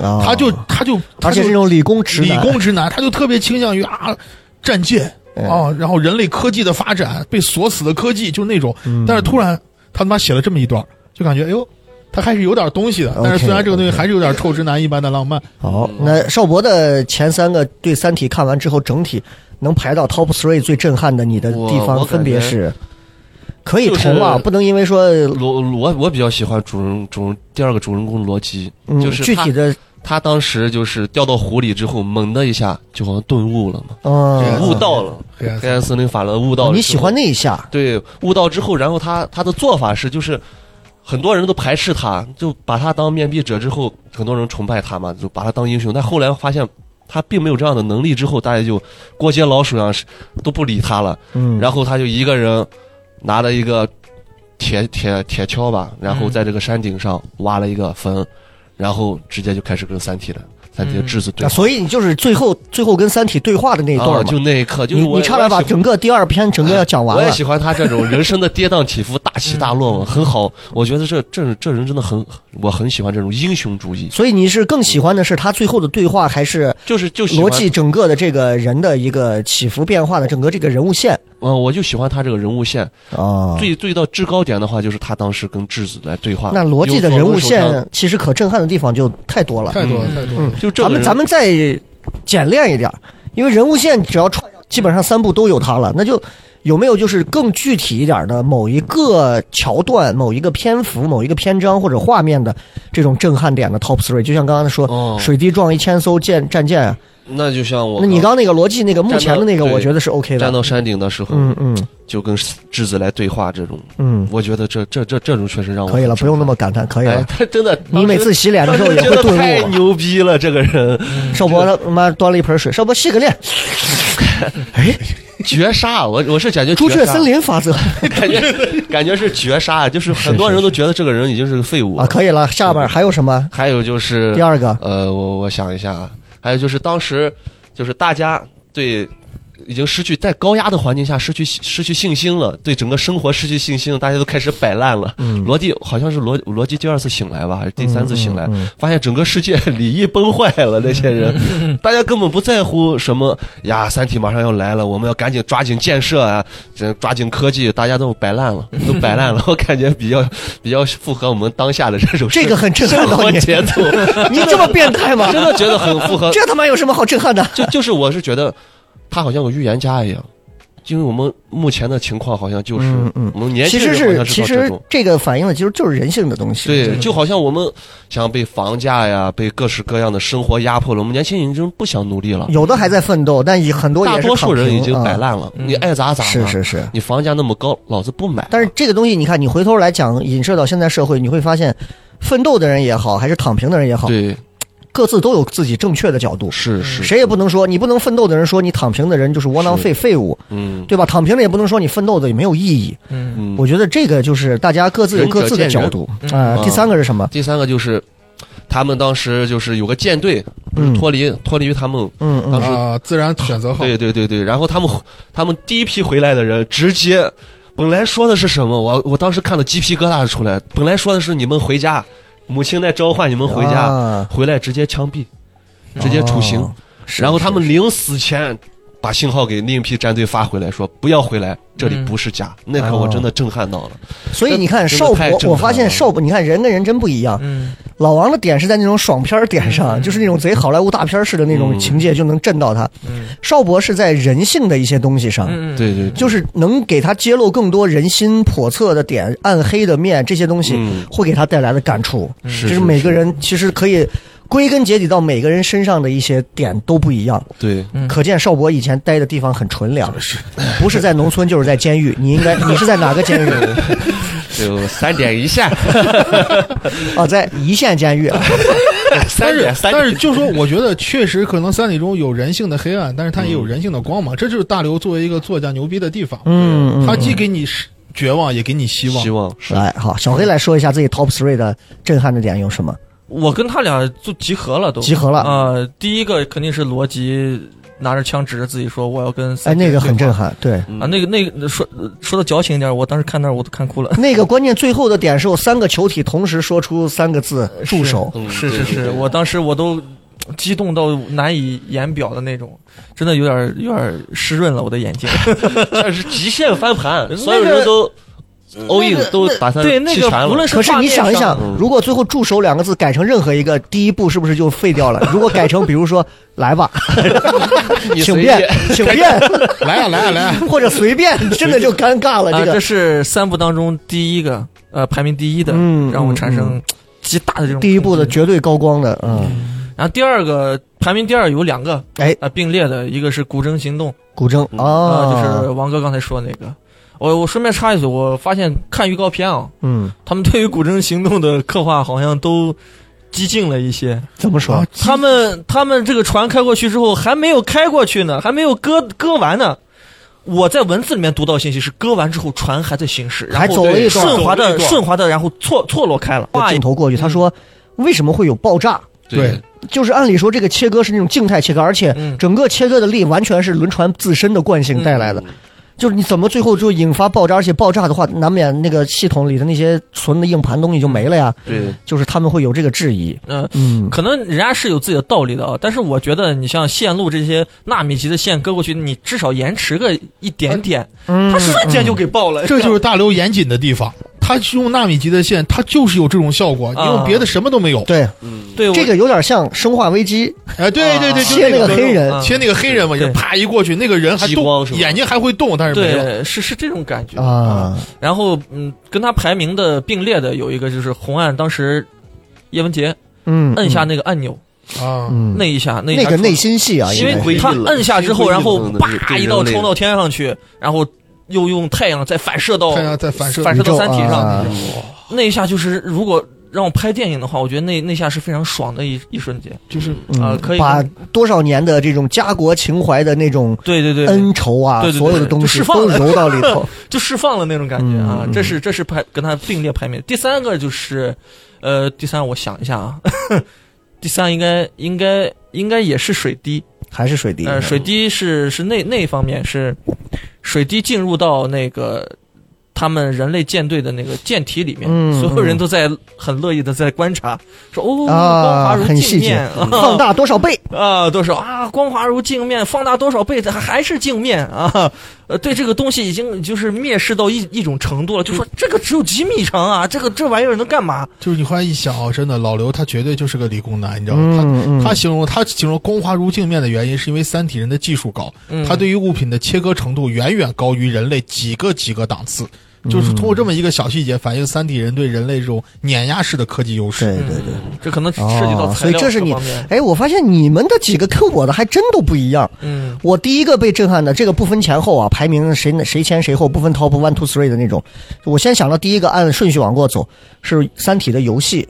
Speaker 3: 啊
Speaker 4: 他就他就他
Speaker 3: 而
Speaker 4: 就
Speaker 3: 且是那种理工直
Speaker 4: 理
Speaker 3: 男，
Speaker 4: 工直男，他就特别倾向于啊战舰
Speaker 3: 嗯
Speaker 4: 啊，然后人类科技的发展被锁死的科技，就是那种。
Speaker 3: 嗯
Speaker 4: 但是突然他他妈写了这么一段儿，就感觉哎呦，他还是有点东西的。
Speaker 3: OK，
Speaker 4: 但是虽然这个东西
Speaker 3: OK
Speaker 4: 还是有点臭直男一般的浪漫，
Speaker 3: 好，
Speaker 2: 嗯
Speaker 3: 那邵博的前三个对《三体》看完之后，整体能排到 top three 最震撼的你的地
Speaker 2: 我我感
Speaker 3: 方
Speaker 2: 觉
Speaker 3: 分别是，可以同啊，
Speaker 2: 就是
Speaker 3: 不能因为说
Speaker 2: 罗我我比较喜欢主人主人第二个主人公罗辑，
Speaker 3: 嗯
Speaker 2: 就是
Speaker 3: 具
Speaker 2: 他
Speaker 3: 体的
Speaker 2: 他当时就是掉到湖里之后，猛的一下就好像顿悟了嘛，
Speaker 3: 嗯
Speaker 2: 悟到了
Speaker 4: 黑暗森
Speaker 2: 黑暗森林法则，悟到了之后。
Speaker 3: 你喜欢那一下，
Speaker 2: 对，悟道之后，然后他他的做法是，就是很多人都排斥他，就把他当面壁者之后，很多人崇拜他嘛，就把他当英雄。但后来发现他并没有这样的能力，之后大家就过街老鼠一样是都不理他了。
Speaker 3: 嗯，
Speaker 2: 然后他就一个人拿了一个铁铁铁锹吧，然后
Speaker 5: 嗯
Speaker 2: 在这个山顶上挖了一个坟，然后直接就开始跟三体了，三体的
Speaker 5: 嗯
Speaker 2: 质子对
Speaker 3: 啊
Speaker 2: 话。
Speaker 3: 所以你就是最后最后跟《三体》对话的那一段
Speaker 2: 啊
Speaker 3: 嘛，
Speaker 2: 就那一刻，就是
Speaker 3: 你
Speaker 2: 我
Speaker 3: 你差点把整个第二篇整个要讲完
Speaker 2: 我也
Speaker 3: 了，嗯
Speaker 2: 喜欢他这种人生的跌宕起伏、大起大落嘛，很好。我觉得这这这人真的很，我很喜欢这种英雄主义，
Speaker 3: 所以你是更喜欢的是他最后的对话，还是
Speaker 2: 就是就喜
Speaker 3: 逻
Speaker 2: 欢
Speaker 3: 辑整个的这个人的一个起伏变化的整个这个人物线
Speaker 2: 嗯，我就喜欢他这个人物线。
Speaker 3: 啊？
Speaker 2: 最最到制高点的话，就是他当时跟质子来对话。
Speaker 3: 那逻辑的人物
Speaker 2: 啊有左轮手
Speaker 3: 线其实可震撼的地方就太多了。
Speaker 4: 太多了
Speaker 5: 嗯
Speaker 4: 太多
Speaker 3: 嗯
Speaker 4: 了。
Speaker 2: 枪，就这
Speaker 3: 咱
Speaker 2: 个
Speaker 3: 们
Speaker 2: 人
Speaker 3: 咱们再简练一点儿，因为人物线只要串上，基本上三部都有它了。那就有没有就是更具体一点儿的某一个桥段、某一个篇幅、某一个篇章或者画面的这种震撼点的 top three？就像刚刚说，
Speaker 2: 哦
Speaker 3: 水滴撞一千艘舰战舰，啊
Speaker 2: 那就像我
Speaker 3: 那你刚那个逻辑那个目前的那个，
Speaker 2: 站到
Speaker 3: 我觉得是 OK 的。
Speaker 2: 站到山顶的时候，
Speaker 3: 嗯嗯
Speaker 2: 就跟质子来对话这种，
Speaker 3: 嗯，
Speaker 2: 我觉得这这这这种确实让我
Speaker 3: 可以了，不用那
Speaker 2: 么。
Speaker 3: 么感叹，可以
Speaker 2: 哎
Speaker 3: 了，。
Speaker 2: 他真
Speaker 5: 嗯
Speaker 2: 的，
Speaker 3: 你每次洗脸的时候也 会
Speaker 2: 当时觉得
Speaker 3: 顿
Speaker 2: 太
Speaker 3: 悟。啊
Speaker 2: 牛逼了，这个人
Speaker 3: 邵博他妈端了一盆水，邵博洗个脸，
Speaker 2: 绝杀！我我是感觉
Speaker 3: 朱
Speaker 2: 绝
Speaker 3: 雀
Speaker 2: 杀
Speaker 3: 森林法则
Speaker 2: 感觉感觉是绝杀，啊就是很多人都觉得这个人已经是个废物
Speaker 3: 啊，可以了。下边还有什么？
Speaker 2: 还有就是
Speaker 3: 第二个，
Speaker 2: 呃，我我想一下啊，还有就是当时就是大家对已经失去在高压的环境下失去失去信心了，对整个生活失去信心了，大家都开始摆烂了。
Speaker 3: 嗯，
Speaker 2: 罗辑好像是罗罗辑第二次醒来吧，还是第三次醒来，
Speaker 3: 嗯嗯嗯
Speaker 2: 发现整个世界礼仪崩坏了。那 些人，大家根本不在乎什么呀，《三体》马上要来了，我们要赶紧抓紧建设啊，这抓紧科技，大家都摆烂了，都摆烂了。 我感觉比较比较符合我们当下的这种
Speaker 3: 这个很震撼
Speaker 2: 生
Speaker 3: 到
Speaker 2: 活
Speaker 3: 你，
Speaker 2: 节奏，
Speaker 3: 你这么变态吗？
Speaker 2: 真的呃觉得很符合。
Speaker 3: 这他妈有什么好震撼的？
Speaker 2: 就就是我是觉得他好像个预言家一样。因为我们目前的情况好像就是，
Speaker 3: 嗯嗯
Speaker 2: 我们年
Speaker 3: 其
Speaker 2: 轻
Speaker 3: 实
Speaker 2: 人好
Speaker 3: 是
Speaker 2: 像
Speaker 3: 其
Speaker 2: 到这
Speaker 3: 实
Speaker 2: 种。
Speaker 3: 这个反映的其实就是人性的东西。
Speaker 2: 对，就好像我们像被房价呀，被各式各样的生活压迫了，我们年轻人已经不想努力了，
Speaker 3: 有的还在奋斗，但也很多
Speaker 2: 大
Speaker 3: 也是
Speaker 2: 多数人已经
Speaker 3: 躺平
Speaker 2: 摆
Speaker 3: 啊
Speaker 2: 烂了，
Speaker 5: 嗯
Speaker 2: 你爱咋咋吧。
Speaker 3: 是是是。
Speaker 2: 你房价那么高，老子不买。
Speaker 3: 但是这个东西，你看，你回头来讲，影射到现在社会，你会发现，奋斗的人也好，还是躺平的人也好，
Speaker 2: 对，
Speaker 3: 各自都有自己正确的角度。
Speaker 2: 是是，
Speaker 3: 谁也不能说你不能奋斗的人说你躺平的人就是窝囊废废物，
Speaker 2: 嗯
Speaker 3: 对吧？躺平的也不能说你奋斗的也没有意义。
Speaker 5: 嗯，
Speaker 2: 嗯。
Speaker 3: 我觉得这个就是大家各自有
Speaker 2: 仁者
Speaker 3: 各自的
Speaker 2: 见仁
Speaker 3: 角度
Speaker 5: 嗯
Speaker 3: 啊、
Speaker 2: 嗯
Speaker 3: 第三个是什么？
Speaker 2: 第三个就是，他们当时就是有个舰队，就是
Speaker 3: 嗯
Speaker 2: 脱离脱离于他们，
Speaker 3: 嗯嗯
Speaker 2: 当时
Speaker 4: 啊，自然选
Speaker 3: 哦
Speaker 4: 择好，
Speaker 2: 对对对对，然后他们他们第一批回来的人直接。本来说的是什么？我我当时看到鸡皮疙瘩出来。本来说的是你们回家，母亲在召唤你们回家，
Speaker 3: 啊
Speaker 2: 回来直接枪毙，直接处刑。
Speaker 3: 哦是
Speaker 2: 然后他们临死前把信号给另一批战队发回来，说不要回来，这里
Speaker 5: 嗯
Speaker 2: 不是家。那刻我真的震撼到了。
Speaker 3: 所以你看
Speaker 2: 真的
Speaker 3: 少
Speaker 2: 太
Speaker 3: 我
Speaker 2: 震
Speaker 3: 我
Speaker 2: 撼
Speaker 3: 发现
Speaker 2: 了
Speaker 3: 少你看人跟人真不一样。
Speaker 5: 嗯，
Speaker 3: 老王的点是在那种爽片儿点上，
Speaker 5: 嗯
Speaker 3: 就是那种贼好莱坞大片儿式的那种
Speaker 2: 嗯
Speaker 3: 情节就能震到他。
Speaker 5: 嗯
Speaker 3: 少博是在人性的一些东西上，
Speaker 5: 嗯，
Speaker 2: 啊对对，对
Speaker 3: 就是能给他揭露更多人心叵测的点、暗黑的面这些东西，
Speaker 2: 嗯
Speaker 3: 会给他带来的感触。
Speaker 2: 是
Speaker 3: 就是
Speaker 2: 是
Speaker 3: 每个人其实可以归根结底到每个人身上的一些点都不一样。
Speaker 2: 对
Speaker 5: 嗯
Speaker 3: 可见邵博以前待的地方很纯良，不是在农村就是在监狱。你应该你是在哪个监狱
Speaker 2: 就三点一线，
Speaker 3: 啊？在一线监狱啊。
Speaker 2: 三
Speaker 4: 但是
Speaker 2: 点三
Speaker 4: 但是
Speaker 2: 点
Speaker 4: 就说，我觉得确实可能三体中有人性的黑暗，但是它也有人性的光芒，这就是大刘作为一个作家牛逼的地方。
Speaker 3: 嗯，嗯
Speaker 4: 他既给你是绝望，也给你希望
Speaker 2: 希。望是
Speaker 3: 来，好，小黑来说一下自己 top three 的震撼的点有什么？
Speaker 5: 我跟他俩就集合了都，
Speaker 3: 集合了
Speaker 5: 啊、第一个肯定是罗辑拿着枪指着自己说我要跟
Speaker 3: 哎，
Speaker 5: 三
Speaker 3: 那个很震
Speaker 5: 撼
Speaker 3: 撼，对，
Speaker 5: 啊，那个那个说说的矫情一点，我当时看那儿我都看哭 了。
Speaker 3: 那个关键最后的点是有三个球体同时说出三个字“助手
Speaker 2: 嗯
Speaker 5: 是
Speaker 2: 对
Speaker 5: 是
Speaker 2: 对
Speaker 5: 是，
Speaker 2: 对
Speaker 5: 我当时我都激动到难以言表的那种，真的有点有点湿润了我的眼 睛。
Speaker 2: 这是极限翻盘，所有
Speaker 5: 那个
Speaker 2: 人都 all
Speaker 5: 那
Speaker 2: in，
Speaker 5: 个
Speaker 2: 都打算
Speaker 5: 对那
Speaker 2: 弃
Speaker 5: 个
Speaker 2: 权了
Speaker 5: 无论”。是
Speaker 3: 可是
Speaker 5: 画
Speaker 3: 你
Speaker 5: 面
Speaker 3: 想一
Speaker 5: 上
Speaker 3: 想，如果最后“助手”两个字改成任何一个，第一步是不是就废掉了？如果改成比如说“来吧”，
Speaker 2: 你
Speaker 3: 请
Speaker 2: 随
Speaker 3: 便
Speaker 2: 便，
Speaker 3: 请便，
Speaker 4: 来啊呀、来呀、来呀、
Speaker 3: 或者随便，真的就尴尬了。
Speaker 5: 啊，
Speaker 3: 这
Speaker 5: 这
Speaker 3: 个
Speaker 5: 是三部当中第一个，呃，排名第一的，
Speaker 3: 嗯
Speaker 5: 让我
Speaker 3: 嗯
Speaker 5: 产生极大的这种
Speaker 3: 第一步的
Speaker 5: 冲击
Speaker 3: 绝对高光的，嗯，
Speaker 5: 然后第二个排名第二有两个，
Speaker 3: 哎
Speaker 5: 啊，并列的，一个是《古筝行动》
Speaker 3: 古筝
Speaker 5: 啊，就是
Speaker 3: 啊，
Speaker 5: 王哥刚才说那个。我我顺便插一嘴，我发现看预告片啊，
Speaker 3: 嗯，
Speaker 5: 他们对于《古筝行动》的刻画好像都激进了一些。
Speaker 3: 怎么说
Speaker 4: 啊？
Speaker 5: 他们他们这个船开过去之后，还没有开过去呢，还没有割割完呢。我在文字里面读到信息是割完之后船还在行驶，然
Speaker 3: 还
Speaker 5: 后
Speaker 3: 走了一段
Speaker 5: 顺嗯滑
Speaker 2: 走了
Speaker 5: 的
Speaker 2: 一段
Speaker 5: 顺滑的，然后错错落开了。哇
Speaker 3: 镜，头过去，他说为什么会有爆炸？
Speaker 4: 对
Speaker 3: 就是按理说这个切割是那种静态切割，而且
Speaker 5: 嗯
Speaker 3: 整个切割的力完全是轮船自身的惯性带来的。
Speaker 5: 嗯
Speaker 3: 就是你怎么最后就引发爆炸，而且爆炸的话，难免那个系统里的那些存的硬盘东西就没了呀。
Speaker 2: 对，
Speaker 3: 就是他们会有这个质疑。
Speaker 5: 嗯、
Speaker 3: 嗯，
Speaker 5: 可能人家是有自己的道理的啊，但是我觉得你像线路这些纳米级的线割过去，你至少延迟个一点点，呃嗯它
Speaker 3: 他
Speaker 5: 瞬间就给爆了。
Speaker 4: 这就是大刘严谨的地方。他用纳米级的线，他就是有这种效果，你
Speaker 5: 啊
Speaker 4: 用别的什么都没有。
Speaker 3: 对，
Speaker 2: 嗯，
Speaker 5: 对我
Speaker 3: 这个有点像《生化危机
Speaker 4: 哎，对对对，就
Speaker 3: 切那个
Speaker 4: 个
Speaker 3: 黑人
Speaker 5: 啊
Speaker 4: 切那个黑人嘛，
Speaker 5: 对
Speaker 4: 就啪一过去，那个人还
Speaker 2: 激光是
Speaker 4: 动，
Speaker 2: 吧
Speaker 4: 眼睛还会动，但是没了。
Speaker 5: 对是是这种感觉
Speaker 3: 啊，
Speaker 5: 然后，嗯，跟他排名的并列的有一个就是红岸，当时叶文洁
Speaker 3: 嗯，
Speaker 5: 摁下那个按钮，
Speaker 4: 啊，
Speaker 3: 嗯
Speaker 5: 那一下，那一下
Speaker 3: 那个
Speaker 5: 冲
Speaker 3: 内心戏啊，
Speaker 5: 因
Speaker 3: 应该
Speaker 5: 为
Speaker 3: 是
Speaker 5: 他摁下之后，然后
Speaker 2: 归
Speaker 5: 叭
Speaker 2: 于这个
Speaker 5: 一道冲到天上去，然后又用太阳再反射到
Speaker 4: 太阳再反射
Speaker 5: 哦反射到三体
Speaker 3: 宇宙
Speaker 5: 上，
Speaker 3: 啊
Speaker 5: 那一下就是如果。让我拍电影的话，我觉得那那下是非常爽的一一瞬间。
Speaker 4: 就是
Speaker 3: 嗯
Speaker 5: 啊可以
Speaker 3: 把多少年的这种家国情怀的那种
Speaker 5: 对对对，
Speaker 3: 恩仇啊，
Speaker 5: 对对对
Speaker 3: 所有的东
Speaker 5: 就
Speaker 3: 西
Speaker 5: 释放
Speaker 3: 都
Speaker 5: 了
Speaker 3: 揉到里 头。
Speaker 5: 嗯就释放了那种感觉啊！
Speaker 3: 嗯嗯
Speaker 5: 这是这是排跟他并列排名。第三个就是，呃，第三我想一下啊， 第三应该应该应该也是水滴，
Speaker 3: 还是水滴。
Speaker 5: 呃，水滴是是那那一方面是水滴进入到那个他们人类舰队的那个舰体里面，
Speaker 3: 嗯
Speaker 5: 所有人都在很乐意的在观察，说哦，
Speaker 3: 啊
Speaker 5: 光滑如
Speaker 3: 很细
Speaker 5: 镜
Speaker 3: 节嗯
Speaker 5: 面，
Speaker 3: 放大多少倍？
Speaker 5: 啊，都说啊，光滑如镜面，放大多少倍，它还是镜面啊。呃，对这个东西已经就是蔑视到一一种程度了，就说这个只有几米长啊，这个这玩意儿能干嘛？
Speaker 4: 就是你忽然一想啊，真的老刘他绝对就是个理工男，
Speaker 5: 啊
Speaker 4: 你知道吗？他
Speaker 3: 嗯嗯，
Speaker 4: 他形容他形容光滑如镜面的原因，是因为三体人的技术高，
Speaker 5: 嗯
Speaker 4: 他对于物品的切割程度远远高于人类几个几个档次。
Speaker 3: 嗯
Speaker 4: 就是通过这么一个小细节，反映三体人对人类这种碾压式的科技优势。
Speaker 3: 对对对。
Speaker 5: 嗯这可能涉及到
Speaker 3: 哦
Speaker 5: 材
Speaker 3: 所以
Speaker 5: 料
Speaker 3: 这是你
Speaker 5: 方面。
Speaker 3: 哎，我发现你们的几个跟我的还真都不一样。
Speaker 5: 嗯
Speaker 3: 我第一个被震撼的，这个不分前后啊，排名谁谁前谁后，不分 top one two three 的那种。我先想到第一个按顺序往过走，是《三体》的游戏。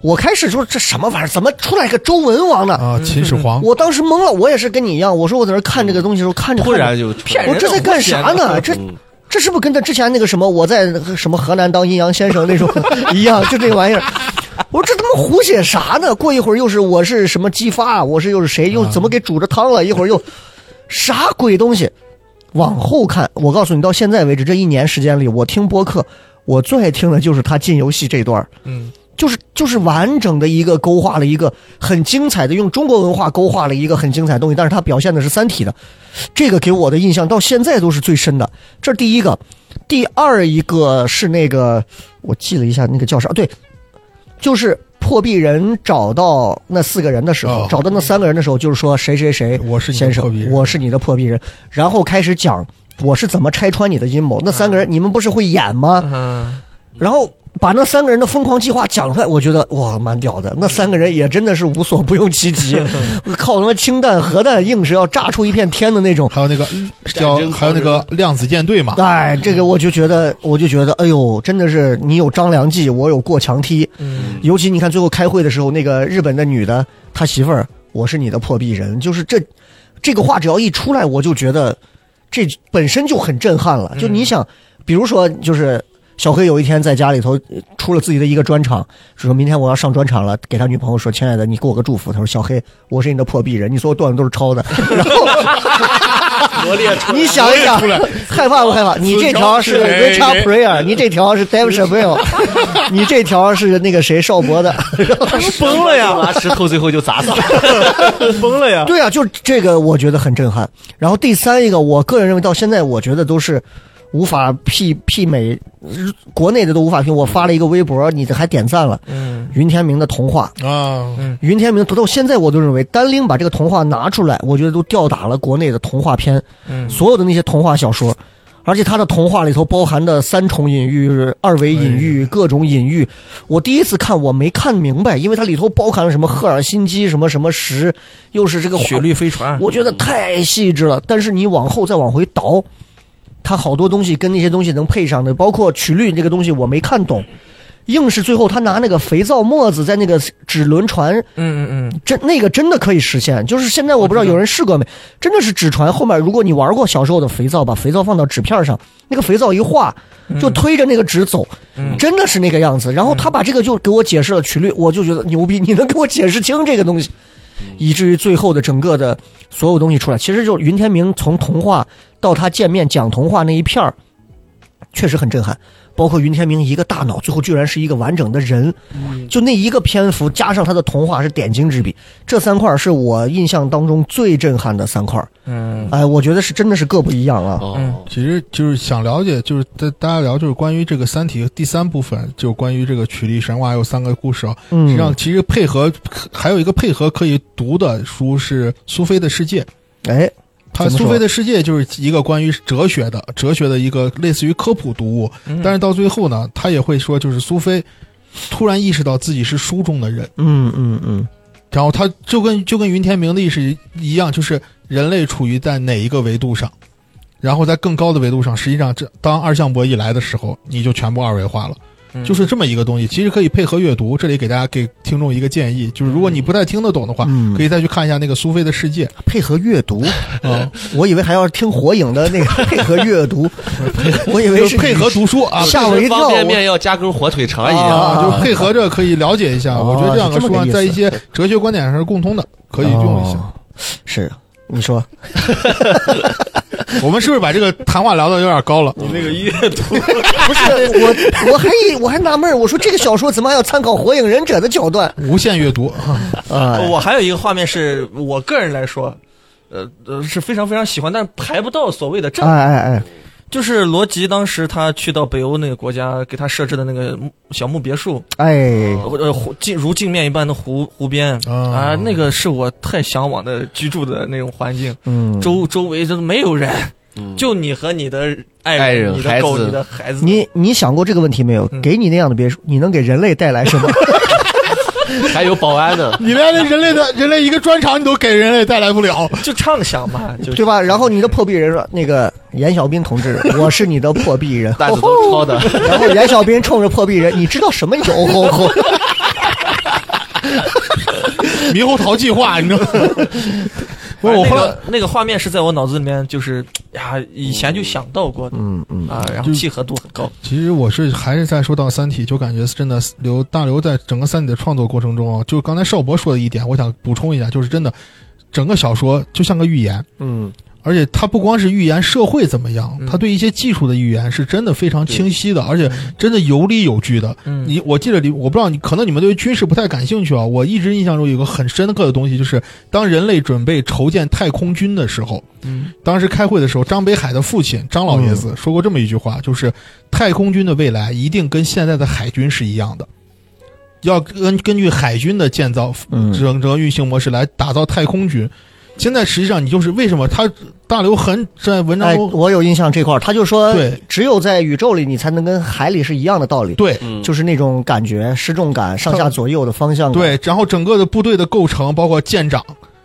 Speaker 3: 我开始说这什么玩意儿，怎么出来个周文王呢？
Speaker 4: 啊，秦始皇，
Speaker 3: 我当时懵了，我也是跟你一样，我说我在那看这个东西的时候，看着
Speaker 2: 嗯突
Speaker 3: 看着
Speaker 2: 然就
Speaker 5: 骗人
Speaker 3: 我这在干啥呢？这
Speaker 2: 嗯
Speaker 3: 这是不是跟他之前那个什么我在什么河南当阴阳先生那种一样？就这玩意儿。我说这他妈胡写啥呢？过一会儿又是我是什么姬发，我是又是谁，又怎么给煮着汤了？一会儿又啥鬼东西？往后看，我告诉你，到现在为止这一年时间里，我听播客，我最爱听的就是他进游戏这段儿
Speaker 5: 嗯，
Speaker 3: 就是就是完整的一个勾画了一个很精彩的用中国文化勾画了一个很精彩的东西，但是它表现的是《三体》的，这个给我的印象到现在都是最深的。这是第一个，第二一个是那个我记了一下，那个叫啥？对，就是破壁人找到那四个人的时候，
Speaker 4: 哦
Speaker 3: 找到那三个人的时候，就是说谁谁谁，
Speaker 4: 我是你的
Speaker 3: 先
Speaker 4: 破壁
Speaker 3: 生，
Speaker 4: 人
Speaker 3: 我是你的破壁人，然后开始讲我是怎么拆穿你的阴谋。那三个
Speaker 4: 啊
Speaker 3: 人，你们不是会演吗？
Speaker 5: 嗯，
Speaker 3: 然后把那三个人的疯狂计划讲出来，我觉得哇，蛮屌的。那三个人也真的是无所不用其极，靠他妈氢弹、核弹，硬是要炸出一片天的那 种。
Speaker 4: 还有那个叫
Speaker 2: 战争
Speaker 4: 还有那个量子舰队嘛，
Speaker 3: 哎，这个我就觉得，我就觉得，哎呦，真的是你有张良计，我有过墙梯。
Speaker 5: 嗯，
Speaker 3: 尤其你看最后开会的时候，那个日本的女的，她媳妇儿，我是你的破壁人，就是这，这个话只要一出来，我就觉得这本身就很震撼了。就你想，比如说，就是小黑有一天在家里头呃出了自己的一个专场，说明天我要上专场了，给他女朋友说：“亲爱的，你给我个祝福。”他说：“小黑，我是你的破壁人，你所有段子都是抄的。” 然后。
Speaker 2: 嗯
Speaker 5: 罗列出
Speaker 3: 你想一想，害怕不害怕？你这条是 Richard Pryor，你这条是 Dave Chappelle，你这条是那个谁邵博的。
Speaker 5: 崩了呀，
Speaker 2: 拿石头最后就砸死了。
Speaker 5: 崩了呀，
Speaker 3: 对啊，就这个我觉得很震撼。然后第三一个，我个人认为到现在，我觉得都是无法媲媲美，呃国内的都无法媲美。我发了一个微博，你这还点赞了。
Speaker 5: 嗯，
Speaker 3: 云天明的童话，
Speaker 4: 啊，
Speaker 3: 云天明到现在我都认为，单拎把这个童话拿出来，我觉得都吊打了国内的童话片，
Speaker 5: 嗯
Speaker 3: 所有的那些童话小说，而且他的童话里头包含的三重隐喻、二维隐喻、各种隐喻，我第一次看我没看明白，因为它里头包含了什么赫尔辛基、什么什么石，又是这个
Speaker 5: 雪绿飞船，
Speaker 3: 我觉得太细致了。但是你往后再往回倒，它好多东西跟那些东西能配上的，包括曲率这个东西我没看懂，硬是最后他拿那个肥皂沫子在那个纸轮船，
Speaker 5: 嗯嗯嗯，
Speaker 3: 真那个真的可以实现。就是现在我不知道有人试过没，真的是纸船后面，如果你玩过小时候的肥皂，把肥皂放到纸片上，那个肥皂一画就推着那个纸走，真的是那个样子。然后他把这个就给我解释了曲率，我就觉得牛逼，你能给我解释清这个东西。以至于最后的整个的所有东西出来，其实就是云天明从童话到他见面讲童话那一片儿，确实很震撼。包括云天明一个大脑，最后居然是一个完整的人，就那一个篇幅加上他的童话是点睛之笔。这三块儿是我印象当中最震撼的三块儿，
Speaker 5: 嗯
Speaker 3: 哎，我觉得是真的是各不一样啊。
Speaker 2: 哦，
Speaker 4: 其实就是想了解，就是大大家聊就是关于这个《三体》第三部分，就是关于这个曲率神话还有三个故事啊。实际
Speaker 3: 嗯
Speaker 4: 上，，其实配合还有一个配合可以读的书是苏菲的世界。
Speaker 3: 哎，
Speaker 4: 它
Speaker 3: 怎么说
Speaker 4: 苏菲的世界就是一个关于哲学的哲学的一个类似于科普读物，
Speaker 3: 嗯
Speaker 4: 但是到最后呢，他也会说，就是苏菲突然意识到自己是书中的人，
Speaker 3: 嗯嗯嗯，
Speaker 4: 然后他就跟就跟云天明的意识一样，就是人类处于在哪一个维度上，然后在更高的维度上，实际上这当二向箔一来的时候，你就全部二维化了。
Speaker 3: 嗯
Speaker 4: 就是这么一个东西，其实可以配合阅读。这里给大家给听众一个建议，就是如果你不太听得懂的话，
Speaker 3: 嗯
Speaker 4: 可以再去看一下那个苏菲的世界
Speaker 3: 配合阅 读，哦
Speaker 4: 啊，
Speaker 3: 我以为还要听火影的那个配合阅 读，我以为
Speaker 4: 就是
Speaker 3: 是
Speaker 4: 配合读书啊，
Speaker 3: 吓我一跳
Speaker 2: 方便面要加根火腿肠一样。
Speaker 4: 啊，就是配合着可以了解一下。
Speaker 3: 哦
Speaker 4: 我觉得这两个
Speaker 3: 是这
Speaker 4: 书
Speaker 3: 么
Speaker 4: 啊
Speaker 3: 个意思
Speaker 4: 在一些哲学观点上是共通的，可以用一下
Speaker 3: 哦。是，你说
Speaker 4: 我们是不是把这个谈话聊的有点高了？
Speaker 3: 嗯
Speaker 5: 那个阅读，
Speaker 3: 不是我，我还以我还纳闷儿，我说这个小说怎么还要参考《火影忍者》的桥段
Speaker 4: 无限阅 读，
Speaker 3: 啊？
Speaker 5: 我还有一个画面是我个人来说，呃呃是非常非常喜欢，但是排不到所谓的
Speaker 3: 哎
Speaker 5: 正
Speaker 3: 哎哎，
Speaker 5: 就是罗辑当时他去到北欧那个国家，给他设置的那个木小木别墅，
Speaker 3: 哎，
Speaker 5: 呃呃湖镜如镜面一般的湖湖边啊、
Speaker 4: 哦，
Speaker 5: 那个是我太向往的居住的那种环境，
Speaker 3: 嗯，
Speaker 5: 周周围都没有人，
Speaker 2: 嗯
Speaker 5: 就你和你的爱人、
Speaker 2: 爱人
Speaker 5: 你的
Speaker 2: 孩
Speaker 5: 狗、
Speaker 2: 子
Speaker 5: 你的孩子，
Speaker 3: 你你想过这个问题没有？给你那样的别墅，你能给人类带来什么？
Speaker 2: 还有保安呢
Speaker 4: 你连人类的人类一个专场你都给人类带来不了。
Speaker 5: 就畅想嘛，就
Speaker 3: 对吧？然后你的破壁人说：“那个严小兵同 志，我是你的破壁人。” 哦
Speaker 2: 单子都是抄 的。
Speaker 3: 然后严小兵冲着破壁人，你知道什么油？吼吼！
Speaker 4: 猕猴桃计划，你知道吗？ 不是我
Speaker 5: 那
Speaker 4: 后来
Speaker 5: 个那个画面是在我脑子里面，就是呀，以前就想到过的
Speaker 3: 嗯嗯，
Speaker 5: 啊，然后
Speaker 4: 就
Speaker 5: 契合度很高。
Speaker 4: 其实我是还是在说到《三体》，就感觉真的刘大刘在整个《三体》的创作过程中啊，就刚才邵博说的一点，我想补充一下，就是真的，整个小说就像个寓言，
Speaker 3: 嗯，
Speaker 4: 而且它不光是预言社会怎么样，
Speaker 5: 嗯
Speaker 4: 它对一些技术的预言是真的非常清晰的，而且真的有理有据的。
Speaker 5: 嗯，
Speaker 4: 你我记得里，我不知道你，可能你们对军事不太感兴趣啊。我一直印象中有个很深刻的东西，就是当人类准备筹建太空军的时候，
Speaker 5: 嗯
Speaker 4: 当时开会的时候，张北海的父亲张老爷子说过这么一句话，就是太空军的未来一定跟现在的海军是一样的，要根根据海军的建造
Speaker 3: 嗯
Speaker 4: 整整个运行模式来打造太空军。现在实际上你就是为什么他大刘很在文章
Speaker 3: 哎，
Speaker 4: 中、
Speaker 3: 我有印象这块儿，他就说，
Speaker 4: 对
Speaker 3: 只有在宇宙里，你才能跟海里是一样的道理，
Speaker 4: 对
Speaker 2: 嗯，
Speaker 3: 就是那种感觉、失重感、上下左右的方向感。，
Speaker 4: 对，然后整个的部队的构成包括舰长，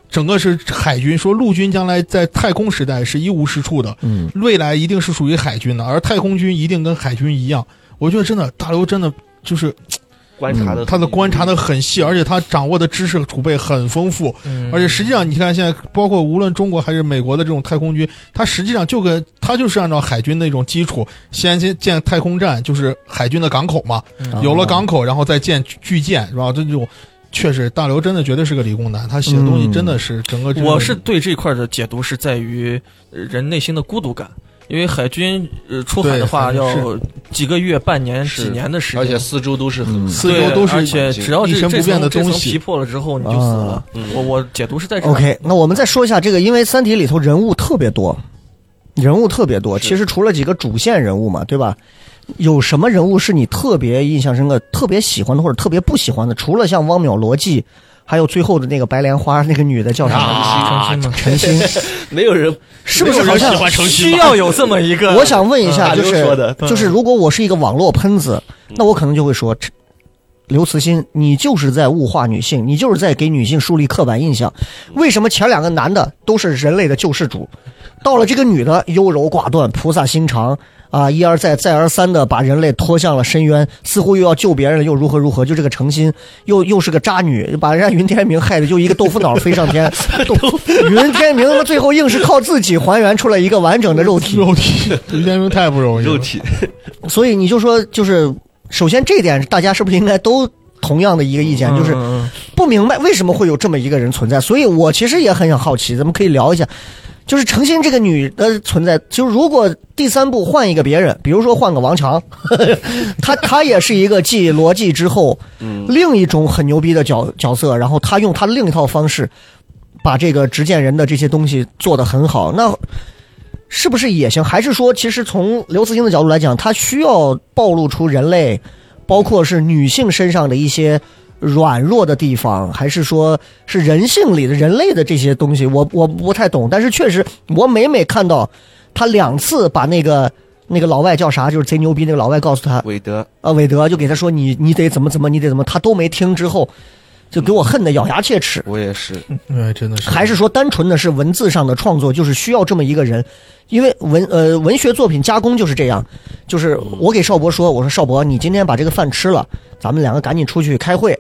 Speaker 4: 整个是海军。说陆军将来在太空时代是一无是处的，
Speaker 3: 嗯，
Speaker 4: 未来一定是属于海军的，而太空军一定跟海军一样。我觉得真的大刘真的就是嗯
Speaker 2: 观察的嗯
Speaker 4: 他的观察的很细，而且他掌握的知识储备很丰富，
Speaker 5: 嗯
Speaker 4: 而且实际上你看现在，包括无论中国还是美国的这种太空军，它实际上就跟它就是按照海军那种基础，先先建太空站，就是海军的港口嘛，
Speaker 2: 哦
Speaker 5: 嗯
Speaker 4: 有了港口，然后再建巨舰，然后这种确实大刘真的绝对是个理工男，他写的东西真的
Speaker 2: 嗯
Speaker 4: 是整个这种
Speaker 5: 我是对这块的解读是在于呃人内心的孤独感，因为海军呃出海
Speaker 4: 对
Speaker 5: 的话
Speaker 4: 反正是
Speaker 5: 要几个月、半年、
Speaker 2: 是
Speaker 5: 几年的时
Speaker 2: 而且
Speaker 5: 间。
Speaker 2: 四周都是很
Speaker 4: 四周
Speaker 5: 对
Speaker 4: 都是
Speaker 5: 而且只要
Speaker 4: 一
Speaker 5: 这
Speaker 4: 成
Speaker 5: 这
Speaker 4: 不变
Speaker 5: 层
Speaker 4: 的
Speaker 5: 这层
Speaker 4: 东西
Speaker 5: 皮破了之后，你就死了。我我解读是在这 儿。
Speaker 3: OK，那我们再说一下这个，因为《三体》里头人物特别多，人物特别多。
Speaker 2: 是
Speaker 3: 其实除了几个主线人物嘛，对吧？有什么人物是你特别印象深刻、特别喜欢的，或者特别不喜欢的？除了像汪淼、罗辑，还有最后的那个白莲花那个女的叫啥？
Speaker 5: 啊，
Speaker 3: 陈星，
Speaker 2: 没有人
Speaker 3: 是不是好像？
Speaker 5: 需要有这么一个。
Speaker 3: 我想问一
Speaker 2: 啊
Speaker 3: 下，就
Speaker 2: 刘说的
Speaker 3: 是就是，如果我是一个网络喷子，那我可能就会说，这刘慈欣，你就是在物化女性，你就是在给女性树立刻板印象。为什么前两个男的都是人类的救世主，到了这个女的优柔寡断、菩萨心肠啊，一而再、再而三的把人类拖向了深渊，似乎又要救别人了，又如何如何？就这个诚心，又又是个渣女，把人家云天明害的就一个豆腐脑飞上 天。豆腐云天明他妈最后硬是靠自己还原出来一个完整的肉体。
Speaker 4: 肉体，于建明太不容易了
Speaker 2: 肉。体，
Speaker 3: 所以你就说，就是首先这一点，大家是不是应该都同样的一个意见，就是
Speaker 5: 嗯
Speaker 3: 不明白为什么会有这么一个人存在？所以我其实也很想好奇，咱们可以聊一下，就是诚心这个女的存在，就是如果第三部换一个别人，比如说换个王强，他他也是一个继逻辑之后另一种很牛逼的角角色，然后他用他另一套方式把这个执剑人的这些东西做得很好，那是不是也行？还是说，其实从刘慈欣的角度来讲，他需要暴露出人类，包括是女性身上的一些软弱的地方，还是说是人性里的人类的这些东西？我我不太懂，但是确实，我每每看到他两次把那个。那个老外叫啥？就是贼牛逼那个老外告诉他，
Speaker 2: 韦德
Speaker 3: 呃，韦德就给他说你你得怎么怎么，你得怎么，他都没听，之后就给我恨得咬牙切齿。
Speaker 2: 我也 是，
Speaker 4: 哎，真的是
Speaker 3: 还是说单纯的是文字上的创作，就是需要这么一个人，因为文呃文学作品加工就是这样，就是我给邵博说，我说邵博，你今天把这个饭吃了，咱们两个赶紧出去开会。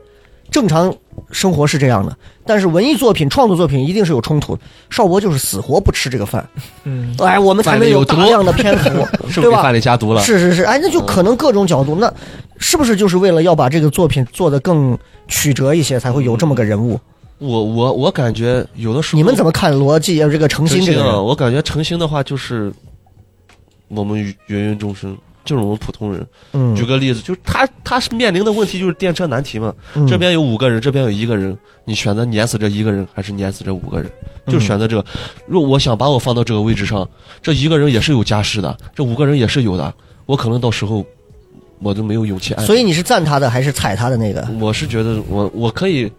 Speaker 3: 正常生活是这样的，但是文艺作品、创作作品一定是有冲突的。邵博就是死活不吃这个饭，
Speaker 5: 嗯
Speaker 3: 哎，我们才
Speaker 2: 饭
Speaker 3: 能
Speaker 2: 里
Speaker 3: 有
Speaker 2: 有
Speaker 3: 大
Speaker 2: 毒，
Speaker 3: 量的篇幅 对
Speaker 2: 是不是给
Speaker 3: 吧？
Speaker 2: 范里加毒了？
Speaker 3: 是是是，哎，那
Speaker 2: 嗯
Speaker 3: 就可能各种角度，那是不是就是为了要把这个作品做得更曲折一些，才会有这么个人物？
Speaker 2: 嗯我我我感觉有的时候
Speaker 3: 你们怎么看罗辑呃这个程
Speaker 2: 诚
Speaker 3: 心这
Speaker 2: 心
Speaker 3: 个
Speaker 2: 啊？
Speaker 3: 人？
Speaker 2: 我感觉诚心的话就是我们芸芸众生，就是我们普通人。
Speaker 3: 嗯
Speaker 2: 举，个例子，就是他他是面临的问题就是电车难题嘛，
Speaker 3: 嗯
Speaker 2: 这边有五个人，这边有一个人，你选择碾死这一个人，还是碾死这五个人？
Speaker 3: 嗯
Speaker 2: 就选择这个。如果我想把我放到这个位置上，这一个人也是有家室的，这五个人也是有的，我可能到时候我都没有勇气爱。
Speaker 3: 所以你是赞他的还是踩他的那个？
Speaker 2: 我是觉得我我可以，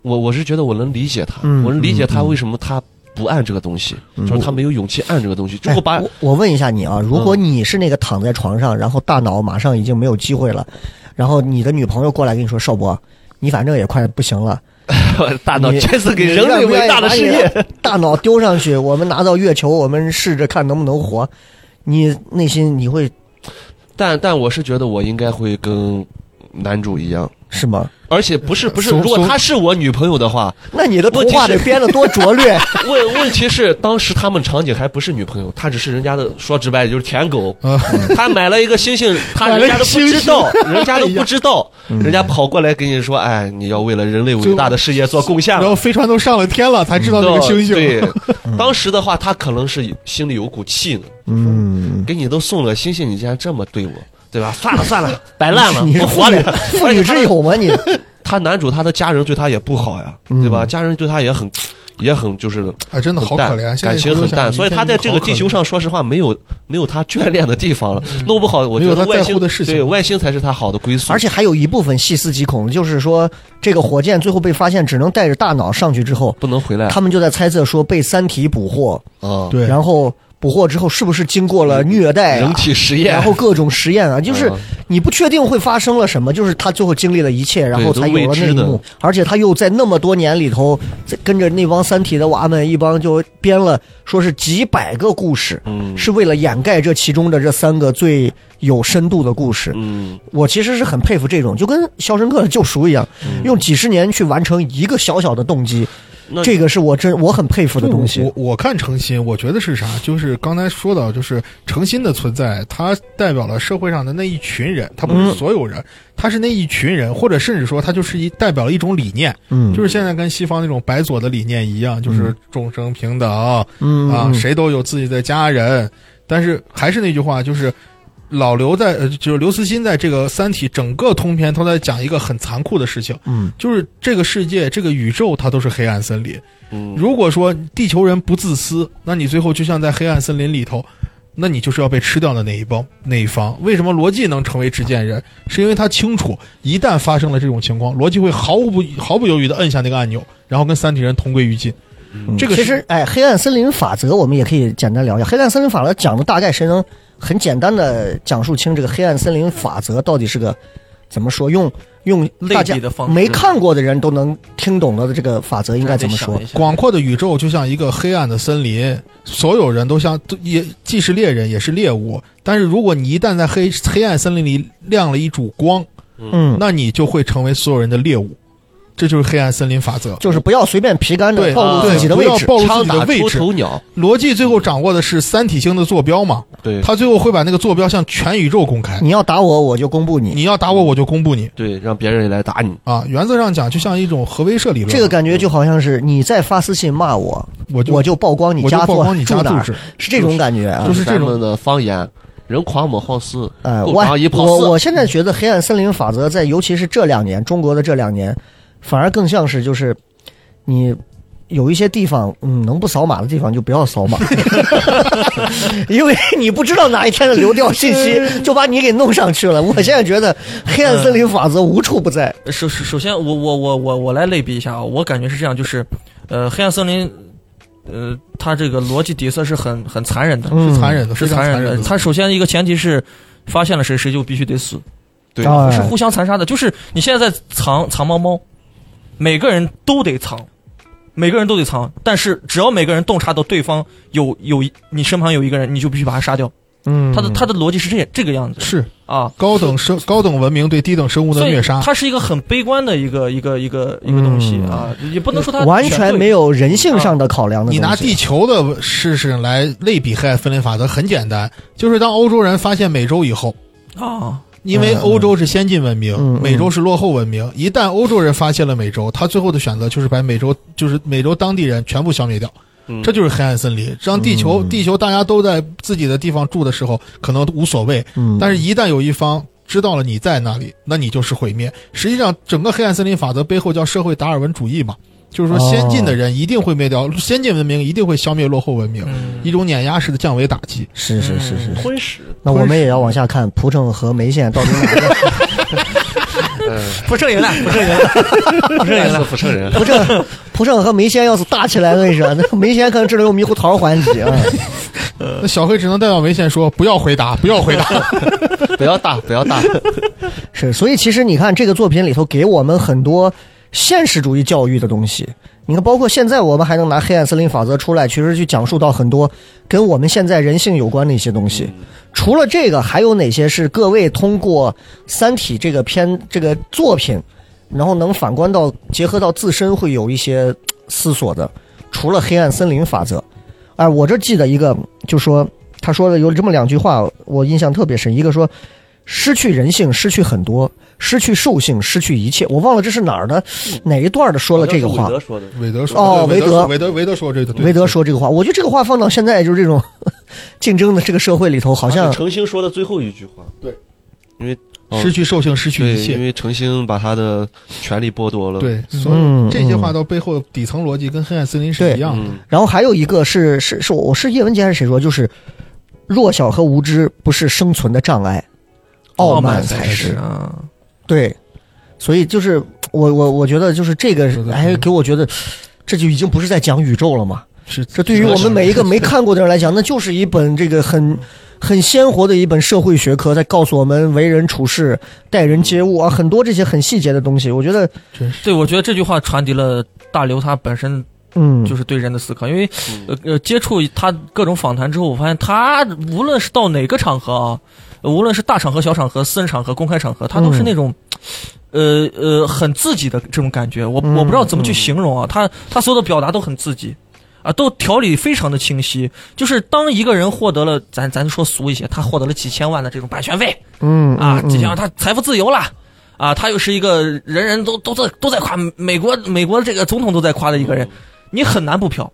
Speaker 2: 我我是觉得我能理解他，
Speaker 3: 嗯
Speaker 2: 我能理解他为什么他不按这个东西，就是他没有勇气按这个东西。如
Speaker 3: 哎
Speaker 2: 果把、嗯
Speaker 3: 我我问一下你啊，如果你是那个躺在床上，然后大脑马上已经没有机会了，然后你的女朋友过来跟你说，邵博，你反正也快不行了，
Speaker 2: 大脑
Speaker 3: 你
Speaker 2: 这次给人类伟大的事，
Speaker 3: 你愿
Speaker 2: 业
Speaker 3: 不，愿意 把你大脑丢上去，我们拿到月球，我们试着看能不能活。你内心你会
Speaker 2: 但但我是觉得我应该会跟男主一样，
Speaker 3: 是吗？
Speaker 2: 而且不是不是，
Speaker 4: 怂
Speaker 2: 如果
Speaker 4: 怂
Speaker 2: 她是我女朋友的话，
Speaker 3: 那你的童话得编得多拙劣，
Speaker 2: 问问题是当时他们场景还不是女朋友，她只是人家的，说直白也就是舔狗。
Speaker 4: 啊，
Speaker 2: 她买了一个星星，她
Speaker 4: 买了
Speaker 2: 人
Speaker 4: 一
Speaker 2: 家
Speaker 4: 个
Speaker 2: 都不知道，
Speaker 4: 星星
Speaker 2: 人家都
Speaker 4: 哎呀
Speaker 2: 不知道，人家跑过来跟你说，哎，你要为了人类伟大的事业做贡献
Speaker 4: 然
Speaker 2: 了
Speaker 4: 后。飞船都上了天了，才知道
Speaker 2: 嗯对
Speaker 4: 那个星星。
Speaker 2: 对，当时的话，她可能是心里有股气呢，
Speaker 3: 嗯，
Speaker 2: 给你都送了星星，你竟然这么对我，对吧？算了算了， 摆烂了
Speaker 3: 你，是
Speaker 2: 我
Speaker 3: 妇
Speaker 2: 活
Speaker 3: 女
Speaker 2: 着。
Speaker 3: 妇女之友吗？你
Speaker 2: 他男主他的家人对他也不好呀，
Speaker 4: 嗯
Speaker 2: 对吧？家人对他也很，也很就是
Speaker 4: 啊，真的好
Speaker 2: 很
Speaker 4: 可
Speaker 2: 淡，
Speaker 4: 怜，啊现在
Speaker 2: 感情
Speaker 4: 回头
Speaker 2: 很
Speaker 4: 想一
Speaker 2: 淡，所以
Speaker 4: 天
Speaker 2: 他在
Speaker 4: 真的
Speaker 2: 这个
Speaker 4: 好
Speaker 2: 地
Speaker 4: 可
Speaker 2: 球
Speaker 4: 怜
Speaker 2: 上，说实话，没有没有他眷恋的地方了，弄不好，我
Speaker 4: 嗯没
Speaker 2: 觉
Speaker 4: 有他
Speaker 2: 得
Speaker 4: 在
Speaker 2: 外
Speaker 4: 乎
Speaker 2: 星
Speaker 4: 的事情
Speaker 2: 对外星才是他好的归宿。
Speaker 3: 而且还有一部分细思极恐，就是说这个火箭最后被发现只能带着大脑上去之后，
Speaker 2: 不能回来，
Speaker 3: 他们就在猜测说被《三体》捕获，
Speaker 2: 啊，
Speaker 4: 对，
Speaker 3: 然后捕获之后是不是经过了虐
Speaker 4: 哎
Speaker 3: 待、啊、
Speaker 2: 人体实验，
Speaker 3: 然后各种实验啊，就是
Speaker 2: 嗯
Speaker 3: 你不确定会发生了什么，就是他最后经历了一切，然后才有了那一
Speaker 2: 都未知的
Speaker 3: 幕，而且他又在那么多年里头，在跟着那帮三体的娃们一帮就编了，说是几百个故事，
Speaker 2: 嗯
Speaker 3: 是为了掩盖这其中的这三个最有深度的故事。
Speaker 2: 嗯，
Speaker 3: 我其实是很佩服这种，就跟《肖申克的救赎》一样，用几十年去完成一个小小的动机，
Speaker 2: 嗯那
Speaker 3: 这个是我真我很佩服的东西
Speaker 4: 我。我看诚心，我觉得是啥？就是刚才说到，就是诚心的存在，它代表了社会上的那一群人，它不
Speaker 3: 嗯
Speaker 4: 是所有人，它是那一群人，或者甚至说，它就是一代表了一种理念，
Speaker 3: 嗯，
Speaker 4: 就是现在跟西方那种白左的理念一样，就是众生平等啊，
Speaker 3: 嗯嗯
Speaker 4: 谁都有自己的家人。但是还是那句话，就是老刘在，呃就是刘慈欣在这个《三体》整个通篇都在讲一个很残酷的事情，
Speaker 3: 嗯
Speaker 4: 就是这个世界、这个宇宙它都是黑暗森林。
Speaker 2: 嗯
Speaker 4: 如果说地球人不自私，那你最后就像在黑暗森林里头，那你就是要被吃掉的那一帮那一方。为什么罗辑能成为执剑人？是因为他清楚，一旦发生了这种情况，罗辑会毫不毫不犹豫地摁下那个按钮，然后跟三体人同归于尽。这个
Speaker 3: 其
Speaker 4: 是
Speaker 3: 实，哎，黑暗森林法则我们也可以简单聊一下。黑暗森林法则讲的大概谁能很简单的讲述清这个黑暗森林法则到底是个怎么说？用用
Speaker 5: 类
Speaker 3: 大家
Speaker 5: 比的方式
Speaker 3: 没看过的人都能听懂的这个法则应该怎么
Speaker 5: 得
Speaker 3: 说
Speaker 5: 想一？下
Speaker 4: 广阔的宇宙就像一个黑暗的森林，所有人都像都也既是猎人也是猎物。但是如果你一旦在黑黑暗森林里亮了一束光，
Speaker 3: 嗯，
Speaker 4: 那你就会成为所有人的猎物。这就是黑暗森林法则。
Speaker 3: 就是不要随便皮干的
Speaker 4: 对
Speaker 3: 嗯暴露
Speaker 4: 对
Speaker 3: 自己的位
Speaker 4: 不要
Speaker 3: 置。
Speaker 4: 暴露自
Speaker 2: 枪
Speaker 4: 己
Speaker 2: 打
Speaker 4: 的位
Speaker 2: 出
Speaker 4: 置。
Speaker 2: 头鸟，
Speaker 4: 逻辑最后掌握的是三体星的坐标嘛？
Speaker 2: 对
Speaker 4: 他最后会把那个坐标向全宇宙公开。
Speaker 3: 你要打我，我就公布你。
Speaker 4: 你要打我，我就公布你
Speaker 2: 对，让别人也来打你，
Speaker 4: 啊！原则上讲，就像一种核威慑理论。
Speaker 3: 这个感觉就好像是你在发私信骂我，
Speaker 4: 嗯我就
Speaker 3: 我就曝光你
Speaker 4: 我就
Speaker 3: 家
Speaker 4: 曝
Speaker 3: 住
Speaker 4: 光你家
Speaker 3: 住哪
Speaker 4: 住
Speaker 3: 儿，
Speaker 4: 址，
Speaker 3: 是这种感觉啊。
Speaker 4: 就是这
Speaker 2: 咱
Speaker 4: 种
Speaker 2: 们的方言，人狂魔好事，
Speaker 3: 哎，
Speaker 2: 狗
Speaker 3: 我
Speaker 2: 长一泡
Speaker 3: 我
Speaker 2: 四
Speaker 3: 我现在觉得黑暗森林法则在，尤其是这两年，中国的这两年，反而更像是就是你。有一些地方，嗯，能不扫码的地方就不要扫码， 因为你不知道哪一天的流调信息就把你给弄上去了。我现在觉得黑暗森林法则无处不在。
Speaker 5: 首首首先，我我我我我来类比一下啊，我感觉是这样，就是，呃，黑暗森林，呃，它这个逻辑底色是很很残忍的，
Speaker 4: 嗯是残忍的，
Speaker 5: 是
Speaker 4: 非常
Speaker 5: 残
Speaker 4: 残
Speaker 5: 忍的。
Speaker 4: 的。
Speaker 5: 它首先一个前提是，发现了谁谁就必须得死，
Speaker 2: 对，
Speaker 3: 啊
Speaker 5: 是互相残杀的。就是你现在在藏藏猫猫，每个人都得藏，每个人都得藏，但是只要每个人洞察到对方有有一你身旁有一个人，你就必须把他杀掉。
Speaker 3: 嗯，
Speaker 5: 他的他的逻辑是这这个样子
Speaker 4: 是
Speaker 5: 啊。
Speaker 4: 高等生高等文明对低等生物的
Speaker 5: 所以
Speaker 4: 虐
Speaker 3: 嗯
Speaker 4: 杀，
Speaker 5: 它是一个很悲观的一个一个一个一个东西啊，也不能说它
Speaker 3: 完全没
Speaker 5: 有。
Speaker 3: 有人性上的考量的东
Speaker 4: 啊你
Speaker 3: 西。
Speaker 4: 拿地球的事实来类比黑暗森林法则很简单，就是当欧洲人发现美洲以后，
Speaker 5: 啊，
Speaker 4: 因为欧洲是先进文明，
Speaker 3: 嗯嗯
Speaker 4: 美洲是落后文明。一旦欧洲人发现了美洲，他最后的选择就是把美洲，就是美洲当地人全部消灭掉。
Speaker 2: 嗯
Speaker 4: 这就是黑暗森林，让地
Speaker 3: 嗯
Speaker 4: 球、地球大家都在自己的地方住的时候，可能无所谓，
Speaker 3: 嗯，
Speaker 4: 但是一旦有一方知道了你在那里，那你就是毁灭。实际上，整个黑暗森林法则背后叫社会达尔文主义嘛，就是说
Speaker 3: 哦
Speaker 4: 先进的人一定会灭掉、先进文明，一定会消灭落后文明，
Speaker 5: 嗯
Speaker 4: 一种碾压式的降维打击。
Speaker 3: 是是是是，
Speaker 2: 吞食，
Speaker 3: 那我们也要往下看蒲城和眉县到底哪个
Speaker 5: 不胜人了，不胜人了，不胜人
Speaker 2: 再次
Speaker 5: 了。
Speaker 2: 哎不成 人，
Speaker 3: 蒲正、蒲正和梅仙要是打起来，我跟你说，那梅仙可能只能用猕猴桃还击啊。
Speaker 4: 那小黑只能代表梅县说：“不要回答，不要回答。”
Speaker 2: 不要打，不 要打，
Speaker 3: 是，所以其实你看这个作品里头给我们很多现实主义教育的东西。你看，包括现在我们还能拿黑暗森林法则出来，其实去讲述到很多跟我们现在人性有关的一些东西。除了这个，还有哪些是各位通过《三体》这个片这个作品然后能反观到结合到自身会有一些思索的，除了黑暗森林法则，哎，我这记得一个，就说他说的有这么两句话，我印象特别深，一个说失去人性，失去很多，失去兽性，失去一切，我忘了这是哪儿的哪一段的说了这个话
Speaker 2: 韦，德说的，
Speaker 4: 韦德说
Speaker 3: 哦
Speaker 4: 对
Speaker 3: 韦德
Speaker 4: 韦德韦德说这个，对嗯
Speaker 3: 韦德，说这个话，我觉得这个话放到现在就是这种 竞争的这个社会里头，好
Speaker 2: 他
Speaker 4: 啊
Speaker 3: 像
Speaker 2: 是程星说的最后一句话。
Speaker 4: 对，
Speaker 2: 因为
Speaker 4: 对失去兽性，失去
Speaker 2: 对，
Speaker 4: 一
Speaker 2: 因
Speaker 4: 切，
Speaker 2: 为程星把他的权利剥夺了。，
Speaker 4: 对，所
Speaker 3: 嗯
Speaker 4: 以这些话
Speaker 3: 嗯
Speaker 4: 到背后底层逻辑跟黑暗森林是
Speaker 3: 对
Speaker 4: 一样的。
Speaker 2: 嗯，
Speaker 3: 然后还有一个是是是我是叶文洁还是谁说，就是弱小和无知不是生存的障碍，傲慢才是。
Speaker 5: 啊！
Speaker 3: 对，所以就是我我我觉得就是这个
Speaker 4: 说，得
Speaker 3: 哎，
Speaker 4: 对
Speaker 3: 给我觉得这就已经不是在讲宇宙了嘛。
Speaker 4: 是
Speaker 3: 这对于我们每一个 没看过的人来讲，那就是一本这个很很鲜活的一本社会学科，在告诉我们为人处事、待人接物啊，很多这些很细节的东西。我觉得，
Speaker 4: 真是
Speaker 5: 对，我觉得这句话传递了大刘他本身
Speaker 3: 嗯，
Speaker 5: 就是对人的思考，因为
Speaker 2: 嗯
Speaker 5: 呃呃，接触他各种访谈之后，我发现他无论是到哪个场合啊，无论是大场合、小场合、私人场合、公开场合，他都是
Speaker 3: 嗯
Speaker 5: 那种。呃呃，很自己的这种感觉，我
Speaker 3: 嗯
Speaker 5: 我不知道怎么去形容啊。他他所有的表达都很自己，啊，都条理非常的清晰。就是当一个人获得了，咱咱说俗一些，他获得了几千万的这种版权费，
Speaker 3: 嗯
Speaker 5: 啊，
Speaker 3: 嗯
Speaker 5: 即将他财富自由了。啊，他又是一个人人都都在都在夸美国美国这个总统都在夸的一个人，你很难不飘，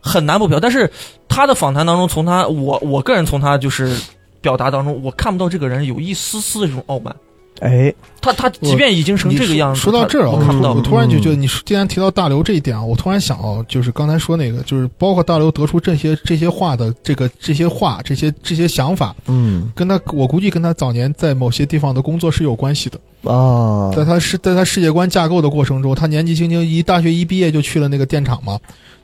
Speaker 5: 很难不飘。但是他的访谈当中，从他我我个人从他就是表达当中，我看不到这个人有一丝丝的这种傲慢。
Speaker 3: 哎，
Speaker 5: 他他即便已经 成
Speaker 4: 你
Speaker 5: 这个
Speaker 4: 说
Speaker 5: 样子，
Speaker 4: 说到
Speaker 5: 他
Speaker 4: 这儿啊，
Speaker 5: 我看不
Speaker 4: 我
Speaker 5: 到
Speaker 4: 我。突然就觉得
Speaker 3: 嗯
Speaker 4: 你说既然提到大刘这一点啊，我突然想哦，就是刚才说那个，就是包括大刘得出这些这些话的这个这些话这些这些想法，
Speaker 3: 嗯
Speaker 4: 跟他我估计跟他早年在某些地方的工作是有关系的。
Speaker 3: 啊，
Speaker 4: 在他世在他世界观架构的过程中，他年纪轻轻一大学一毕业就去了那个电厂嘛，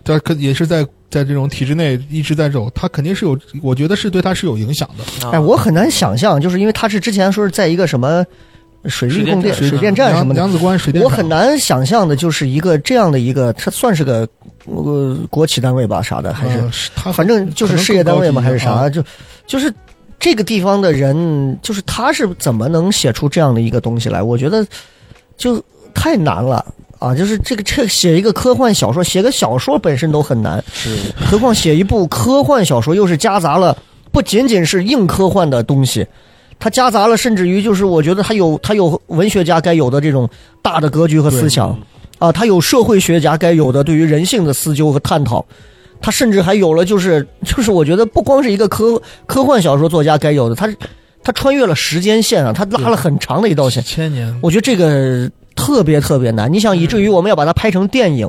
Speaker 4: 他可也是在在这种体制内一直在走，他肯定是有，我觉得是对他是有影响的。
Speaker 5: 啊
Speaker 3: 哎，我很难想象，就是因为他是之前说是在一个什么水利供电、
Speaker 5: 水电站
Speaker 3: 水电站什么
Speaker 4: 娘
Speaker 3: 的，
Speaker 4: 子关水电
Speaker 3: 我
Speaker 4: 厂，
Speaker 3: 很难想象的，就是一个这样的一个，它算是个呃国企单位吧，啥的，还是、
Speaker 4: 呃他
Speaker 3: 反正就是事业单位嘛，还是啥，就就是这个地方的人，就是他是怎么能写出这样的一个东西来？我觉得就太难了。啊，就是这个这写一个科幻小说，写个小说本身都很难，
Speaker 2: 是
Speaker 3: 何况写一部科幻小说，又是夹杂了不仅仅是硬科幻的东西，它夹杂了甚至于就是我觉得它有它有文学家该有的这种大的格局和思想
Speaker 2: 嗯
Speaker 3: 啊，它有社会学家该有的对于人性的思究和探讨。它甚至还有了，就是就是，我觉得不光是一个科科幻小说作家该有的，它它穿越了时间线啊，它拉了很长的一道线
Speaker 4: 几。千年，
Speaker 3: 我觉得这个特别特别难。你想，以至于我们要把它拍成电影，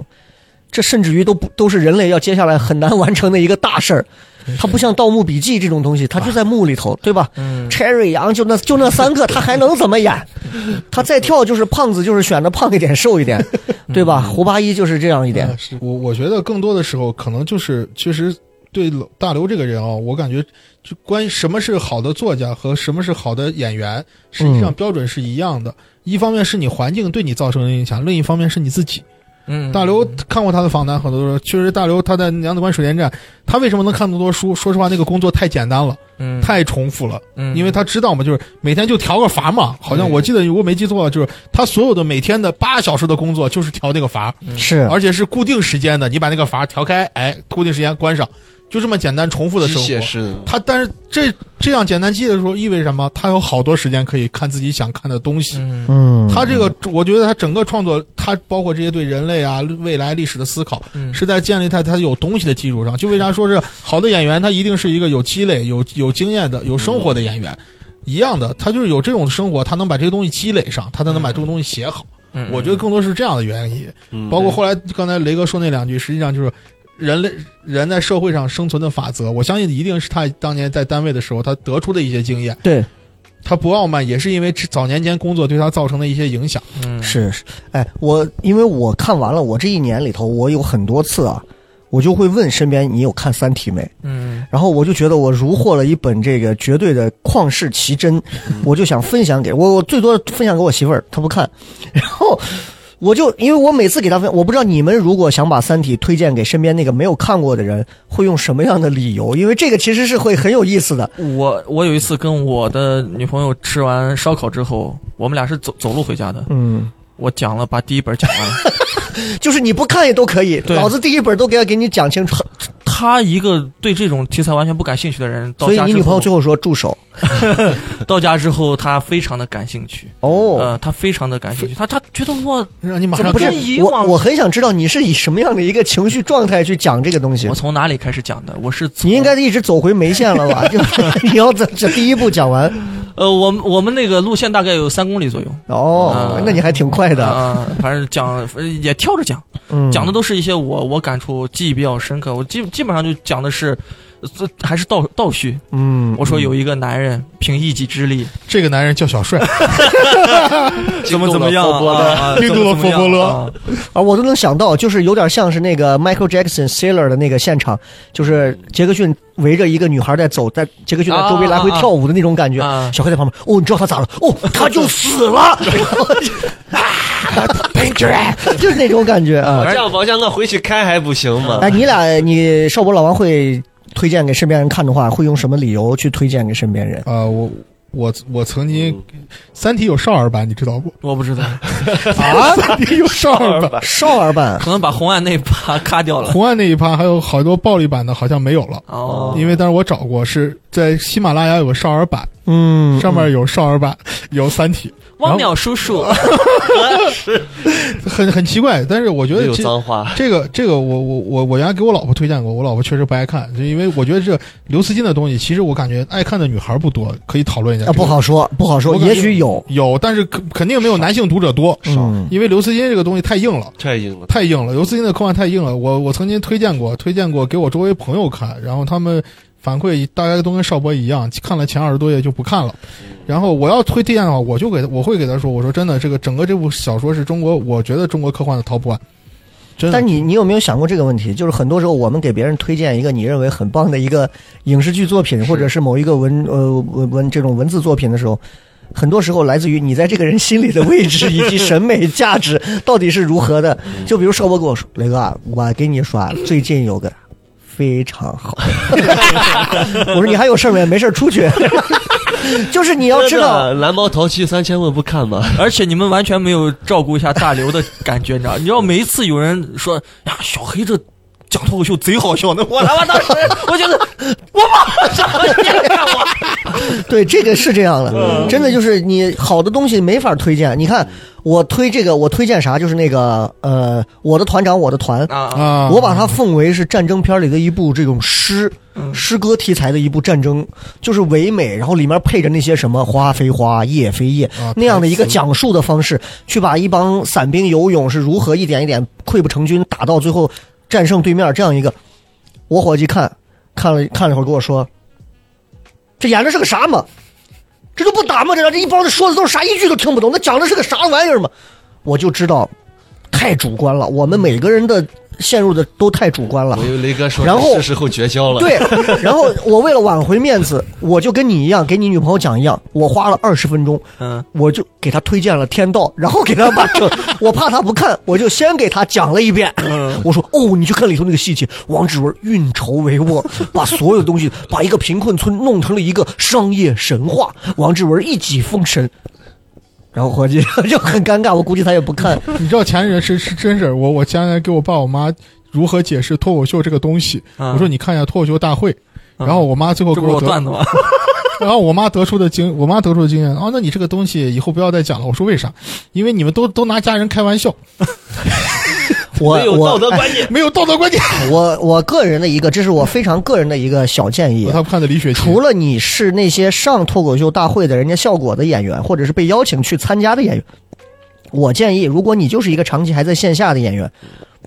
Speaker 3: 这甚至于都不都是人类要接下来很难 完成的一个大事儿。它不像《盗墓笔记》这种东西，它就在墓里头，对吧？
Speaker 5: 嗯，
Speaker 3: Cherry 杨就那就那三个，他还能怎么演？他再跳就是胖子，就是选的胖一点、瘦一点，对吧？胡八一就是这样一点
Speaker 4: 嗯。是我我觉得更多的时候，可能就是确实对大刘这个人啊、我感觉就关于什么是好的作家和什么是好的演员，实际上
Speaker 3: 嗯
Speaker 4: 标准是一样的。一方面是你环境对你造成的影响，另一方面是你自己。
Speaker 5: 嗯，
Speaker 4: 大刘看过他的访谈，很多人说，确实大刘他在娘子关水电站，他为什么能看那么多书？说实话，那个工作太简单了，
Speaker 5: 嗯，
Speaker 4: 太重复了。
Speaker 5: 嗯，
Speaker 4: 因为他知道嘛，就是每天就调个阀嘛，好像
Speaker 5: 对
Speaker 4: 我记得如果没记错，就是他所有的每天的八小时的工作就是调那个阀，
Speaker 3: 是，
Speaker 4: 而且是固定时间的，你把那个阀调开，哎，固定时间关上，就这么简单重复的
Speaker 2: 机
Speaker 4: 生
Speaker 2: 械
Speaker 4: 活。
Speaker 2: 式的。
Speaker 4: 他但是这这样简单记的时候意味着什么？他有好多时间可以看自己想看的东西。
Speaker 5: 嗯
Speaker 3: 嗯，
Speaker 4: 他这个，我觉得他整个创作，他包括这些对人类啊、未来历史的思考，
Speaker 5: 嗯
Speaker 4: 是在建立在他有东西的基础上。就为啥说是好的演员，他一定是一个有积累、有有经验的、有生活的演员。一样的，他就是有这种生活，他能把这些东西积累上，他才能把这个东西写好。
Speaker 5: 嗯
Speaker 4: 我觉得更多是这样的原因。
Speaker 2: 嗯
Speaker 4: 包括后来刚才雷哥说那两句，实际上就是人类人在社会上生存的法则。我相信一定是他当年在单位的时候他得出的一些经验。
Speaker 3: 对，
Speaker 4: 他不傲慢，也是因为之早年间工作对他造成的一些影响。
Speaker 5: 嗯
Speaker 3: 是是，哎，我因为我看完了，我这一年里头，我有很多次啊，我就会问身边你有看《三体》没？
Speaker 5: 嗯
Speaker 3: 然后我就觉得我如获了一本这个绝对的旷世奇珍，
Speaker 4: 嗯
Speaker 3: 我就想分享给我，我最多分享给我媳妇儿，她不看， 然后。我就因为我每次给她分，我不知道你们如果想把《三体》推荐给身边那个没有看过的人，会用什么样的理由？因为这个其实是会很有意思的。
Speaker 5: 嗯我我有一次跟我的女朋友吃完烧烤之后，我们俩是走走路回家的。
Speaker 3: 嗯，
Speaker 5: 我讲了，把第一本讲完了。
Speaker 3: 就是你不看也都可以，
Speaker 5: 对
Speaker 3: 老子第一本都给要给你讲清楚。
Speaker 5: 他一个对这种题材完全不感兴趣的人，到
Speaker 3: 所以
Speaker 5: 家
Speaker 3: 你
Speaker 5: 之
Speaker 3: 女朋友
Speaker 5: 后，
Speaker 3: 最后说住手
Speaker 5: 到家之后他非常的感兴趣，
Speaker 3: 哦，
Speaker 5: 呃，他非常的感兴趣，他他觉得哇，
Speaker 4: 让嗯你马
Speaker 5: 怎
Speaker 4: 上
Speaker 5: 么
Speaker 3: 不是
Speaker 5: 跟以
Speaker 3: 我
Speaker 5: 往
Speaker 3: 我很想知道你是以什么样的一个情绪状态去讲这个东西
Speaker 5: 我。从哪里开始讲的？我是从
Speaker 3: 你应该一直走回梅县了吧？就是你要这这第一步讲完
Speaker 5: 呃，我们我们那个路线大概有三公里左右
Speaker 3: 哦
Speaker 5: 啊，
Speaker 3: 那你还挺快的，
Speaker 5: 啊、反正讲呃也跳着讲，
Speaker 3: 嗯
Speaker 5: 讲的都是一些我我感触记忆比较深刻，我基基本上就讲的是，呃这还是倒倒叙。
Speaker 3: 嗯，
Speaker 5: 我说有一个男人凭一己之力
Speaker 4: 这个男人叫 小帅，
Speaker 5: 怎么怎么样
Speaker 2: 波
Speaker 5: 啊，啊
Speaker 4: 冰
Speaker 5: 怎
Speaker 4: 冻了
Speaker 5: 么怎么
Speaker 4: 佛波
Speaker 5: 样
Speaker 4: 勒
Speaker 5: 啊
Speaker 3: 啊，我都能想到，就是有点像是那个 Michael Jackson Sailor 的那个现场，就是杰克逊围着一个女孩在走，在杰克逊在周围来回跳舞的那种感觉。
Speaker 5: 啊啊啊啊
Speaker 3: 小黑在旁边，哦，你知道他咋了？哦，他就死了，就是那种感觉啊。
Speaker 2: 这样王香乐回去开还不行吗？
Speaker 3: 哎，你俩，你少博老王会推荐给身边人看的话，会用什么理由去推荐给身边人？
Speaker 4: 啊，我我我曾
Speaker 3: 嗯
Speaker 4: 经《
Speaker 2: 嗯
Speaker 4: 三体》有少儿版，你知道不？
Speaker 5: 我不知道，
Speaker 4: 啊，《 三体》有少儿 版，
Speaker 3: 少儿版
Speaker 5: 可能把红岸那一趴卡掉了。
Speaker 4: 红岸那一趴还有好多暴力版的，好像没有了。
Speaker 5: 哦，
Speaker 4: 因为当时我找过，是在喜马拉雅有个少儿版，
Speaker 3: 嗯，
Speaker 4: 上面有少儿版， 有《三体
Speaker 5: 汪淼叔叔，》，
Speaker 4: 很很奇怪。但是我觉
Speaker 2: 没
Speaker 4: 得
Speaker 2: 有
Speaker 4: 这
Speaker 2: 脏话，
Speaker 4: 这个这个我我我我原来给我老婆推荐过，我老婆确实不爱看，就因为我觉得这刘慈欣的东西，其实我感觉爱看的女孩不多，可以讨论一下。
Speaker 3: 啊，不好说，不好说，
Speaker 4: 我感觉
Speaker 3: 也许有。
Speaker 4: 有，但是肯肯定没有男性读者多，
Speaker 3: 嗯
Speaker 4: 因为刘慈欣这个东西太硬了。
Speaker 2: 太硬了。
Speaker 4: 太硬了，刘慈欣的科幻太硬了。我我曾经推荐过，推荐过给我周围朋友看，然后他们反馈大家都跟邵博一样，看了前二十多页就不看了。然后我要推荐的话，我就给他，我会给他说，我说真的，这个整个这部小说是中国，我觉得中国科幻的 top one，真的
Speaker 3: 但。你你有没有想过这个问题？就是很多时候我们给别人推荐一个你认为很棒的一个影视剧作品，或者是某一个文呃文文这种文字作品的时候，很多时候来自于你在这个人心里的位置以及审美价值到底是如何的。就比如邵博跟我说：“雷哥啊，我给你说，啊，最近有个。”非常好， 我说你还有事儿没？没事儿出去， 就是你要知道，
Speaker 2: 真的蓝猫淘气三千问不看吗？
Speaker 5: 而且你们完全没有照顾一下大刘的感觉，你知道？ 你知道每一次有人说呀，小黑这讲脱口秀贼好笑，那我他妈当时我觉得我马上你看我，
Speaker 3: 对，这个是这样
Speaker 5: 嗯
Speaker 3: 的，真的就是你好的东西没法推荐。你看，我推这个，我推荐啥？就是那个呃，我的团长，我的团，
Speaker 5: 啊，
Speaker 4: 啊，
Speaker 3: 我把它奉为是战争片里的一部这种诗
Speaker 5: 嗯
Speaker 3: 诗歌题材的一部战争，就是唯美，然后里面配着那些什么花非花，叶非叶
Speaker 4: 啊
Speaker 3: 那样的一个讲述的方式，去把一帮散兵游勇是如何一点一点溃不成军，打到最后战胜对面这样一个。我伙计看看了看了一会儿，跟我说：“这演的是个啥嘛？这都不打吗？这这一帮子说的都是啥，一句都听不懂。那讲的是个啥玩意儿嘛？”我就知道，太主观了。我们每个人的陷入的都太主观了
Speaker 2: 我。以为雷哥说
Speaker 3: 啊然后
Speaker 2: 是时候绝 交了。，
Speaker 3: 对，然后我为了挽回面子，我就跟你一样，给你女朋友讲一样，我花了二十分钟，
Speaker 5: 嗯，
Speaker 3: 我就给她推荐了《天道》，然后给她把整， 我怕她不看，我就先给她讲了一遍。
Speaker 2: 嗯
Speaker 3: 我说：“哦，你去看里头那个细节，王志文运筹帷幄，把所有东西，把一个贫困村弄成了一个商业神话，王志文一己封神。”然后伙计 就很尴尬，我估计他也不看。
Speaker 4: 你知道前人是是真是我我前人给我爸我妈如何解释脱口秀这个东西，
Speaker 5: 啊
Speaker 4: 我说你看一下脱口秀大会，然后我妈最后
Speaker 5: 这
Speaker 4: 给
Speaker 5: 不是我
Speaker 4: 得
Speaker 5: 段子吗？
Speaker 4: 然后我妈得出的经，我妈得出的经验，哦，那你这个东西以后不要再讲了。我说为啥？因为你们都都拿家人开玩笑，
Speaker 3: 我
Speaker 2: 没有
Speaker 3: 我
Speaker 2: 道德 观念。
Speaker 4: 没有道德观念。
Speaker 3: 我我个人的一个，这是我非常个人的一个小建
Speaker 2: 嗯
Speaker 3: 议。
Speaker 4: 他看的李雪琴
Speaker 3: 除，了你是那些上脱口秀大会的人家效果的演员，或者是被邀请去参加的演员，我建议，如果你就是一个长期还在线下的演员，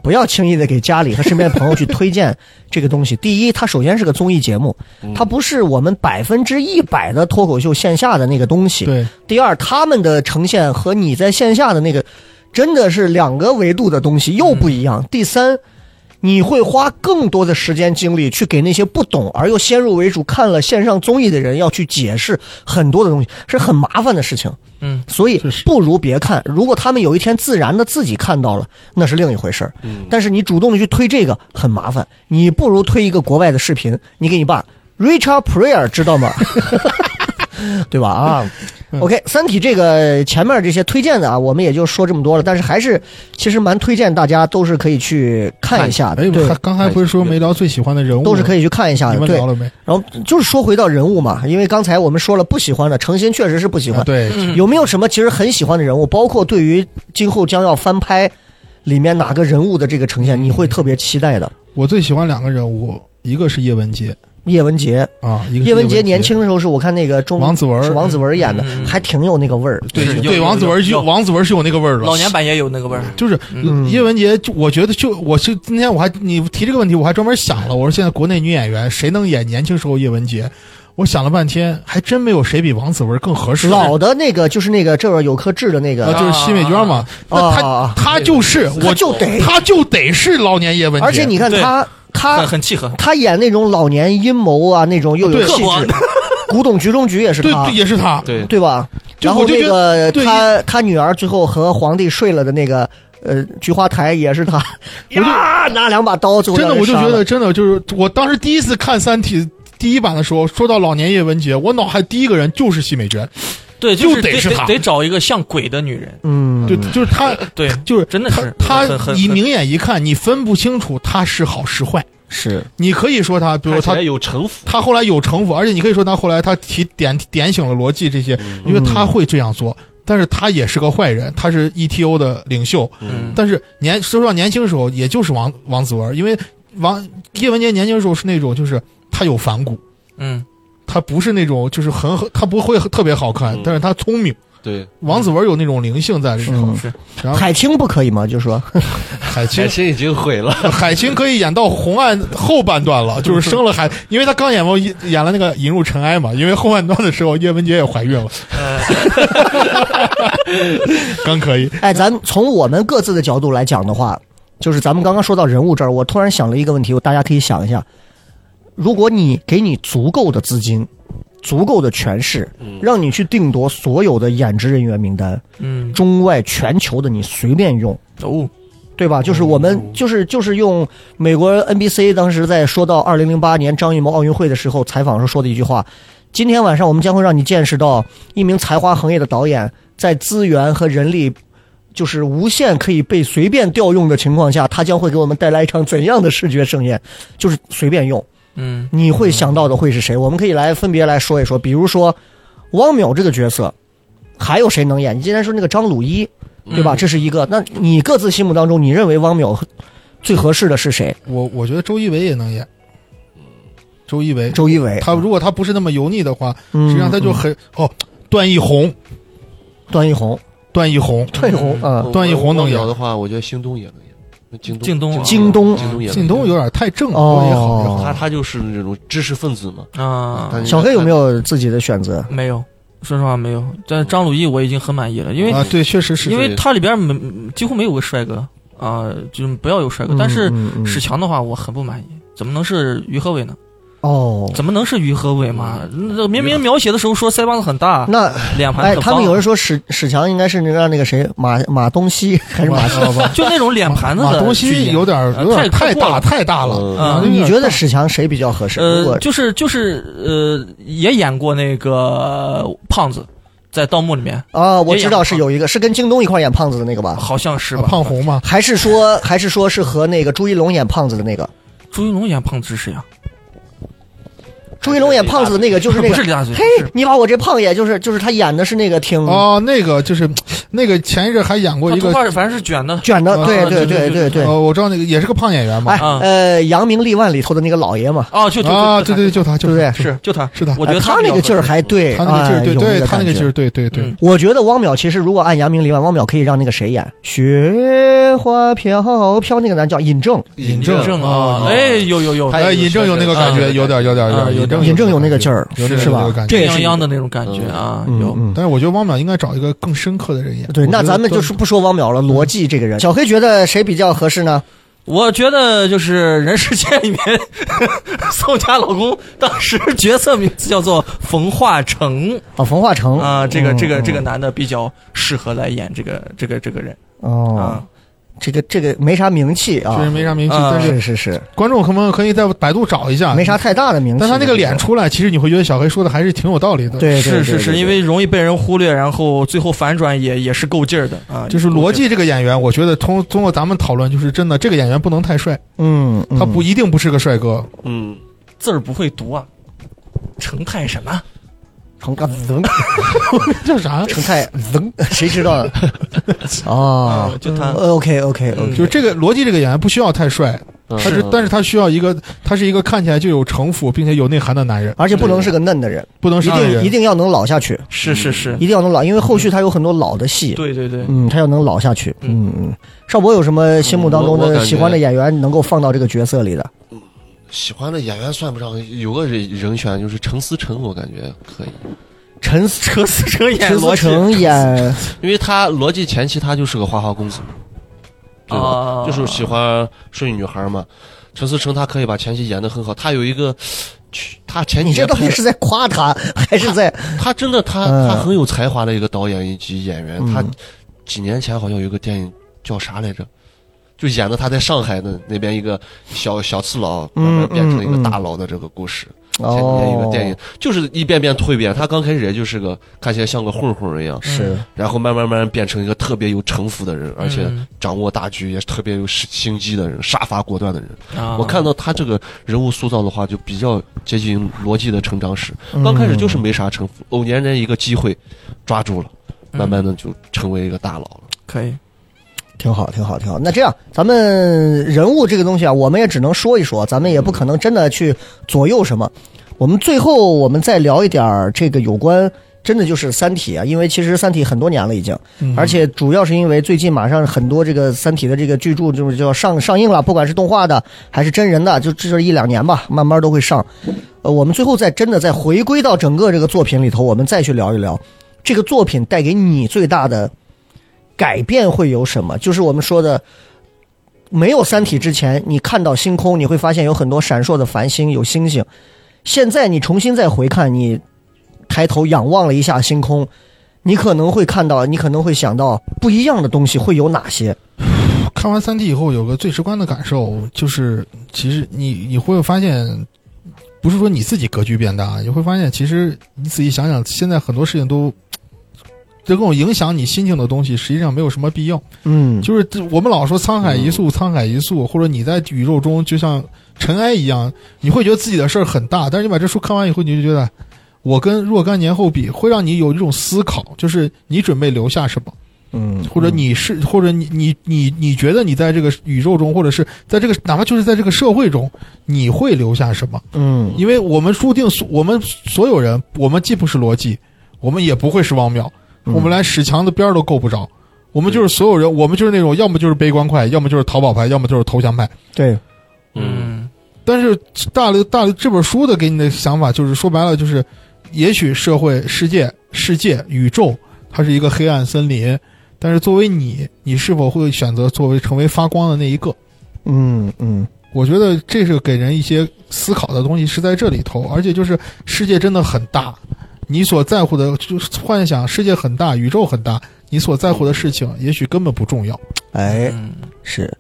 Speaker 3: 不要轻易的给家里和身边朋友去推荐这个东西。 第一，它首先是个综艺节目，它不是我们百分之一百的脱口秀线下的那个东西。
Speaker 4: 对，
Speaker 3: 第二，他们的呈现和你在线下的那个，真的是两个维度的东西，又不一样。
Speaker 4: 嗯
Speaker 3: 第三，你会花更多的时间精力去给那些不懂而又先入为主看了线上综艺的人要去解释很多的东西，是很麻烦的事情。
Speaker 5: 嗯，
Speaker 3: 所以
Speaker 4: 是是
Speaker 3: 不如别看。如果他们有一天自然的自己看到了，那是另一回事儿。
Speaker 2: 嗯
Speaker 3: 但是你主动的去推这个很麻烦，你不如推一个国外的视频，你给你爸 Richard Pryor 知道吗？ 对吧？啊，OK，《三
Speaker 4: 嗯
Speaker 3: 体》这个前面这些推荐的啊，我们也就说这么多了，但是还是其实蛮推荐大家都是可以去看一下的，
Speaker 4: 哎，
Speaker 3: 对
Speaker 4: 还，刚才不是说没聊最喜欢的人物吗，
Speaker 3: 都是可以去看一下
Speaker 4: 你
Speaker 3: 的，
Speaker 4: 们
Speaker 3: 对
Speaker 4: 聊。了没？
Speaker 3: 然后就是说回到人物嘛，因为刚才我们说了不喜欢的，程心确实是不喜欢
Speaker 4: 啊，对，
Speaker 5: 嗯
Speaker 3: 有没有什么其实很喜欢的人物，包括对于今后将要翻拍里面哪个人物的这个呈现，你会特别期待的？
Speaker 4: 我最喜欢两个人物，一个是叶文洁
Speaker 3: 叶文洁，
Speaker 4: 啊，一个是
Speaker 3: 叶文
Speaker 4: 洁
Speaker 3: 洁年，轻的时候是我看那个中
Speaker 4: 王子文
Speaker 3: 是王子文演的，
Speaker 5: 嗯
Speaker 3: 还挺有那个味儿。
Speaker 5: 对
Speaker 4: 对
Speaker 5: 有
Speaker 4: 对，
Speaker 5: 有
Speaker 4: 王子文就
Speaker 5: 有
Speaker 4: 王子文是有那个味儿的，
Speaker 5: 老年版也有那个味儿。
Speaker 4: 就是
Speaker 3: 嗯
Speaker 4: 叶文洁，就我觉得就我是今天我还你提这个问题，我还专门想了，我说现在国内女演员谁能演年轻时候叶文洁？我想了半天，还真没有谁比王子文更合适。
Speaker 3: 老的那个就是那个这儿有颗痣的那
Speaker 4: 啊，
Speaker 3: 个，
Speaker 4: 就是奚美娟嘛，那
Speaker 3: 啊啊
Speaker 4: 她
Speaker 3: 啊
Speaker 4: 她就是
Speaker 3: 他
Speaker 4: 我
Speaker 3: 就得，
Speaker 4: 她就得是老年叶文洁，
Speaker 3: 而且你看
Speaker 5: 对
Speaker 3: 他
Speaker 5: 很
Speaker 3: 他
Speaker 5: 很契合，
Speaker 3: 他演那种老年阴谋啊，那种又有
Speaker 4: 对
Speaker 3: 气质，古董局中局也是
Speaker 4: 对
Speaker 3: 他
Speaker 4: 对。也是她，
Speaker 2: 对，
Speaker 3: 对吧？
Speaker 4: 就
Speaker 3: 然后
Speaker 4: 我就
Speaker 3: 那
Speaker 4: 觉
Speaker 3: 个
Speaker 4: 对
Speaker 3: 他他女儿最后和皇帝睡了的那个呃菊花台也是他，呀拿两把刀最后
Speaker 4: 真
Speaker 3: 让
Speaker 4: 的
Speaker 3: 人
Speaker 4: 我就
Speaker 3: 杀
Speaker 4: 觉
Speaker 3: 了
Speaker 4: 得真的就是我当时第一次看《三体》第一版的时候，说到老年叶文洁，我脑海第一个人就是奚美娟，
Speaker 5: 对，
Speaker 4: 就是得
Speaker 5: 得
Speaker 4: 是她
Speaker 5: 得得找一个像鬼的女人，
Speaker 3: 嗯，
Speaker 4: 对，就是她，
Speaker 5: 对，
Speaker 4: 就是
Speaker 5: 真的
Speaker 4: 她
Speaker 5: 是很
Speaker 4: 她
Speaker 5: 很
Speaker 4: 以
Speaker 5: 很
Speaker 4: 明眼一看，你分不清楚她是好是坏。
Speaker 3: 是
Speaker 4: 你可以说他，比如
Speaker 2: 看起
Speaker 4: 他
Speaker 2: 来，有城府，
Speaker 4: 他后来有城府，而且你可以说他后来他提点点醒了逻辑这些，
Speaker 2: 嗯
Speaker 4: 因为他会这样做，但是他也是个坏人，他是 ETO 的领袖，
Speaker 5: 嗯，
Speaker 4: 但是年说实话，年轻时候也就是王王子文，因为王叶文洁年轻时候是那种就是他有反骨，
Speaker 5: 嗯，
Speaker 4: 他不是那种就是很他不会特别好看
Speaker 2: 嗯，
Speaker 4: 但是他聪明。
Speaker 2: 对，
Speaker 4: 王子文有那种灵性在里头，
Speaker 3: 嗯
Speaker 5: 是
Speaker 4: 然后
Speaker 3: 海清不可以吗？就说
Speaker 4: 海清
Speaker 2: 前身已经毁了，
Speaker 4: 海清可以演到红岸后半段了，就是生了孩，因为她刚演完演了那个《引入尘埃》嘛，因为后半段的时候叶文洁也怀孕了，呃刚可以，
Speaker 3: 哎，咱从我们各自的角度来讲的话，就是咱们刚刚说到人物这儿，我突然想了一个问题，大家可以想一下，如果你给你足够的资金。足够的权势，让你去定夺所有的演职人员名单，
Speaker 5: 嗯，
Speaker 3: 中外全球的你随便用，
Speaker 5: 哦，
Speaker 3: 对吧？就是我们就是就是用美国 NBC 当时在说到二零零八年张艺谋奥运会的时候采访时候说的一句话：今天晚上我们将会让你见识到一名才华横溢的导演在资源和人力。就是无限可以被随便调用的情况下，他将会给我们带来一场怎样的视觉盛宴？就是随便用，
Speaker 5: 嗯
Speaker 3: 你会想到的会是谁？我们可以来分别来说一说，比如说汪淼这个角色，还有谁能演？你今天说那个张鲁一，对吧？
Speaker 5: 嗯
Speaker 3: 这是一个。那你各自心目当中，你认为汪淼最合适的是谁？
Speaker 4: 我我觉得周一围也能演，周一围，
Speaker 3: 周一围，
Speaker 4: 他如果他不是那么油腻的话，
Speaker 3: 嗯
Speaker 4: 实际上他就很哦，段奕宏，
Speaker 3: 段奕宏，
Speaker 4: 段奕宏，
Speaker 3: 段奕宏，嗯，
Speaker 4: 段奕宏能演
Speaker 2: 演的话，我觉得京东也能演，那京东
Speaker 5: 京东啊
Speaker 3: 京东
Speaker 2: 京东也能
Speaker 4: 靳
Speaker 2: 演
Speaker 4: 东有点太正了，不过也好也好，
Speaker 2: 他
Speaker 3: 哦，
Speaker 2: 他就是那种知识分子嘛。
Speaker 5: 啊，
Speaker 2: 嗯
Speaker 3: 小黑有没有自己的选择？
Speaker 5: 没有，说实话没有，但张鲁一我已经很满意了，因为
Speaker 4: 啊，对，确实是
Speaker 5: 因为它里边没几乎没有个帅哥啊，就是不要有帅哥，但是
Speaker 3: 嗯嗯嗯
Speaker 5: 史强的话我很不满意。怎么能是于和伟呢？
Speaker 3: 哦，
Speaker 5: 怎么能是于和伟嘛？那明明描写的时候说腮帮子很大，
Speaker 3: 那
Speaker 5: 脸盘
Speaker 3: 哎，
Speaker 5: 很方，啊
Speaker 3: 他们有人说史史强应该是让那个谁马马东锡还是马
Speaker 4: 马
Speaker 3: 西？
Speaker 5: 就那种脸盘子
Speaker 4: 马
Speaker 5: 的
Speaker 4: 东
Speaker 5: 去
Speaker 4: 锡
Speaker 5: 演
Speaker 4: 有点有点太大太大了，
Speaker 2: 呃
Speaker 5: 啊
Speaker 3: 你觉得史强谁比较合适？如
Speaker 5: 呃，
Speaker 3: 果
Speaker 5: 就是就是呃，也演过那个胖子，在《盗墓》里面，
Speaker 3: 啊，我
Speaker 5: 也
Speaker 3: 知
Speaker 5: 演
Speaker 3: 道
Speaker 5: 过
Speaker 3: 是有一个是跟京东一块演胖子的那个吧？
Speaker 5: 好像是吧？
Speaker 4: 啊胖红嘛，
Speaker 3: 还是说还是说是和那个朱一龙演胖子的那个？
Speaker 5: 朱一龙演胖子是谁啊呀？
Speaker 3: 朱一龙演胖子的那个就是那
Speaker 5: 不
Speaker 3: 个
Speaker 5: 是李大嘴，
Speaker 3: 嘿，你把我这胖爷，就是就是他演的是那个挺
Speaker 4: 哦，那个就是那个前一阵还演过
Speaker 5: 他
Speaker 4: 一
Speaker 5: 头
Speaker 4: 个，
Speaker 5: 发反正是卷的，
Speaker 3: 卷的，
Speaker 4: 啊
Speaker 3: 对
Speaker 5: 对
Speaker 3: 对
Speaker 5: 对
Speaker 3: 对对。
Speaker 4: 呃，我知道那个也是个胖演员嘛，
Speaker 3: 哎
Speaker 5: 啊，
Speaker 3: 呃，《扬名立万》里头的那个老爷嘛，
Speaker 5: 哦，就就
Speaker 4: 啊，
Speaker 5: 就
Speaker 4: 对对，就他，就
Speaker 3: 对不对
Speaker 4: 他就是
Speaker 5: 就他，
Speaker 4: 是的，
Speaker 5: 我觉得
Speaker 3: 哎他
Speaker 5: 比
Speaker 3: 那
Speaker 5: 较
Speaker 3: 个劲儿
Speaker 5: 合适
Speaker 3: 还对，
Speaker 4: 他那个劲儿，
Speaker 3: 哎
Speaker 4: 对
Speaker 3: 有
Speaker 4: 对，
Speaker 3: 个
Speaker 4: 他那个
Speaker 3: 感觉
Speaker 4: 劲儿，对对对
Speaker 5: 嗯，
Speaker 3: 我觉得汪淼其实如果按扬名立万，汪淼可以让那个谁演雪花飘飘那个男叫尹正，
Speaker 4: 尹
Speaker 5: 正正
Speaker 3: 哦
Speaker 5: 啊，哎，有有有，
Speaker 2: 他
Speaker 4: 哎，尹正有那个感觉，
Speaker 5: 啊
Speaker 4: 有点有点有点，
Speaker 5: 啊尹正
Speaker 4: 有
Speaker 3: 尹正有那个劲儿
Speaker 4: 有那个
Speaker 3: 是吧
Speaker 4: 有那个感觉
Speaker 3: 这也
Speaker 5: 病
Speaker 3: 是一个
Speaker 5: 殃的那种感觉啊，
Speaker 3: 嗯
Speaker 5: 有。
Speaker 3: 嗯。
Speaker 4: 但是我觉得汪淼应该找一个更深刻的人演。
Speaker 3: 对，
Speaker 4: 我觉
Speaker 3: 那
Speaker 4: 得
Speaker 3: 咱们就是不说汪淼了，罗辑这个人，小黑觉得谁比较合适呢？
Speaker 5: 我觉得就是《人世间》里面 宋佳老公当时角色名字叫做冯化成
Speaker 3: 啊，冯化成
Speaker 5: 啊，这
Speaker 3: 嗯
Speaker 5: 个这个
Speaker 3: 嗯
Speaker 5: 这个男的比较适合来演这个这个这个人
Speaker 3: 哦
Speaker 5: 啊，，
Speaker 3: 这个这个没啥名气啊
Speaker 4: 确，实没啥名气，
Speaker 5: 啊
Speaker 4: 但是
Speaker 3: 是是是，
Speaker 4: 观众可不可以在百度找一下？
Speaker 3: 没啥太大的名气。
Speaker 4: 但他那个脸出来，其实你会觉得小黑说的还是挺有道理的。，
Speaker 3: 对，对，
Speaker 5: 是
Speaker 3: 对
Speaker 5: 是是，因为容易被人忽略，然后最后反转也也是够劲儿的啊，
Speaker 4: 就是
Speaker 5: 也够
Speaker 4: 逻
Speaker 5: 劲
Speaker 4: 辑
Speaker 5: 儿
Speaker 4: 这个演员，我觉得通通过咱们讨论，就是真的，这个演员不能太帅，
Speaker 3: 嗯，嗯
Speaker 4: 他不一定不是个帅哥。
Speaker 2: 嗯，
Speaker 5: 字儿不会读啊，成泰什么？
Speaker 3: 成个能
Speaker 4: 叫啥？
Speaker 3: 成太能，谁知道呢？啊
Speaker 5: 啊，就他
Speaker 3: ，OK OK OK，
Speaker 5: 嗯
Speaker 4: 就是这个逻辑，这个演员不需要太帅，
Speaker 2: 他
Speaker 4: 他是，
Speaker 3: 嗯
Speaker 4: 但是他需要一个，他是一个看起来就有城府并且有内涵的男人，
Speaker 3: 而且不能是个嫩的人，
Speaker 4: 不能
Speaker 3: 一
Speaker 4: 是那
Speaker 3: 定一
Speaker 4: 人。
Speaker 3: 定要能老下去，
Speaker 5: 是是是，
Speaker 3: 一定要能老，因为后续他有很多老的戏。
Speaker 5: 对对对，
Speaker 3: 嗯，他要能老下去，嗯嗯。邵博有什么心目当中
Speaker 2: 嗯我我
Speaker 3: 的
Speaker 2: 感觉
Speaker 3: 喜欢的演员能够放到这个角色里的？
Speaker 2: 喜欢的演员算不上，有个人人选就是陈思诚，我感觉可以，
Speaker 3: 陈思
Speaker 5: 陈思诚演
Speaker 3: 陈思
Speaker 5: 罗辑
Speaker 3: 诚演
Speaker 2: 因为他逻辑前期他就是个花花公子，对吧？
Speaker 5: 啊，
Speaker 2: 就是喜欢睡女孩嘛。陈思诚他可以把前期演得很好，他有一个，去他前几
Speaker 3: 你这
Speaker 2: 年
Speaker 3: 到
Speaker 2: 拍
Speaker 3: 底是在夸他还是在？
Speaker 2: 他真的他、
Speaker 3: 嗯
Speaker 2: 他很有才华的一个导演以及演员，
Speaker 3: 嗯
Speaker 2: 他几年前好像有一个电影叫啥来着，就演的他在上海的那边一个小小次佬，慢
Speaker 3: 嗯
Speaker 2: 慢变成了一
Speaker 3: 嗯嗯
Speaker 2: 个大佬的这个故事。前几年一个
Speaker 3: 哦，
Speaker 2: 电影，就是一遍遍蜕变。他刚开始也就是个看起来像个混混一样，
Speaker 3: 是
Speaker 2: 然后慢慢慢慢变成一个特别有城府的人，而且
Speaker 5: 嗯
Speaker 2: 掌握大局，也是特别有心机的人，杀伐果断的人。
Speaker 5: 啊
Speaker 2: 我看到他这个人物塑造的话，就比较接近逻辑的成长史。
Speaker 3: 嗯
Speaker 2: 刚开始就是没啥城府，偶然间一个机会抓住了，
Speaker 5: 嗯
Speaker 2: 慢慢的就成为一个大佬了。
Speaker 5: 可以，
Speaker 3: 挺好，挺好，挺好。那这样，咱们人物这个东西啊，我们也只能说一说，咱们也不可能真的去左右什么。我们最后我们再聊一点儿这个有关，真的就是《三体》啊，因为其实《三体》很多年了已经，
Speaker 2: 嗯
Speaker 3: 而且主要是因为最近马上很多这个《三体》的这个巨著就是就要上上映了，不管是动画的还是真人的，就至少一两年吧，慢慢都会上。呃，我们最后再真的再回归到整个这个作品里头，我们再去聊一聊这个作品带给你最大的改变会有什么？就是我们说的，没有《三体》之前，你看到星空，你会发现有很多闪烁的繁星，有星星。现在你重新再回看，你抬头仰望了一下星空，你可能会看到，你可能会想到不一样的东西会有哪些？
Speaker 4: 看完《三体》以后，有个最直观的感受就是，其实你你会发现，不是说你自己格局变大，啊你会发现，其实你仔细想想，现在很多事情都。这种影响你心情的东西，实际上没有什么必要。
Speaker 3: 嗯，
Speaker 4: 就是这我们老说沧海一粟，沧海一粟，或者你在宇宙中就像尘埃一样，你会觉得自己的事儿很大，但是你把这书看完以后，你就觉得，我跟若干年后比，会让你有一种思考，就是你准备留下什么，
Speaker 3: 嗯，
Speaker 4: 或者你是，或者你你你你觉得你在这个宇宙中，或者是在这个哪怕就是在这个社会中，你会留下什么？
Speaker 3: 嗯，
Speaker 4: 因为我们注定所，我们所有人，我们既不是逻辑，我们也不会是王淼，
Speaker 3: 嗯
Speaker 4: 我们连史强的边儿都够不着。我们就是所有人，我们就是那种要么就是悲观派，要么就是逃跑派，要么就是投降派。
Speaker 3: 对，
Speaker 5: 嗯
Speaker 4: 但是大刘大刘这本书的给你的想法就是说白了就是，也许社会、世界、世界、宇宙，它是一个黑暗森林，但是作为你，你是否会选择作为成为发光的那一个？
Speaker 3: 嗯嗯
Speaker 4: 我觉得这是给人一些思考的东西是在这里头，而且就是世界真的很大，你所在乎的就是幻想世界很大，宇宙很大，你所在乎的事情也许根本不重要。
Speaker 3: 哎，
Speaker 5: 嗯
Speaker 3: 是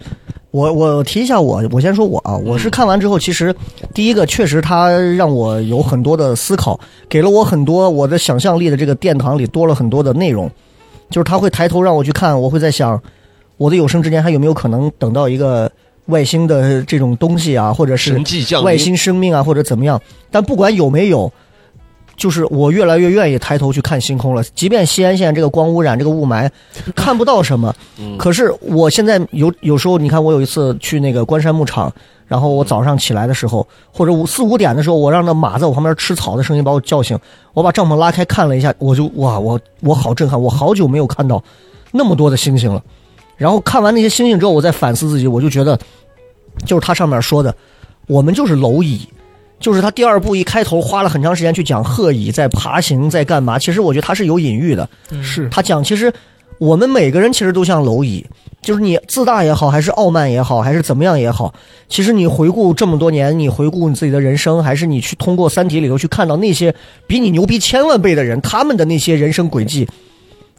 Speaker 3: 我我提一下我，我先说我啊，我是看完之后，其实第一个确实它让我有很多的思考，给了我很多我的想象力的这个殿堂里多了很多的内容，就是他会抬头让我去看，我会在想我的有生之年还有没有可能等到一个外星的这种东西啊，或者是
Speaker 2: 神迹降临，
Speaker 3: 外星生命啊，或者怎么样。但不管有没有，就是我越来越愿意抬头去看星空了。即便西安现在这个光污染、这个雾霾，看不到什么，
Speaker 2: 嗯
Speaker 3: 可是我现在有有时候，你看我有一次去那个关山牧场，然后我早上起来的时候，或者五四五点的时候，我让那马在我旁边吃草的声音把我叫醒，我把帐篷拉开看了一下，我就哇，我我好震撼，我好久没有看到那么多的星星了。然后看完那些星星之后，我再反思自己，我就觉得，就是他上面说的，我们就是蝼蚁，就是他第二部一开头花了很长时间去讲鹤蚁在爬行在干嘛，其实我觉得他是有隐喻的，
Speaker 5: 嗯
Speaker 4: 是，
Speaker 3: 他讲，其实我们每个人其实都像蝼蚁，就是你自大也好，还是傲慢也好，还是怎么样也好，其实你回顾这么多年，你回顾你自己的人生，还是你去通过《三体》里头去看到那些比你牛逼千万倍的人，他们的那些人生轨迹，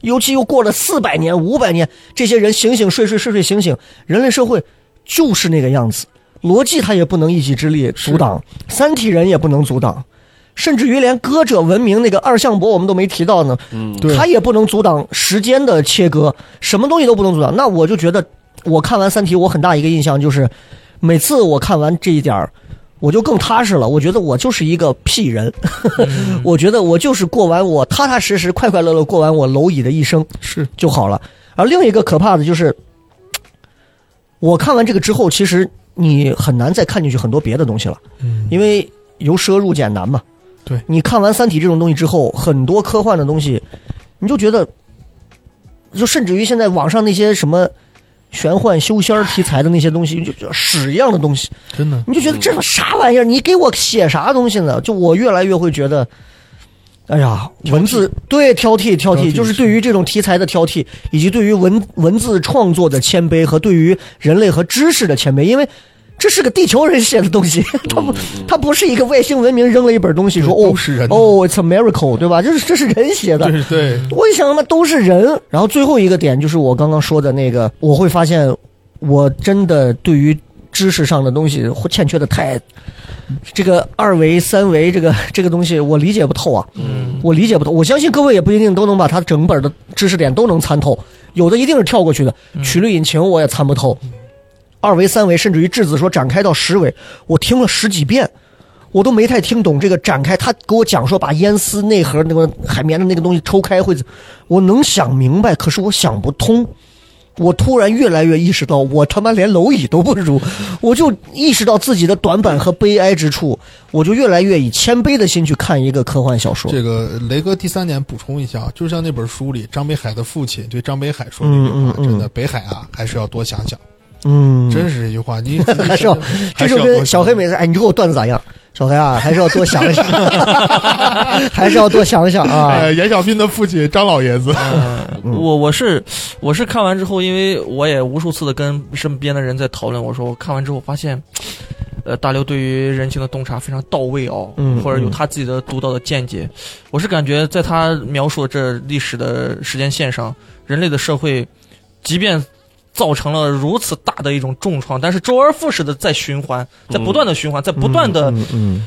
Speaker 3: 尤其又过了四百年、五百年，这些人醒醒睡睡睡睡醒醒，人类社会就是那个样子，逻辑它也不能一己之力阻挡，三体人也不能阻挡。甚至于连歌者文明那个二向箔我们都没提到呢，
Speaker 2: 嗯，
Speaker 4: 对
Speaker 3: 它也不能阻挡时间的切割，什么东西都不能阻挡。那我就觉得，我看完《三体》，我很大一个印象就是，每次我看完这一点儿，我就更踏实了。我觉得我就是一个屁人， 我觉得我就是过完我踏踏实实、快快乐乐过完我蝼蚁的一生
Speaker 4: 是
Speaker 3: 就好了。而另一个可怕的就是，我看完这个之后，其实你很难再看进去很多别的东西了。
Speaker 4: 嗯
Speaker 3: 因为由奢入俭难嘛。
Speaker 4: 对
Speaker 3: 你看完《三体》这种东西之后，很多科幻的东西，你就觉得，就甚至于现在网上那些什么玄幻修仙儿题材的那些东西，就就屎一样的东西，
Speaker 4: 真的
Speaker 3: 你就觉得这个啥玩意儿？你给我写啥东西呢？就我越来越会觉得，哎呀，文字对挑剔挑
Speaker 4: 挑
Speaker 3: 剔，
Speaker 4: 剔
Speaker 3: 就是
Speaker 4: 是
Speaker 3: 对于这种题材的挑剔，以及对于文文字创作的谦卑和对于人类和知识的谦卑，因为。这是个地球人写的东西， 它不，它不是一个外星文明扔了一本东西说
Speaker 4: 嗯对
Speaker 3: 哦
Speaker 4: 都是人的
Speaker 3: 哦，it's a miracle，对吧？这是这是人写的，
Speaker 4: 对对，
Speaker 3: 我一想他妈都是人。然后最后一个点就是我刚刚说的那个，我会发现我真的对于知识上的东西会欠缺的太，这个二维、三维这个这个东西我理解不透啊，
Speaker 2: 嗯，
Speaker 3: 我理解不透。我相信各位也不一定都能把它整本的知识点都能参透，有的一定是跳过去的。曲率引擎我也参不透，二维、三维，甚至于质子说展开到十维，我听了十几遍。我都没太听懂这个展开，他给我讲说把烟丝内核那个海绵的那个东西抽开会怎，我能想明白，可是我想不通。我突然越来越意识到，我他妈连蝼蚁都不如，我就意识到自己的短板和悲哀之处，我就越来越以谦卑的心去看一个科幻小说。
Speaker 4: 这个雷哥第三点补充一下啊，就像那本书里张北海的父亲对张北海说的那句
Speaker 3: 嗯嗯
Speaker 4: 话，
Speaker 3: 嗯
Speaker 4: 真的北海啊，还是要多想想，
Speaker 3: 嗯，
Speaker 4: 真是这句话，你
Speaker 3: 还是要，这
Speaker 4: 还是
Speaker 3: 就
Speaker 4: 要
Speaker 3: 跟小
Speaker 4: 多想
Speaker 3: 黑每次，哎，你给我段子咋样？小黑啊，还是要多想一 想，还是要多想想啊。
Speaker 5: 哎
Speaker 4: 呃，严小斌的父亲张老爷子，
Speaker 5: 嗯我我是我是看完之后，因为我也无数次的跟身边的人在讨论，我说我看完之后发现，呃，大刘对于人性的洞察非常到位哦，
Speaker 3: 嗯
Speaker 5: 或者有他自己的独到的见解。我是感觉在他描述的这历史的时间线上，人类的社会，即便造成了如此大的一种重创，但是周而复始的在循环，在不断的循环，在不断的、
Speaker 3: 嗯嗯，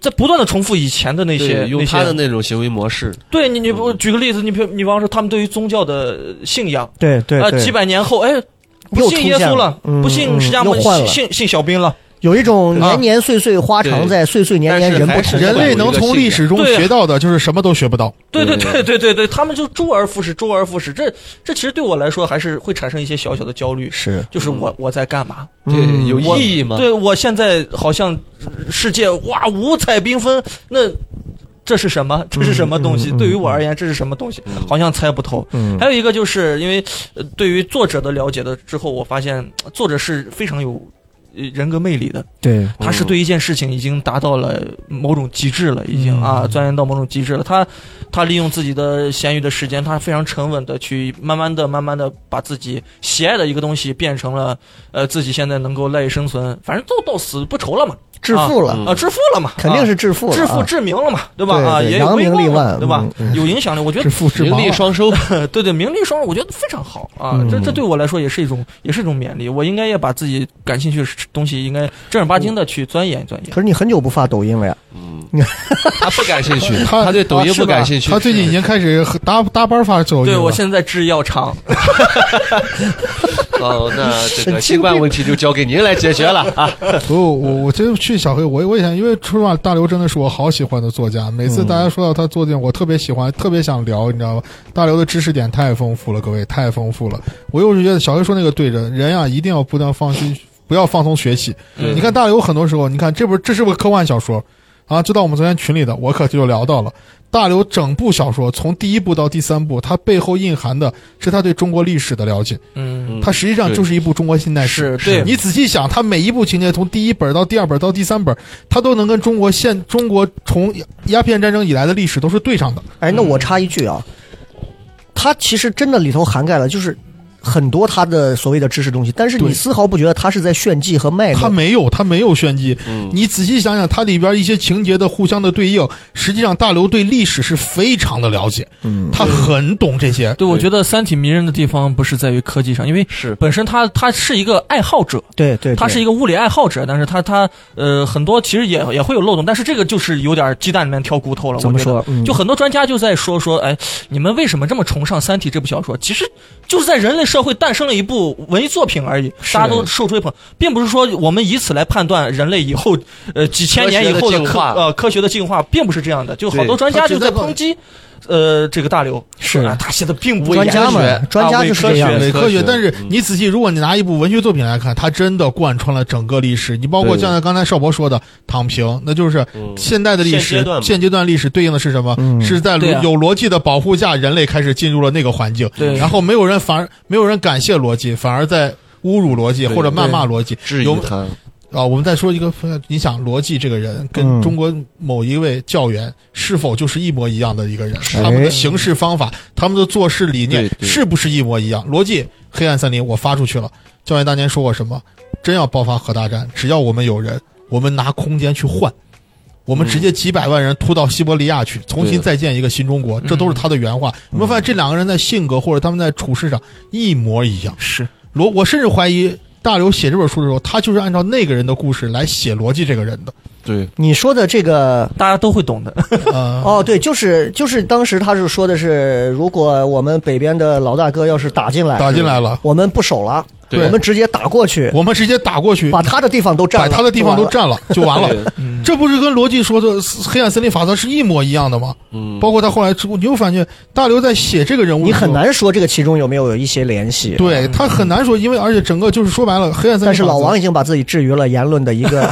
Speaker 5: 在不断的重复以前的那些
Speaker 2: 对，用
Speaker 5: 那
Speaker 2: 他的
Speaker 5: 些。
Speaker 2: 那种行为模式，
Speaker 5: 对你，你不举个例子，你比如你比方说他们对于宗教的呃信仰。
Speaker 3: 对对
Speaker 5: 啊，
Speaker 3: 对，
Speaker 5: 几百年后，哎，不
Speaker 3: 又
Speaker 5: 信
Speaker 3: 出
Speaker 5: 耶
Speaker 3: 现
Speaker 5: 稣
Speaker 3: 了
Speaker 5: 了，
Speaker 3: 嗯
Speaker 5: 不信释
Speaker 3: 嗯
Speaker 5: 迦
Speaker 3: 又
Speaker 5: 牟尼，
Speaker 3: 换
Speaker 5: 信
Speaker 3: 了
Speaker 5: 信信小兵了。
Speaker 3: 有一种
Speaker 5: 啊
Speaker 3: 年年岁岁花常在，岁岁年年人不
Speaker 2: 但是
Speaker 3: 同。
Speaker 2: 还
Speaker 4: 人
Speaker 2: 是
Speaker 4: 类能从历史中
Speaker 5: 对啊
Speaker 4: 学到的就是什么都学不到，
Speaker 5: 对对
Speaker 2: 对
Speaker 5: 对对对对，他们就周而复始，周而复始。这这其实对我来说还是会产生一些小小的焦虑，
Speaker 3: 是，
Speaker 5: 就是我我在干嘛？
Speaker 3: 嗯
Speaker 2: 对，有
Speaker 5: 我
Speaker 2: 意义吗？
Speaker 5: 对我现在好像呃世界哇五彩缤纷，那这是什么？这是什么东西？
Speaker 3: 嗯嗯嗯
Speaker 5: 对于我而言，这是什么东
Speaker 2: 嗯
Speaker 5: 西？好像猜不透。
Speaker 3: 嗯
Speaker 5: 还有一个就是因为呃对于作者的了解的之后，我发现呃作者是非常有呃人格魅力的。
Speaker 3: 对，
Speaker 5: 他是对一件事情已经达到了某种极致了，已经啊钻研到某种极致了。他他利用自己的闲余的时间，他非常沉稳的去慢慢的、慢慢的把自己喜爱的一个东西变成了呃自己现在能够赖以生存，反正都到死不愁了嘛，
Speaker 3: 致富了，
Speaker 5: 啊致富了嘛，
Speaker 3: 肯定是致富
Speaker 5: 啊
Speaker 3: 了啊，
Speaker 5: 致富致名了嘛，对吧？
Speaker 3: 对
Speaker 5: 啊
Speaker 3: 对
Speaker 5: 也有
Speaker 3: 扬
Speaker 5: 威
Speaker 3: 名立
Speaker 5: 望嘛
Speaker 3: 万
Speaker 5: 对吧
Speaker 3: 嗯？
Speaker 5: 有影响力，我觉
Speaker 4: 致
Speaker 5: 得
Speaker 4: 富致
Speaker 2: 名
Speaker 4: 盲
Speaker 2: 利
Speaker 4: 啊。
Speaker 2: 双收，
Speaker 5: 呃对对名利双收，我觉得非常好啊
Speaker 3: 嗯。
Speaker 5: 这这对我来说也是一种也是一种勉励，我应该也把自己感兴趣的东西应该正儿八经的去钻研钻研。
Speaker 3: 可是你很久不发抖音了呀？
Speaker 2: 嗯，他不感兴趣，
Speaker 4: 他啊
Speaker 2: 他对抖音不感兴趣，
Speaker 4: 他最近已经开始和搭搭班发抖音
Speaker 5: 对，
Speaker 4: 了
Speaker 5: 我现在制药厂，
Speaker 2: 哦，那这
Speaker 3: 神经病
Speaker 2: 个新冠问题就交给您来解决了啊。
Speaker 4: 不，我
Speaker 5: 呃
Speaker 4: 我真去小黑，我我以前因为说实话，大刘真的是我好喜欢的作家。每
Speaker 5: 嗯
Speaker 4: 次大家说到他作品，我特别喜欢，特别想聊，你知道吗？大刘的知识点太丰富了，各位太丰富了。我又是觉得小黑说那个对着人呀、一定要不能放心，不要放松学习。
Speaker 5: 对
Speaker 4: 你看大刘很多时候，你看这不是这是不是科幻小说啊？就到我们昨天群里的，我可就聊到了。大刘整部小说从第一部到第三部，它背后蕴含的是他对中国历史的了解。
Speaker 5: 嗯，
Speaker 4: 它实际上就是一部中国现代史。
Speaker 5: 是对
Speaker 4: 你仔细想，它每一部情节，从第一本到第二本到第三本，它都能跟中国现中国从鸦片战争以来的历史都是对上的。
Speaker 5: 嗯
Speaker 3: 哎，那我插一句啊，它其实真的里头涵盖了，就是很多他的所谓的知识东西，但是你
Speaker 4: 对
Speaker 3: 丝毫不觉得他是在炫技和卖
Speaker 4: 他
Speaker 3: 弄。
Speaker 4: 没有，他没有炫技。
Speaker 2: 嗯
Speaker 4: 你仔细想想，它里边一些情节的互相的对应，实际上大刘对历史是非常的了解，
Speaker 3: 嗯，
Speaker 4: 他很懂这些。
Speaker 5: 对，我觉得《三体》迷人的地方不是在于科技上，因为
Speaker 2: 是
Speaker 5: 本身他他是一个爱好者，
Speaker 3: 对对，
Speaker 5: 他是一
Speaker 3: 个
Speaker 5: 个物理爱好者，但是他他呃很多其实也也会有漏洞，但是这个就是有点鸡蛋里面挑骨头了。
Speaker 3: 怎么
Speaker 5: 我觉得？
Speaker 3: 说？嗯
Speaker 5: 就很多专家就在说说，哎，你们为什么这么崇尚《三体》这部小说？其实就是在人类社会诞生了一部文艺作品而已，
Speaker 3: 是
Speaker 5: 大家都受追捧，并不是说我们以此来判断人类以后呃几千年以后
Speaker 2: 科学的
Speaker 5: 的
Speaker 2: 进
Speaker 5: 科
Speaker 2: 化
Speaker 5: 呃科学的进化，并不是这样的。就好
Speaker 2: 对
Speaker 5: 多专家
Speaker 4: 他只
Speaker 5: 就在
Speaker 4: 在
Speaker 5: 抨击，呃，这个大刘
Speaker 3: 是
Speaker 5: 说啊他写的并不
Speaker 3: 专
Speaker 5: 严
Speaker 3: 家嘛
Speaker 5: 学
Speaker 3: 专家
Speaker 5: 啊伪
Speaker 3: 就是
Speaker 5: 科
Speaker 3: 这
Speaker 5: 学
Speaker 3: 样的
Speaker 4: 伪科学，
Speaker 2: 科学
Speaker 4: 但是
Speaker 2: 嗯
Speaker 4: 你仔细，如果你拿一部文学作品来看，它真的贯穿了整个历史。你包括
Speaker 2: 对
Speaker 4: 像刚才邵博说的“躺平”，那就是
Speaker 2: 嗯
Speaker 4: 现代的历
Speaker 2: 现阶
Speaker 4: 史
Speaker 2: 段嘛，
Speaker 4: 现阶段历史对应的是什么？
Speaker 3: 嗯
Speaker 4: 是在
Speaker 5: 对啊
Speaker 4: 有逻辑的保护下，人类开始进入了那个环境。
Speaker 5: 对
Speaker 4: 然后没有人反而没有人感谢逻辑，反而在侮辱逻辑
Speaker 2: 对
Speaker 4: 或者谩骂逻辑。
Speaker 2: 质
Speaker 4: 有
Speaker 2: 疑他，
Speaker 4: 啊，我们再说一个，你想罗辑这个人
Speaker 3: 嗯
Speaker 4: 跟中国某一位教员是否就是一模一样的一个人？
Speaker 3: 是
Speaker 4: 他们的行事方法、他们的做事理念
Speaker 2: 对对
Speaker 4: 是不是一模一样？罗辑黑暗森林我发出去了，教员当年说过什么？真要爆发核大战，只要我们有人，我们拿空间去换。我们直接几百万人突到西伯利亚去，重
Speaker 2: 对
Speaker 4: 新
Speaker 2: 的
Speaker 4: 再建一个新中国，这都
Speaker 3: 嗯
Speaker 4: 是他的原话。你会发现这两个人在性格或者他们在处事上一模一样。
Speaker 5: 是
Speaker 4: 罗，我甚至怀疑大刘写这本书的时候，他就是按照那个人的故事来写逻辑这个人的。
Speaker 2: 对，
Speaker 3: 你说的这个
Speaker 5: 大家都会懂的。
Speaker 4: 呃，
Speaker 3: 哦， 对，就是就是当时他是说的是，如果我们北边的老大哥要是打进来，
Speaker 4: 打进来了，
Speaker 3: 我们不守了，
Speaker 2: 对
Speaker 3: 我们直接打过去，
Speaker 4: 我们直接打过去，
Speaker 3: 把他的地方都占
Speaker 4: 把
Speaker 3: 了，
Speaker 4: 他的地方都
Speaker 3: 就完了。
Speaker 4: 占了，就完了。
Speaker 2: 对
Speaker 5: 嗯
Speaker 4: 这不是跟逻辑说的黑暗森林法则是一模一样的吗？
Speaker 2: 嗯，
Speaker 4: 包括他后来之后，你会发现大刘在写这个人物，
Speaker 3: 你很。难说这个其中有没有有一些联系。
Speaker 4: 对他很难说，因为而且整个就是说白了，黑暗森林。
Speaker 3: 但是老王，已经把自己置于了言论的一 个，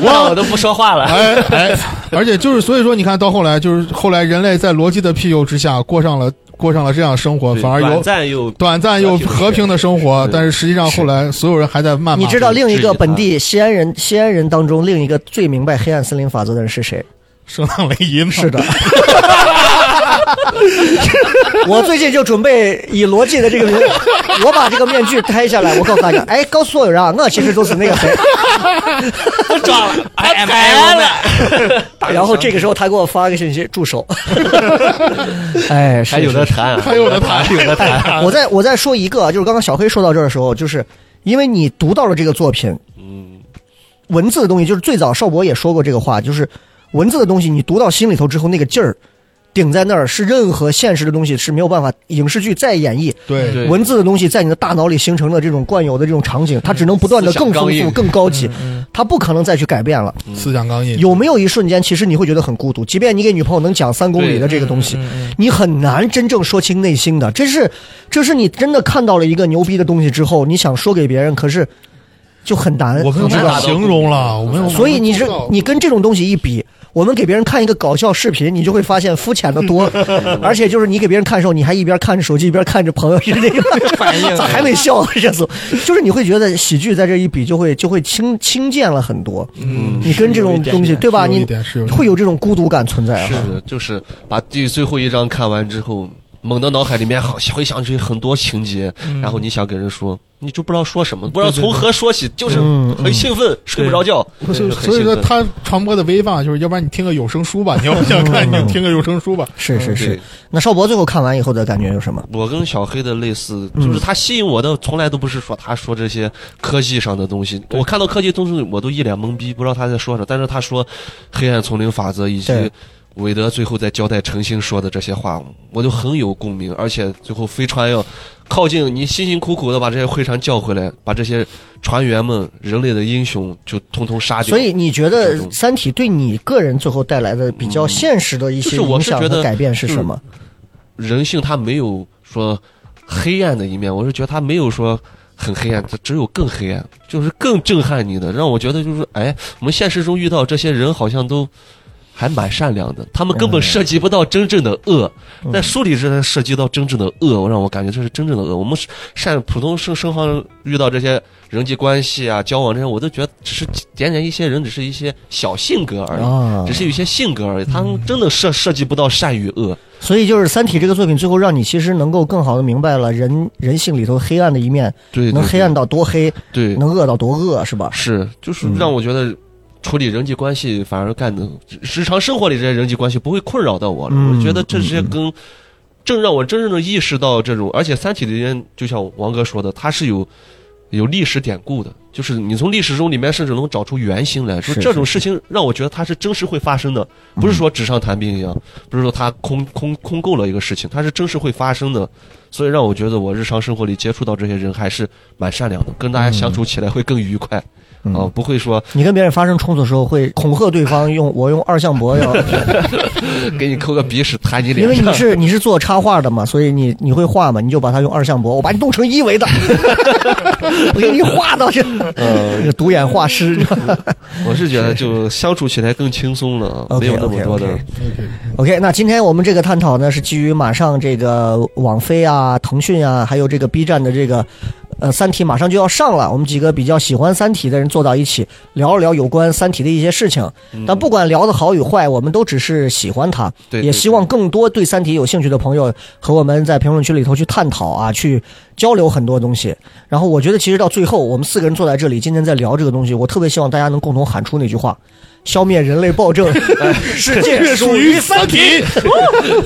Speaker 2: 我我都不说话了。
Speaker 4: 哎 哎， 而且就是所以说，你看到后来就是后来人类在逻辑的庇佑之下，过上了过上了这样的生活，
Speaker 2: 对
Speaker 4: 反而
Speaker 2: 短
Speaker 4: 有
Speaker 2: 暂又
Speaker 4: 短暂又和平的生活
Speaker 2: 对，
Speaker 4: 但是实际上后来所有人还在谩骂。
Speaker 3: 你知道另一
Speaker 2: 质疑
Speaker 3: 个
Speaker 2: 他
Speaker 3: 本地西安人，西安人当中另一个最明白黑暗森林法则的人是谁？
Speaker 4: 声浪雷音
Speaker 3: 是的。 我最近就准备以逻辑的这个 名，我把这个面具摘下来，我告诉大家，哎，告诉所有人啊，我其实就是那个谁。
Speaker 5: 抓了，I am
Speaker 3: 然后这个时候他给我发个信息，住 手。哎，是
Speaker 2: 还有的
Speaker 3: 是
Speaker 2: 谈，啊
Speaker 4: 还有的谈
Speaker 2: 还有的谈。
Speaker 3: 我再我再说一个啊，就是刚刚小黑说到这儿的时候，就是因为你读到了这个作品，
Speaker 2: 嗯，
Speaker 3: 文字的东西，就是最早邵博也说过这个话，就是文字的东西，你读到心里头之后，那个劲儿顶在那儿，是任何现实的东西是没有办法，影视剧再演绎，
Speaker 4: 对
Speaker 2: 对
Speaker 3: 文字的东西在你的大脑里形成的这种惯有的这种场景，它只能不断的更丰
Speaker 2: 思想
Speaker 3: 富、
Speaker 2: 钢印
Speaker 3: 更高级，
Speaker 5: 嗯
Speaker 3: 它不可能再去改变了。
Speaker 4: 思想刚硬。
Speaker 3: 嗯有没有一瞬间，其实你会觉得很孤独？即便你给女朋友能讲三公里的这个东西，
Speaker 5: 嗯嗯嗯
Speaker 3: 你很难真正说清内心的。这是，这是你真的看到了一个牛逼的东西之后，你想说给别人，可是就很难。
Speaker 4: 我没有
Speaker 3: 你知
Speaker 4: 办
Speaker 3: 道
Speaker 4: 法形容了，我没有办法做到。
Speaker 3: 所以你这你跟这种东西一比，我们给别人看一个搞笑视频，你就会发现肤浅的多，而且就是你给别人看的时候，你还一边看着手机一边看着朋友是那个
Speaker 5: 反应
Speaker 3: 咋还没笑？这次就是你会觉得喜剧在这一比就会就会轻轻贱了很多，
Speaker 2: 嗯
Speaker 3: 你跟这种东西对吧？
Speaker 4: 是有一
Speaker 3: 你
Speaker 4: 点是有一点
Speaker 3: 会有这种孤独感存在
Speaker 2: 是
Speaker 3: 啊。
Speaker 2: 的，就是把第最后一章看完之后，猛地脑海里面好回想起很多情节，
Speaker 3: 嗯
Speaker 5: 嗯
Speaker 2: 然后你想给人说，你就不知道说什么，不知道从何说起，就是
Speaker 3: 嗯
Speaker 2: 很兴奋，睡不着觉。
Speaker 4: 不是，
Speaker 2: 就很
Speaker 4: 所以
Speaker 2: 兴
Speaker 4: 说
Speaker 2: 奋
Speaker 4: 他传播的威望就是，要不然你听个有声书吧，你要不想
Speaker 3: 嗯
Speaker 4: 看你就听个有声书吧。
Speaker 3: 是是是
Speaker 2: 嗯对，
Speaker 3: 那邵博最后看完以后的感觉有什么？
Speaker 2: 我跟小黑的类似，就是他吸引我的从来都不是说他说这些科技上的东西，我看到科技东西我都一脸懵逼，不知道他在说啥。但是他说黑暗丛林法则以及
Speaker 3: 对
Speaker 2: 韦德最后在交代诚心说的这些话，我就很有共鸣。而且最后飞船要靠近，你辛辛苦苦的把这些灰船叫回来，把这些船员们人类的英雄就通通杀掉。
Speaker 3: 所以你觉得
Speaker 2: 这种
Speaker 3: 《三体》对你个人最后带来的比较现实的一些
Speaker 2: 就是我
Speaker 3: 影
Speaker 2: 是
Speaker 3: 响
Speaker 2: 觉
Speaker 3: 和
Speaker 2: 得嗯
Speaker 3: 改变是
Speaker 2: 就是
Speaker 3: 什么？
Speaker 2: 人性它没有说黑暗的一面，我是觉得它没有说很黑暗，它只有更黑暗，就是更震撼你的，让我觉得就是哎，我们现实中遇到这些人好像都还蛮善良的，他们根本涉及不到真正的恶，在书里是涉及到真正的恶，让我感觉这是真正的恶。我们是善普通生生活上遇到这些人际关系啊、交往这些，我都觉得只是点点一些人，只是一些小性格而已，
Speaker 3: 啊
Speaker 2: 只，是有一些性格而已，他们真的涉涉及不到善与恶。
Speaker 3: 所以就是《三体》这个作品，最后让你其实能够更好的明白了人人性里头黑暗的一面，
Speaker 2: 对，
Speaker 3: 能
Speaker 2: 对
Speaker 3: 黑暗到多黑，
Speaker 2: 对，
Speaker 3: 能恶到多恶，是吧？
Speaker 2: 是，就是
Speaker 3: 嗯
Speaker 2: 让我觉得处理人际关系反而干的日常生活里这些人际关系不会困扰到我了。
Speaker 3: 嗯
Speaker 2: 我觉得这些跟正让我真正的意识到这种，而且《三体》里面就像王哥说的，它是有有历史典故的，就是你从历史中里面甚至能找出原型来，就是这种事情让我觉得它是真实会发生的，
Speaker 3: 嗯
Speaker 2: 不是说纸上谈兵一样，不是说它空空空构了一个事情，它是真实会发生的。所以让我觉得我日常生活里接触到这些人还是蛮善良的，跟大家相处起来会更愉快。
Speaker 3: 嗯
Speaker 2: 啊，不会说
Speaker 3: 你跟别人发生冲突的时候，会恐吓对方用我用二向箔要，
Speaker 2: 给你抠个鼻屎弹你
Speaker 3: 因
Speaker 2: 脸
Speaker 3: 为你
Speaker 2: 上。
Speaker 3: 是你是做插画的嘛，所以你你会画嘛，你就把它用二向箔，我把你弄成一维的， 我给你画到这，这个独眼画师。
Speaker 2: 我是觉得就相处起来更轻松了，
Speaker 3: OK，
Speaker 2: 没有那么多的
Speaker 3: OK，OK OK，那今天我们这个探讨呢，是基于马上这个网飞啊、腾讯啊，还有这个 B 站的这个呃《三体》马上就要上了，我们几个比较喜欢《三体》的人坐到一起聊一聊有关《三体》的一些事情。但不管聊的好与坏，我们都只是喜欢它，
Speaker 2: 嗯对
Speaker 3: 也希望更多对《三体》有兴趣的朋友和我们在评论区里头去探讨啊，去交流很多东西。然后我觉得，其实到最后，我们四个人坐在这里，今天在聊这个东西，我特别希望大家能共同喊出那句话：“消灭人类暴 政，哎世界属于三体。”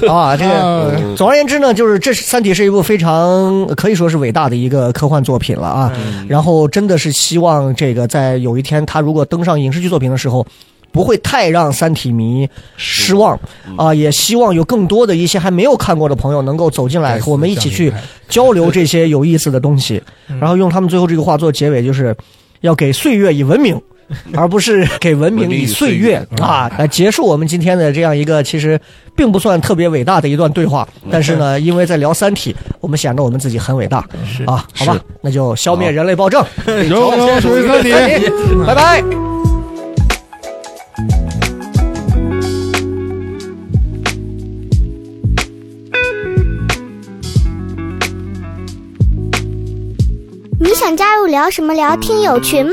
Speaker 3: 啊，这个。
Speaker 2: 嗯
Speaker 4: 啊
Speaker 3: 总而言之呢，就是这是《三体》是一部非常可以说是伟大的一个科幻作品了啊。
Speaker 2: 嗯
Speaker 3: 然后真的是希望这个在有一天，它如果登上影视剧作品的时候，不会太让《三体》迷失望啊、也希望有更多的一些还没有看过的朋友能够走进来，和我们一起 去交流这些有意思的东西，然后用他们最后这句话做结尾，就是要给岁月以文明。而不是给文明以岁月
Speaker 2: 文
Speaker 3: 啊，来结束我们今天的这样一个其实并不算特别伟大的一段对话，但是呢，因为在聊《三体》，我们显得我们自己很伟大啊，好吧
Speaker 2: 是，
Speaker 3: 那就消灭人类暴政，
Speaker 4: 有有属于三体。
Speaker 3: 拜拜。
Speaker 1: 你想加入聊什么聊听友群吗？